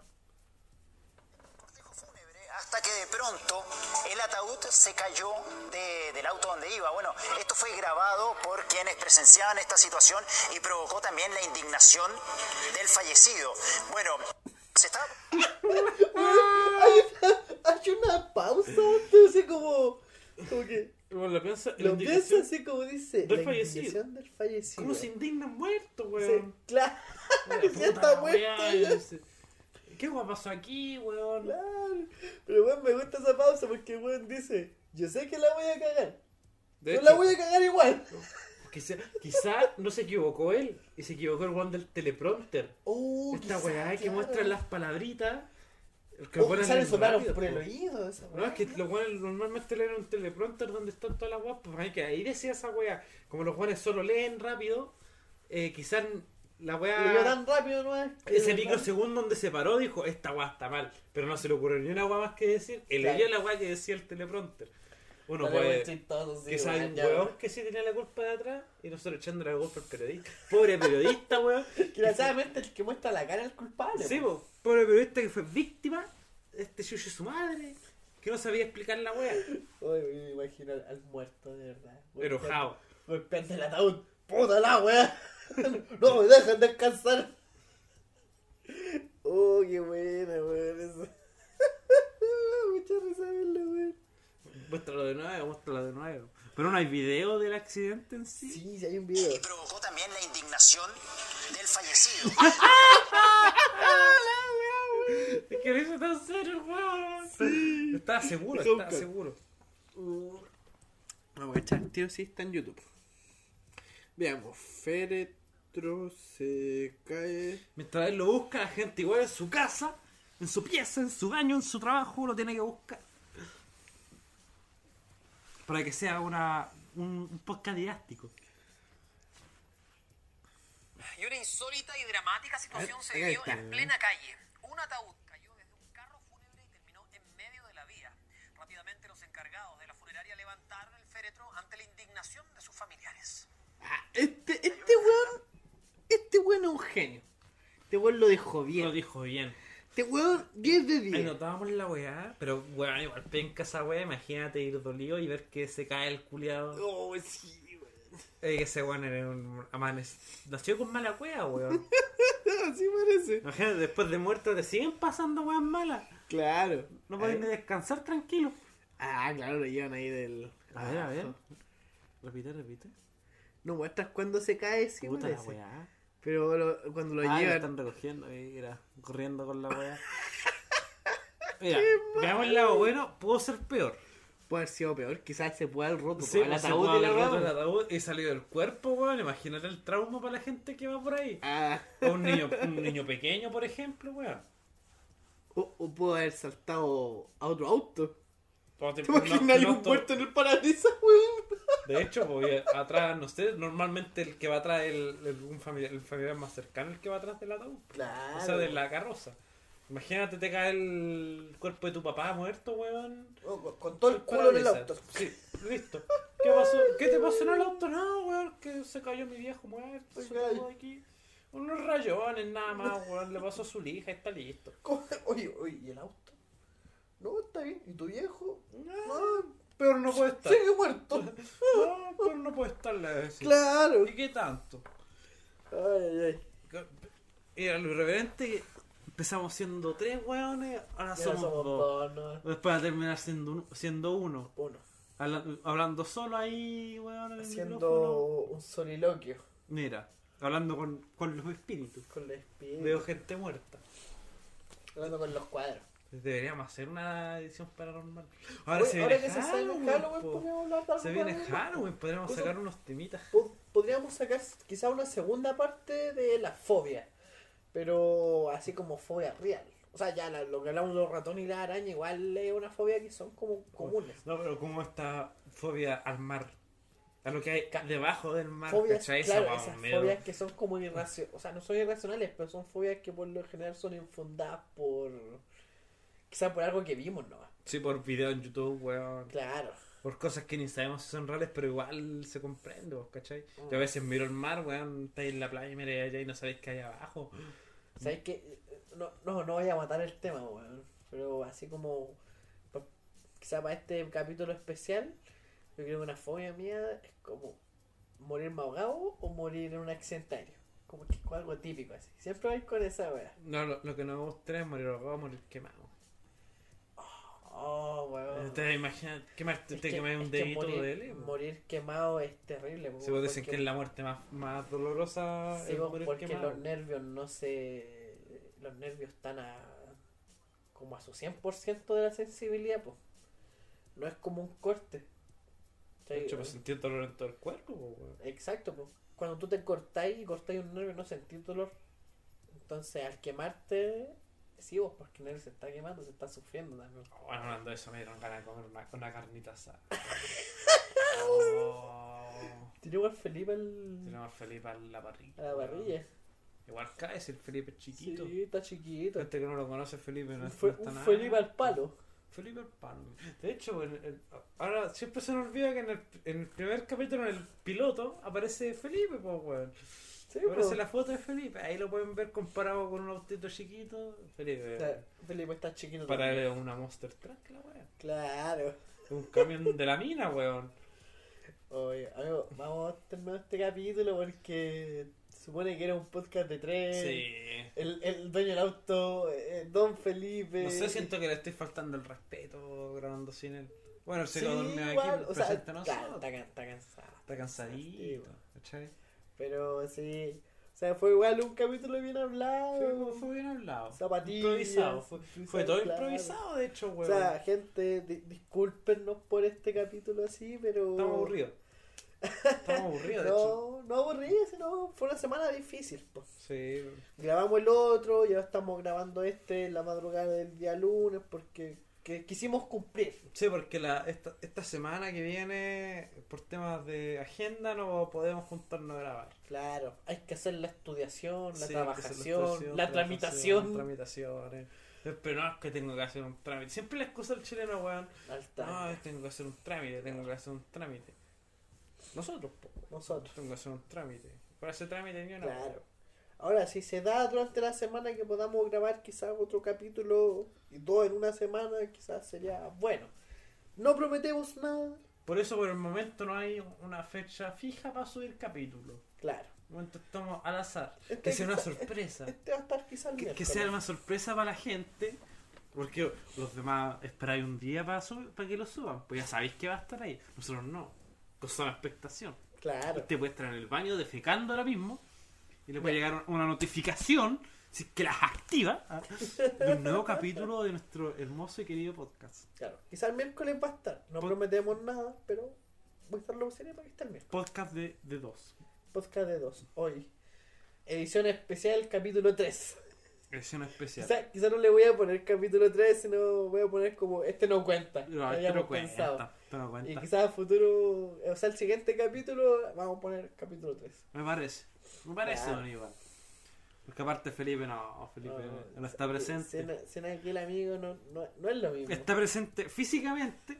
cortejo fúnebre hasta que de pronto el ataúd se cayó de- del auto donde iba. Bueno, esto fue grabado por quienes presenciaban esta situación y provocó también la indignación del fallecido. Bueno, se estaba...
Hay una pausa, entonces como, como que
Bueno, la piensa. la
lo piensa
indignación-
así como dice,
del
la
fallecido.
indignación del fallecido.
¿Cómo se indigna muerto,
Sí,
weón?
claro, ya
Puta
está
la
muerto.
weá,
ya.
ese- ¿Qué weón pasó aquí, weón?
Claro. Pero weón, me gusta esa pausa porque weón dice, yo sé que la voy a cagar.
De
pero
hecho,
la voy a cagar igual.
quizá, quizá no se equivocó él y se equivocó el weón del teleprompter.
Oh,
Esta
quizá,
weá que
claro.
muestra las palabritas. Que
Oh,
ponen
quizá le
en
sonaron
rápido,
por el
po.
oído esa weá.
No, es que los guanes normalmente leen un teleprompter donde están todas las weas, pues hay que ahí decía esa wea. Como los guanes solo leen rápido, eh, quizás la
Le dio
wea.
tan rápido, ¿no es?
Ese microsegundo donde se paró dijo, esta wea está mal. Pero no se le ocurrió ni una wea más que decir. Él
Claro.
leyó la wea que decía el teleprompter. Uno
Dale, weón,
puede.
chistoso, sí,
Que sabe
weón,
un
ya,
weón que sí tenía la culpa de atrás y nosotros echando la culpa al periodista. Pobre periodista, weón.
weón. Que desgraciadamente el que muestra la cara es el culpable.
Sí,
weón.
po. pobre periodista que fue víctima, este suyo su madre, que no sabía explicar la wea.
Uy, me imagino al, al muerto, de verdad. Golpeando-
Enojado.
Golpeando el ataúd. ¡Puta la weá! ¡No me dejan descansar! ¡Oh, qué buena, weón! Eso. Mucha risa verlo, weón.
Muéstralo de nuevo, muéstralo de nuevo. Pero no hay video del accidente en sí.
Sí, sí, hay un video.
Y provocó también la indignación del fallecido.
Es que lo hizo tan serio, weón. Estaba seguro,
Hijo de
estaba
puta.
seguro.
No voy a echar tío si está en YouTube. Veamos, féretro se cae.
Mientras él lo busca, la gente igual en su casa, en su pieza, en su baño, en su trabajo, lo tiene que buscar. Para que sea una, un, un podcast didáctico.
Y una insólita y dramática situación se
ahí
vivió
está,
en
¿no?
plena calle. Un ataúd cayó desde un carro fúnebre y terminó en medio de la vía. Rápidamente los encargados de la funeraria levantaron el féretro ante la indignación de sus familiares.
Este, este weón. Este weón es un genio. Este weón lo dejó
Lo
bien.
dijo bien.
Este weón, 10 de
Ahí
10.
notábamos la weá, pero weón, igual penca esa weá. Imagínate ir dolido y ver que se cae el culiado.
Oh, sí, weón.
Eh, que ese weón era un amanece. Nació con mala wea, weón.
Así parece.
Imagínate, después de muerto te siguen pasando weas malas.
Claro.
No puedes ni descansar tranquilo.
Ah, claro, lo llevan ahí del.
A ver, a ver. Repite, repite.
No muestras cuando se cae, sí,
Puta la
parece.
weá.
Pero lo- cuando lo
Ah, lo
llevan.
están recogiendo, eh, mira, corriendo con la weá. Mira, veamos el lado bueno, pudo ser peor.
Puede haber sido peor, quizás se pueda haber roto
Sí,
todo el
pues, se
ataúd
pudo
de la
haber roto
weá.
el ataúd y salido del cuerpo, weón. Imagínate el trauma para la gente que va por ahí.
Ah,
O un niño, un niño pequeño, por ejemplo, weón.
o, o pudo haber saltado a otro auto.
O te-
¿Te imaginas
no-
algún
no-
muerto en el parabrisas, weón?
De hecho, porque atrás, no sé, normalmente el que va atrás, el, el- un familiar, el familiar más cercano, el que va atrás del ataúd.
Claro.
O sea, de la carroza. Imagínate, te cae el cuerpo de tu papá muerto, weón.
Oh, con, con todo el culo en el
Paraliza.
auto.
Sí, listo. ¿Qué pasó? ¿Qué te pasó en el auto? No, weón, que se cayó mi viejo muerto.
Se
Se
cayó.
cayó aquí. Unos rayones nada más, weón. Le pasó a su lija, está listo.
¿Cómo? Oye, oye, ¿y el auto? No, está bien. ¿Y tu viejo?
Ah,
No,
Pero no puede estar.
sigue muerto.
No, pero no puede estar la
Claro.
¿Y qué tanto?
Ay, ay, ay.
Era lo irreverente que empezamos siendo tres weones, ahora
Ya
somos,
somos
dos.
dos, ¿no?
Después va a terminar siendo, un- siendo uno.
Uno.
Habla- hablando solo ahí, weón, en el
Haciendo
micrófono.
un soliloquio
Mira, hablando con, con los espíritus.
con la espina.
Veo gente muerta.
Hablando con los cuadros.
Deberíamos hacer una edición paranormal.
Ahora,
Ahora se viene
ahora que se sabe
Halloween.
Halloween,
po.
podríamos hablar de algo
se viene
paranormal.
Halloween, podríamos
Puso-
sacar unos temitas.
Po- Podríamos sacar quizá una segunda parte de la fobia, pero así como fobia real.
O sea, ya la- lo que hablamos de los ratones y la araña, igual es una fobia que son como comunes.
No, pero como esta fobia al mar. A lo que hay ca- debajo del mar.
Fobias,
Ah, ¿cachai? Esa
claro,
guau,
esas
miedo.
fobias que son como irracionales, o sea, no son irracionales, pero son fobias que por lo general son infundadas por, quizás por algo que vimos, ¿no?
Sí, por video en YouTube, weón.
Claro.
Por cosas que ni sabemos si son reales, pero igual se comprende, vos, ¿cachai?
Mm.
Yo a veces miro el mar, weón, estáis en la playa y miráis allá y no sabéis qué hay abajo.
¿Sabes qué? No, no, no voy a matar el tema, weón. Pero así como. pa- Quizá para este capítulo especial, yo creo que una fobia mía es como morirme ahogado o morir en un accidente aéreo. Como que es algo típico así. Siempre vais con esa weá.
No, lo, lo que no me gustaría es morir ahogado, morir quemado.
Oh, weón.
Entonces, imagina, quemarte,
Es
te
que-
quemas
es
un
que
dedito
morir,
de él.
Morir quemado es terrible.
Si vos pues, dicen
porque-
que es la muerte más, más dolorosa,
Sí,
es
vos,
morir
porque
quemado.
los nervios no se. Los nervios están a. como a su 100% de la sensibilidad, pues. No es como un corte.
De hecho,
¿Cachai?
pues sentí dolor en todo el cuerpo, po, weón.
Exacto, pues. Cuando tú te cortáis y cortáis un nervio, no sentís dolor. Entonces, al quemarte, sí, vos, porque el nervio se está quemando, se está sufriendo también.
Oh, Bueno, hablando de eso, me dieron ganas de comer una, una carnita asada. oh,
Tiene igual Felipe
se
al-
llama Felipe a la parrilla.
a la parrilla.
Igual cae si el Felipe es chiquito.
Sí, está chiquito.
Gente que no lo conoce, Felipe no,
Un
es-
fe-
no está
un
nada.
Felipe al palo.
Felipe el pan. De hecho, en el- ahora siempre se nos olvida que en el, en el primer capítulo, en el piloto, aparece Felipe, pues, weón.
Sí, pues.
aparece
po.
la foto de Felipe. Ahí lo pueden ver comparado con un autito chiquito. Felipe.
O sea, Felipe está chiquito.
Para
también.
él es una Monster Truck, la weón.
Claro.
Un camión de la mina, weón.
Oye, amigo, vamos a terminar este capítulo porque se supone que era un podcast de tres.
Sí.
El, el dueño del auto, eh, Don Felipe.
No sé, siento que le estoy faltando el respeto grabando sin él. Bueno, se
Sí,
lo durmió aquí,
igual, o sea,
presente a
claro,
nosotros.
está, can- está cansado.
Está cansadito, ¿cachai?
Pero sí, o sea, fue igual un capítulo bien hablado.
Fue, fue bien hablado.
Zapatillas,
pues. Improvisado. Fue, fue todo
claro.
improvisado, de hecho,
O
weón.
sea, gente, di- discúlpenos por este capítulo así, pero.
Estamos aburridos. Estamos aburridos, de hecho.
No, no aburridos, sino fue una semana difícil, pues.
Sí.
grabamos el otro y ahora estamos grabando este en la madrugada del día lunes porque que- quisimos cumplir.
Sí, porque la, esta, esta semana que viene, por temas de agenda, no podemos juntarnos a grabar.
Claro, hay que hacer la estudiación, la
Sí, que se lo
trabajación,
estoy
la
haciendo,
tramitación.
Tramitaciones. Pero no, es que tengo que hacer un trámite. Siempre la excusa del chileno, weón.
Ahí está.
No, es que tengo que hacer un trámite, tengo que hacer un trámite. Nosotros, po, weón.
Nosotros.
Tengo que hacer un trámite. Por ese trámite ni una.
Claro. Ahora, si se da durante la semana que podamos grabar quizás otro capítulo y dos en una semana, quizás sería bueno. No prometemos nada,
Por eso por el momento no hay una fecha fija para subir capítulo.
claro.
Por el momento estamos al azar.
Este
Que sea una
quizá-
sorpresa.
Este va a estar quizás el
Que, que
miércoles.
sea una sorpresa para la gente. Porque los demás esperáis un día para, subir, para que lo suban. Pues ya sabéis que va a estar ahí. Nosotros no. Cosa la expectación.
Claro.
Te puede estar en el baño defecando ahora mismo. Y le puede llegar una notificación. Si es que las activa. ¿ah? De un nuevo capítulo de nuestro hermoso y querido podcast.
Claro, quizá el miércoles va a estar. No
Pod-
prometemos nada, pero voy a estar lo posible para que esté el miércoles.
Podcast de, de dos.
Podcast de dos, hoy. Edición especial, capítulo 3.
Edición especial.
Quizá, quizá no le voy a poner capítulo 3, sino voy a poner como este no cuenta. que
No, te
habíamos
lo cuenta, te lo
Y
cuenta.
quizás a futuro, o sea, el siguiente capítulo, vamos a poner capítulo 3.
Me parece. Me parece,
Claro.
don Iván. Porque aparte Felipe no, Felipe no, está presente.
Sin aquel amigo no, no, no es lo mismo.
Está presente físicamente,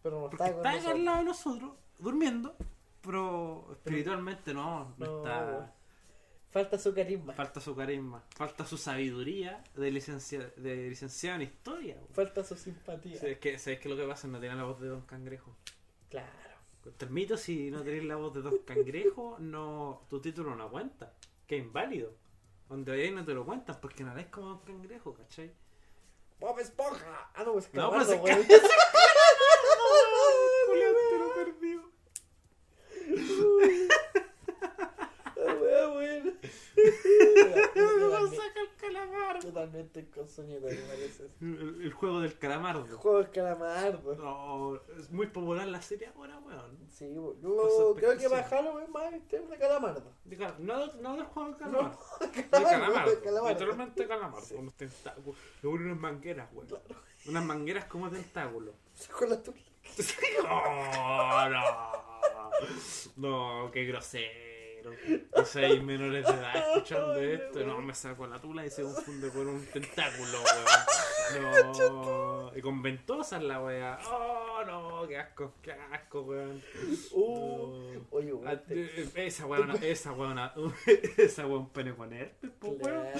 pero no
porque
está con
está acá al
nosotros.
lado de nosotros, durmiendo, pero espiritualmente no, no
No,
está.
Falta su carisma.
Falta su carisma, falta su sabiduría de, licencia, de licenciado en historia. güey.
Falta su simpatía.
Sí, es que, ¿Sabes qué es lo que pasa? No tiene la voz de Don Cangrejo.
Claro.
Te admito, si no tenés la voz de Don Cangrejo, no, tu título no aguanta. Que es inválido. Donde vayas no te lo cuentan porque no eres como Don Cangrejo, ¿cachai?
¡Bob Esponja! Ah, no, pues
No,
Calamardo,
pues,
güey.
lo perdido.
Ah, güey, bueno. Yo también-
saca el calamar.
Yo también estoy con un sueño de animales.
El, el juego del
El
calamardo.
juego del calamar, weón.
No, es muy popular la serie ahora, weón.
Sí, weón. Yo
Cosas
creo que
especiales.
bajaron, weón, más
este,
el tema de calamardo.
De cal- No, no del juego del calamardo.
De
De calamardo.
de calamardo.
Literalmente calamardo. Unos tentáculos. Seguro unas mangueras, weón. Unas mangueras como tentáculos.
Con la tula.
No, no. No, qué grosero. Y seis menores de edad escuchando esto. No, me saco la tula y se confunde con un tentáculo, weón. No. Y con ventosas la wea. Oh, no, qué asco, qué asco, weón.
Uh,
No.
Oye,
Ah,
weón. te-
eh, Esa weón, esa weón, esa weón pene con herpes, po, weón.
Claro.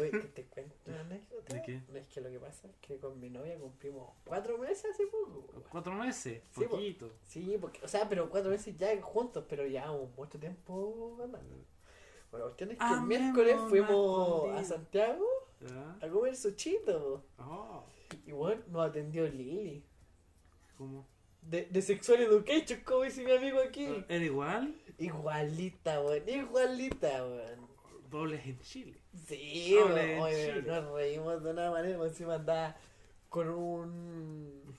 Oye, ¿te, te cuento una anécdota?
¿De qué?
No, es que lo que pasa es que con mi novia cumplimos cuatro meses hace poco. weón.
Cuatro meses,
Sí, po.
poquito.
Sí, porque, o sea, pero cuatro meses ya juntos, pero llevamos mucho tiempo andando. Bueno, la cuestión es que el
Ah,
miércoles
me
fuimos
acordé.
a Santiago
¿Ya?
a comer suchito.
Oh,
Y bueno, nos atendió Lili.
¿cómo?
De, de Sexual Education, como dice mi amigo aquí.
¿Era igual?
Igualita, weón, igualita, weón.
Dobles en Chile.
Sí,
Habla
weón,
en
oye,
Chile.
nos reímos de una manera, weón, encima andaba con un...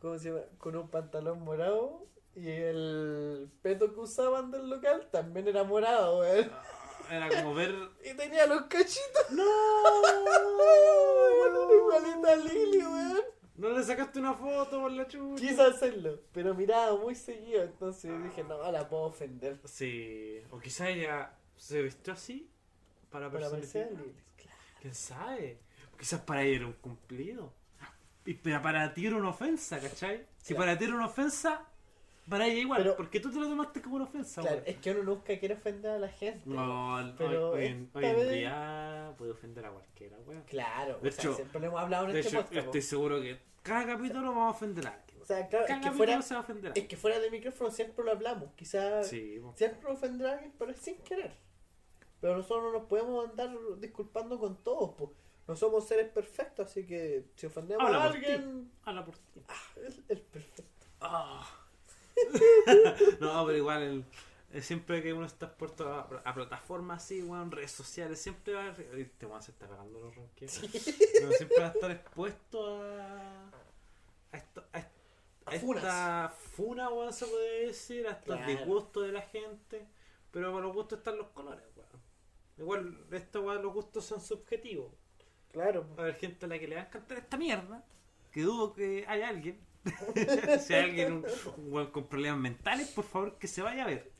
¿Cómo se llama? Con un pantalón morado y el peto que usaban del local también era morado, weón.
Era como ver.
Y tenía los cachitos.
Ah. ¡No!
Weón, igualita a Lili, weón.
No le sacaste una foto por la chucha.
Quise hacerlo, pero miraba muy seguido, entonces dije, no, la puedo ofender.
Sí. O quizá ella se vistió así para
Para parecer a
personificar.
Lili.
¿Quién sabe? O quizás para ella era un cumplido. Y pero para ti era una ofensa, ¿cachai? Si
Claro.
para ti era una ofensa, para ella igual.
Pero-
porque tú te lo tomaste como una ofensa,
Claro,
güey.
es que uno nunca quiere ofender a la gente.
No, hoy-
pero
hoy, en,
esta
hoy en
vez-
día puede ofender a cualquiera, güey.
Claro,
De
o sea,
hecho-
siempre lo hemos hablado en
De
este
hecho,
podcast,
estoy
po.
seguro que cada capítulo vamos a ofender a alguien.
O sea, claro,
Cada
es que,
capítulo
fuera,
se va a ofender a
es
alguien.
que fuera de micrófono siempre lo hablamos. Quizás
Sí, po.
siempre ofender a alguien, pero es sin querer. Pero nosotros no nos podemos andar disculpando con todos, pues. No somos seres perfectos, así que si ofendemos
Habla
a
por ti.
alguien,
Habla por ti.
el, el perfecto.
Ah. no, pero igual el- eh, siempre que uno está expuesto a, a plataformas así, weón, redes sociales, siempre va a... Este weón se está cagando los ronquidos. Pero siempre va a estar expuesto a... A, esto- a, est- a
A
esta funa, weón, se puede decir, a estos
Claro.
disgustos de la gente. Pero para los gustos están los colores, weón. Igual, esta weón, los gustos son subjetivos.
Claro, po.
Va a haber gente a la que le va a encantar esta mierda. Que dudo que haya alguien. si hay alguien un- un weón con problemas mentales, por favor que se vaya a ver.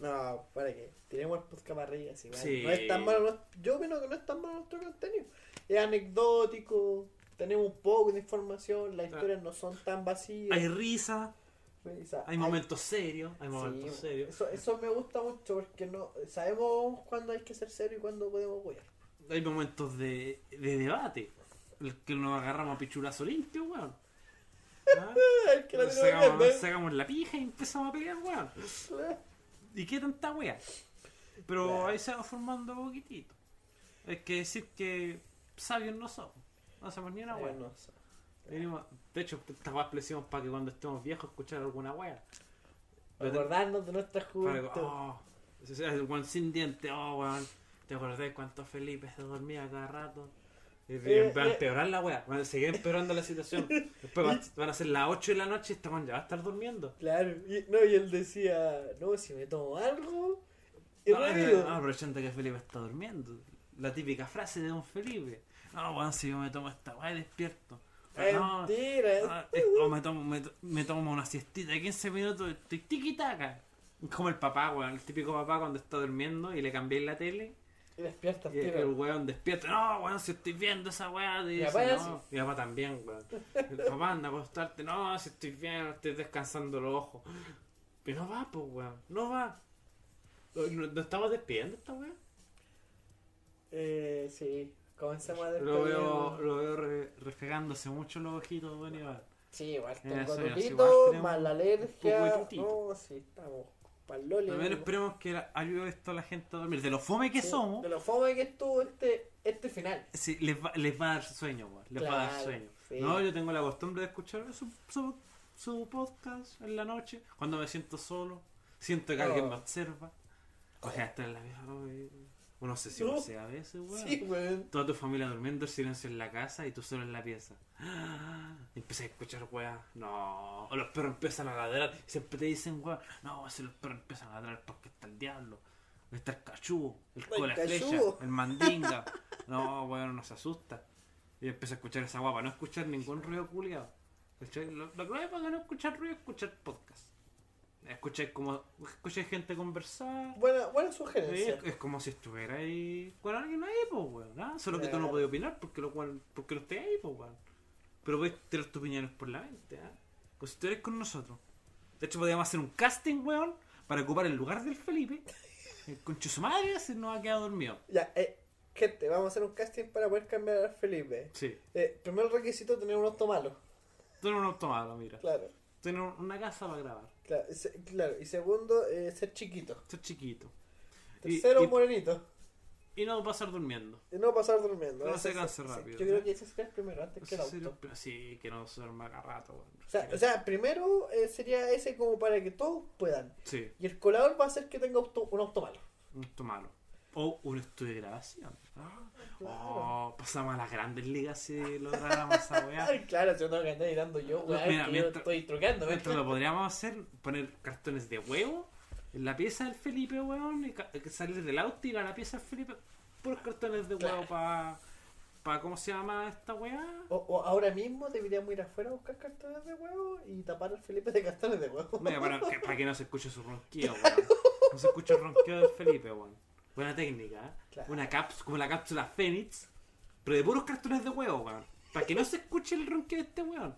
No, para que tiremos el podcast para arriba, si vale.
Sí.
No es tan malo, nuestro- yo opino que no es tan malo nuestro contenido. Es anecdótico, tenemos un poco de información, las historias no son tan vacías.
Hay risa,
O sea,
hay momentos serios, hay momentos
Sí,
serios.
Eso, eso me gusta mucho porque no sabemos cuándo hay que ser serio y cuándo podemos apoyar.
Hay momentos de, de debate. El que nos agarramos a pichurazo limpio, weón. ¿Ah?
El que la
Nos
tiene
sacamos,
grande,
nos sacamos la pija y empezamos a pelear, weón. ¿Y qué tanta wea? Pero ahí se va formando poquitito. Hay que decir que sabios no somos. No hacemos ni una
eh,
wea.
no sé.
Venimos- de hecho, estas weas presionamos para que cuando estemos viejos escuchar alguna wea.
Recordarnos de nuestra
Para que,
juventud.
oh, ese- ese weón sin diente, oh weón. ¿Te acordás cuánto Felipe se dormía cada rato? Y
Eh,
va a
eh.
empeorar la wea, van a seguir empeorando la situación. Después va- van a ser las 8 de la noche y este weón ya va a estar durmiendo.
Claro, y, no, y él decía, no, si me tomo algo, y
No,
rápido.
eh, no, aprovechando que Felipe está durmiendo. La típica frase de don Felipe. No, weón, si yo me tomo esta weá despierto.
Eh,
No,
Mentira.
Ah, es- o me tomo, me, to- me tomo una siestita de 15 minutos, estoy tiquitaca. Como el papá, weón, el típico papá cuando está durmiendo y le cambié la tele.
Y despierta al
Y el,
tiro.
weón despierta, no, weón, si estoy viendo esa weá.
Mi
De
papá es
no. Mi papá también, weón. El papá anda a acostarte, no, si estoy bien, estoy descansando los ojos. Pero no va, pues, weón, no va. ¿No, no estamos despidiendo esta weá?
Eh, sí, comenzamos a
Lo
despedirnos.
veo, lo veo re- refregándose mucho los ojitos, weón, y va.
Sí, igual
Eh,
tengo
soy así,
tutito,
igual tenemos
mala
un
alergia.
poco de tutito.
No, sí, estamos paloli.
Primero esperemos que la- ayude esto a la gente a dormir. De lo fome que somos,
De lo fome que estuvo este, este final.
sí, les, va, les va a dar sueño, weón, Les va a dar
Claro,
sueño.
sí.
No, yo tengo la costumbre de escuchar su, su, su podcast en la noche,
Oh.
cuando me siento solo, siento que alguien me observa. O sea, está en la vieja. Uno se si
No.
a veces, weón.
Sí, weón.
Toda tu familia durmiendo, el silencio en la casa y tú solo en la pieza. Y empiezas a escuchar weá. No. O los perros empiezan a ladrar. Y siempre te dicen, weón, no, si los perros empiezan a ladrar porque está el diablo. Está el cachugo, el cola flecha,
cachugo.
el mandinga. No, weón, no se asusta. Y empieza a escuchar esa guapa, no escuchar ningún ruido culiado. Lo, lo clave para no escuchar ruido es escuchar podcast. Escuchar como escuchar gente conversar.
Buena, buena
Sí,
sugerencia.
es, es como si estuviera ahí con alguien ahí, pues, weón. ¿ah? Solo que tú no
Claro.
podías opinar porque lo, cual- porque lo estés ahí, pues, weón. Pero puedes tirar tus opiniones por la mente, ¿ah? Pues si estuvieras con nosotros. De hecho, podríamos hacer un casting, weón, para ocupar el lugar del Felipe. El concho de su madre se nos ha quedado dormido.
Ya, eh, gente, vamos a hacer un casting para poder cambiar a Felipe.
Sí.
Eh, primer requisito tener un auto malo.
Tú eres un automata, mira.
Claro.
Tienes una casa para grabar.
Claro, y se- claro. y segundo, eh, ser chiquito.
Estás chiquito. Y-
Tercero,
y-
morenito.
Y no pasar durmiendo.
Y no pasar durmiendo.
No
Ese-
se cansa
ese-
rápido,
Yo
¿no?
creo que ese sería el primero, antes que el
Sí,
auto.
pero sí, que no se duerma cada rato, weón.
O sea, o sea primero eh, sería ese como para que todos puedan.
sí,
Y el colador va a ser que tenga auto- un auto malo.
un automata. O un estudio de grabación. Ah. Oh, pasamos a las grandes ligas si lográramos esa weá.
Ay, claro, si no tengo que andar gritando yo, weón,
Mira,
que
mientras-
yo estoy trucando.
Esto lo podríamos hacer, poner cartones de huevo en la pieza del Felipe, weón, y ca- salir del auto y ir a la pieza del Felipe, puros cartones de huevo para... Pa, ¿Cómo se llama esta weá?
O, o ahora mismo deberíamos ir afuera a buscar cartones de huevo y tapar al Felipe de cartones de huevo.
Mira, para que, para que no se escuche su ronquido, weón. No se escuche el ronquido del Felipe, weón. Buena técnica, ¿eh?
Claro.
Una cápsula, como la cápsula Fénix, pero de puros cartones de huevo, weón. Para que no se escuche el ronquido de este weón.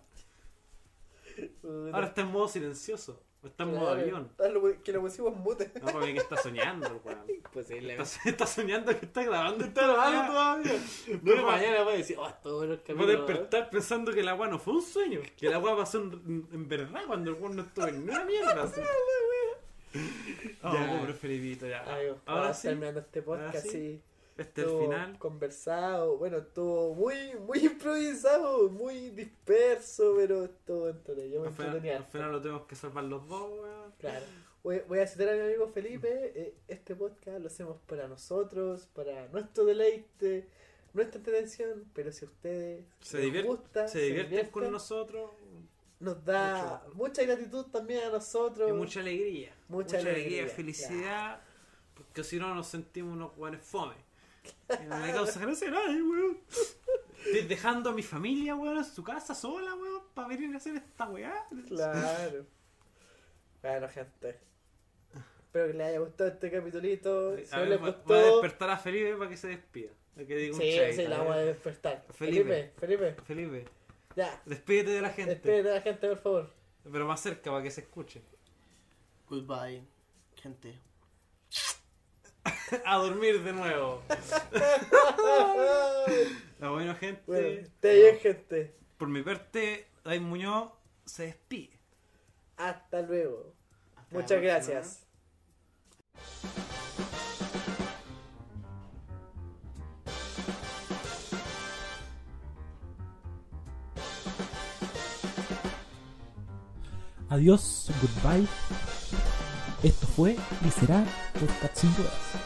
Ahora está en modo silencioso. O está en modo
Claro,
avión.
tal, ah, lo- que lo pusimos mute.
No, para mí que está soñando, el weón.
Pues sí, le
Está, está soñando que está grabando.
Está
é.
grabando todavía.
No,
No, mañana va a decir, oh, estuvo bueno el
Va a
camino.
despertar pensando que el agua no fue un sueño. Que el agua pasó en, en verdad cuando el weón no estuvo en una mierda. así. Oh,
Ya.
pobre Felipito, ya.
Ay,
Ahora
ahora
sí,
terminando este podcast,
sí.
sí.
este es el
Estuvo
final.
Conversado, bueno, estuvo muy, muy improvisado, muy disperso, pero estuvo entretenido. Yo me
Al final,
entretenía.
al final lo tenemos que salvar los dos, weón.
Claro. Voy, voy a citar a mi amigo Felipe. eh, este podcast lo hacemos para nosotros, para nuestro deleite, nuestra entretención. Pero si a ustedes
Se,
les
divier-
gusta,
se divierten con
divierten,
nosotros.
nos da mucha gratitud también a nosotros.
Y mucha alegría.
Mucha alegría,
felicidad. Porque si no nos sentimos unos weones fome. Y no me causa gracia a nadie, weón. Estoy dejando a mi familia, weón, en su casa sola, weón, para venir a hacer esta weá.
Claro. Bueno, gente. Espero que les haya gustado este capitulito. Si
A
no
ver,
les
voy- voy a
gustó.
despertar a Felipe para que se despida. Para que diga un
Sí,
chaito,
sí, la
¿eh?
vamos a despertar.
Felipe.
Felipe, Felipe,
Felipe,
ya.
despídete de la gente.
Despídete de la gente, por favor.
Pero más cerca para que se escuche.
Goodbye, gente.
a dormir de nuevo. La buena gente.
Bueno, te bien, gente.
Por mi parte, David Muñoz se despide.
Hasta luego.
la
Muchas
próxima.
gracias.
Adiós, goodbye. Esto fue y será Podcast Sin Ruedas.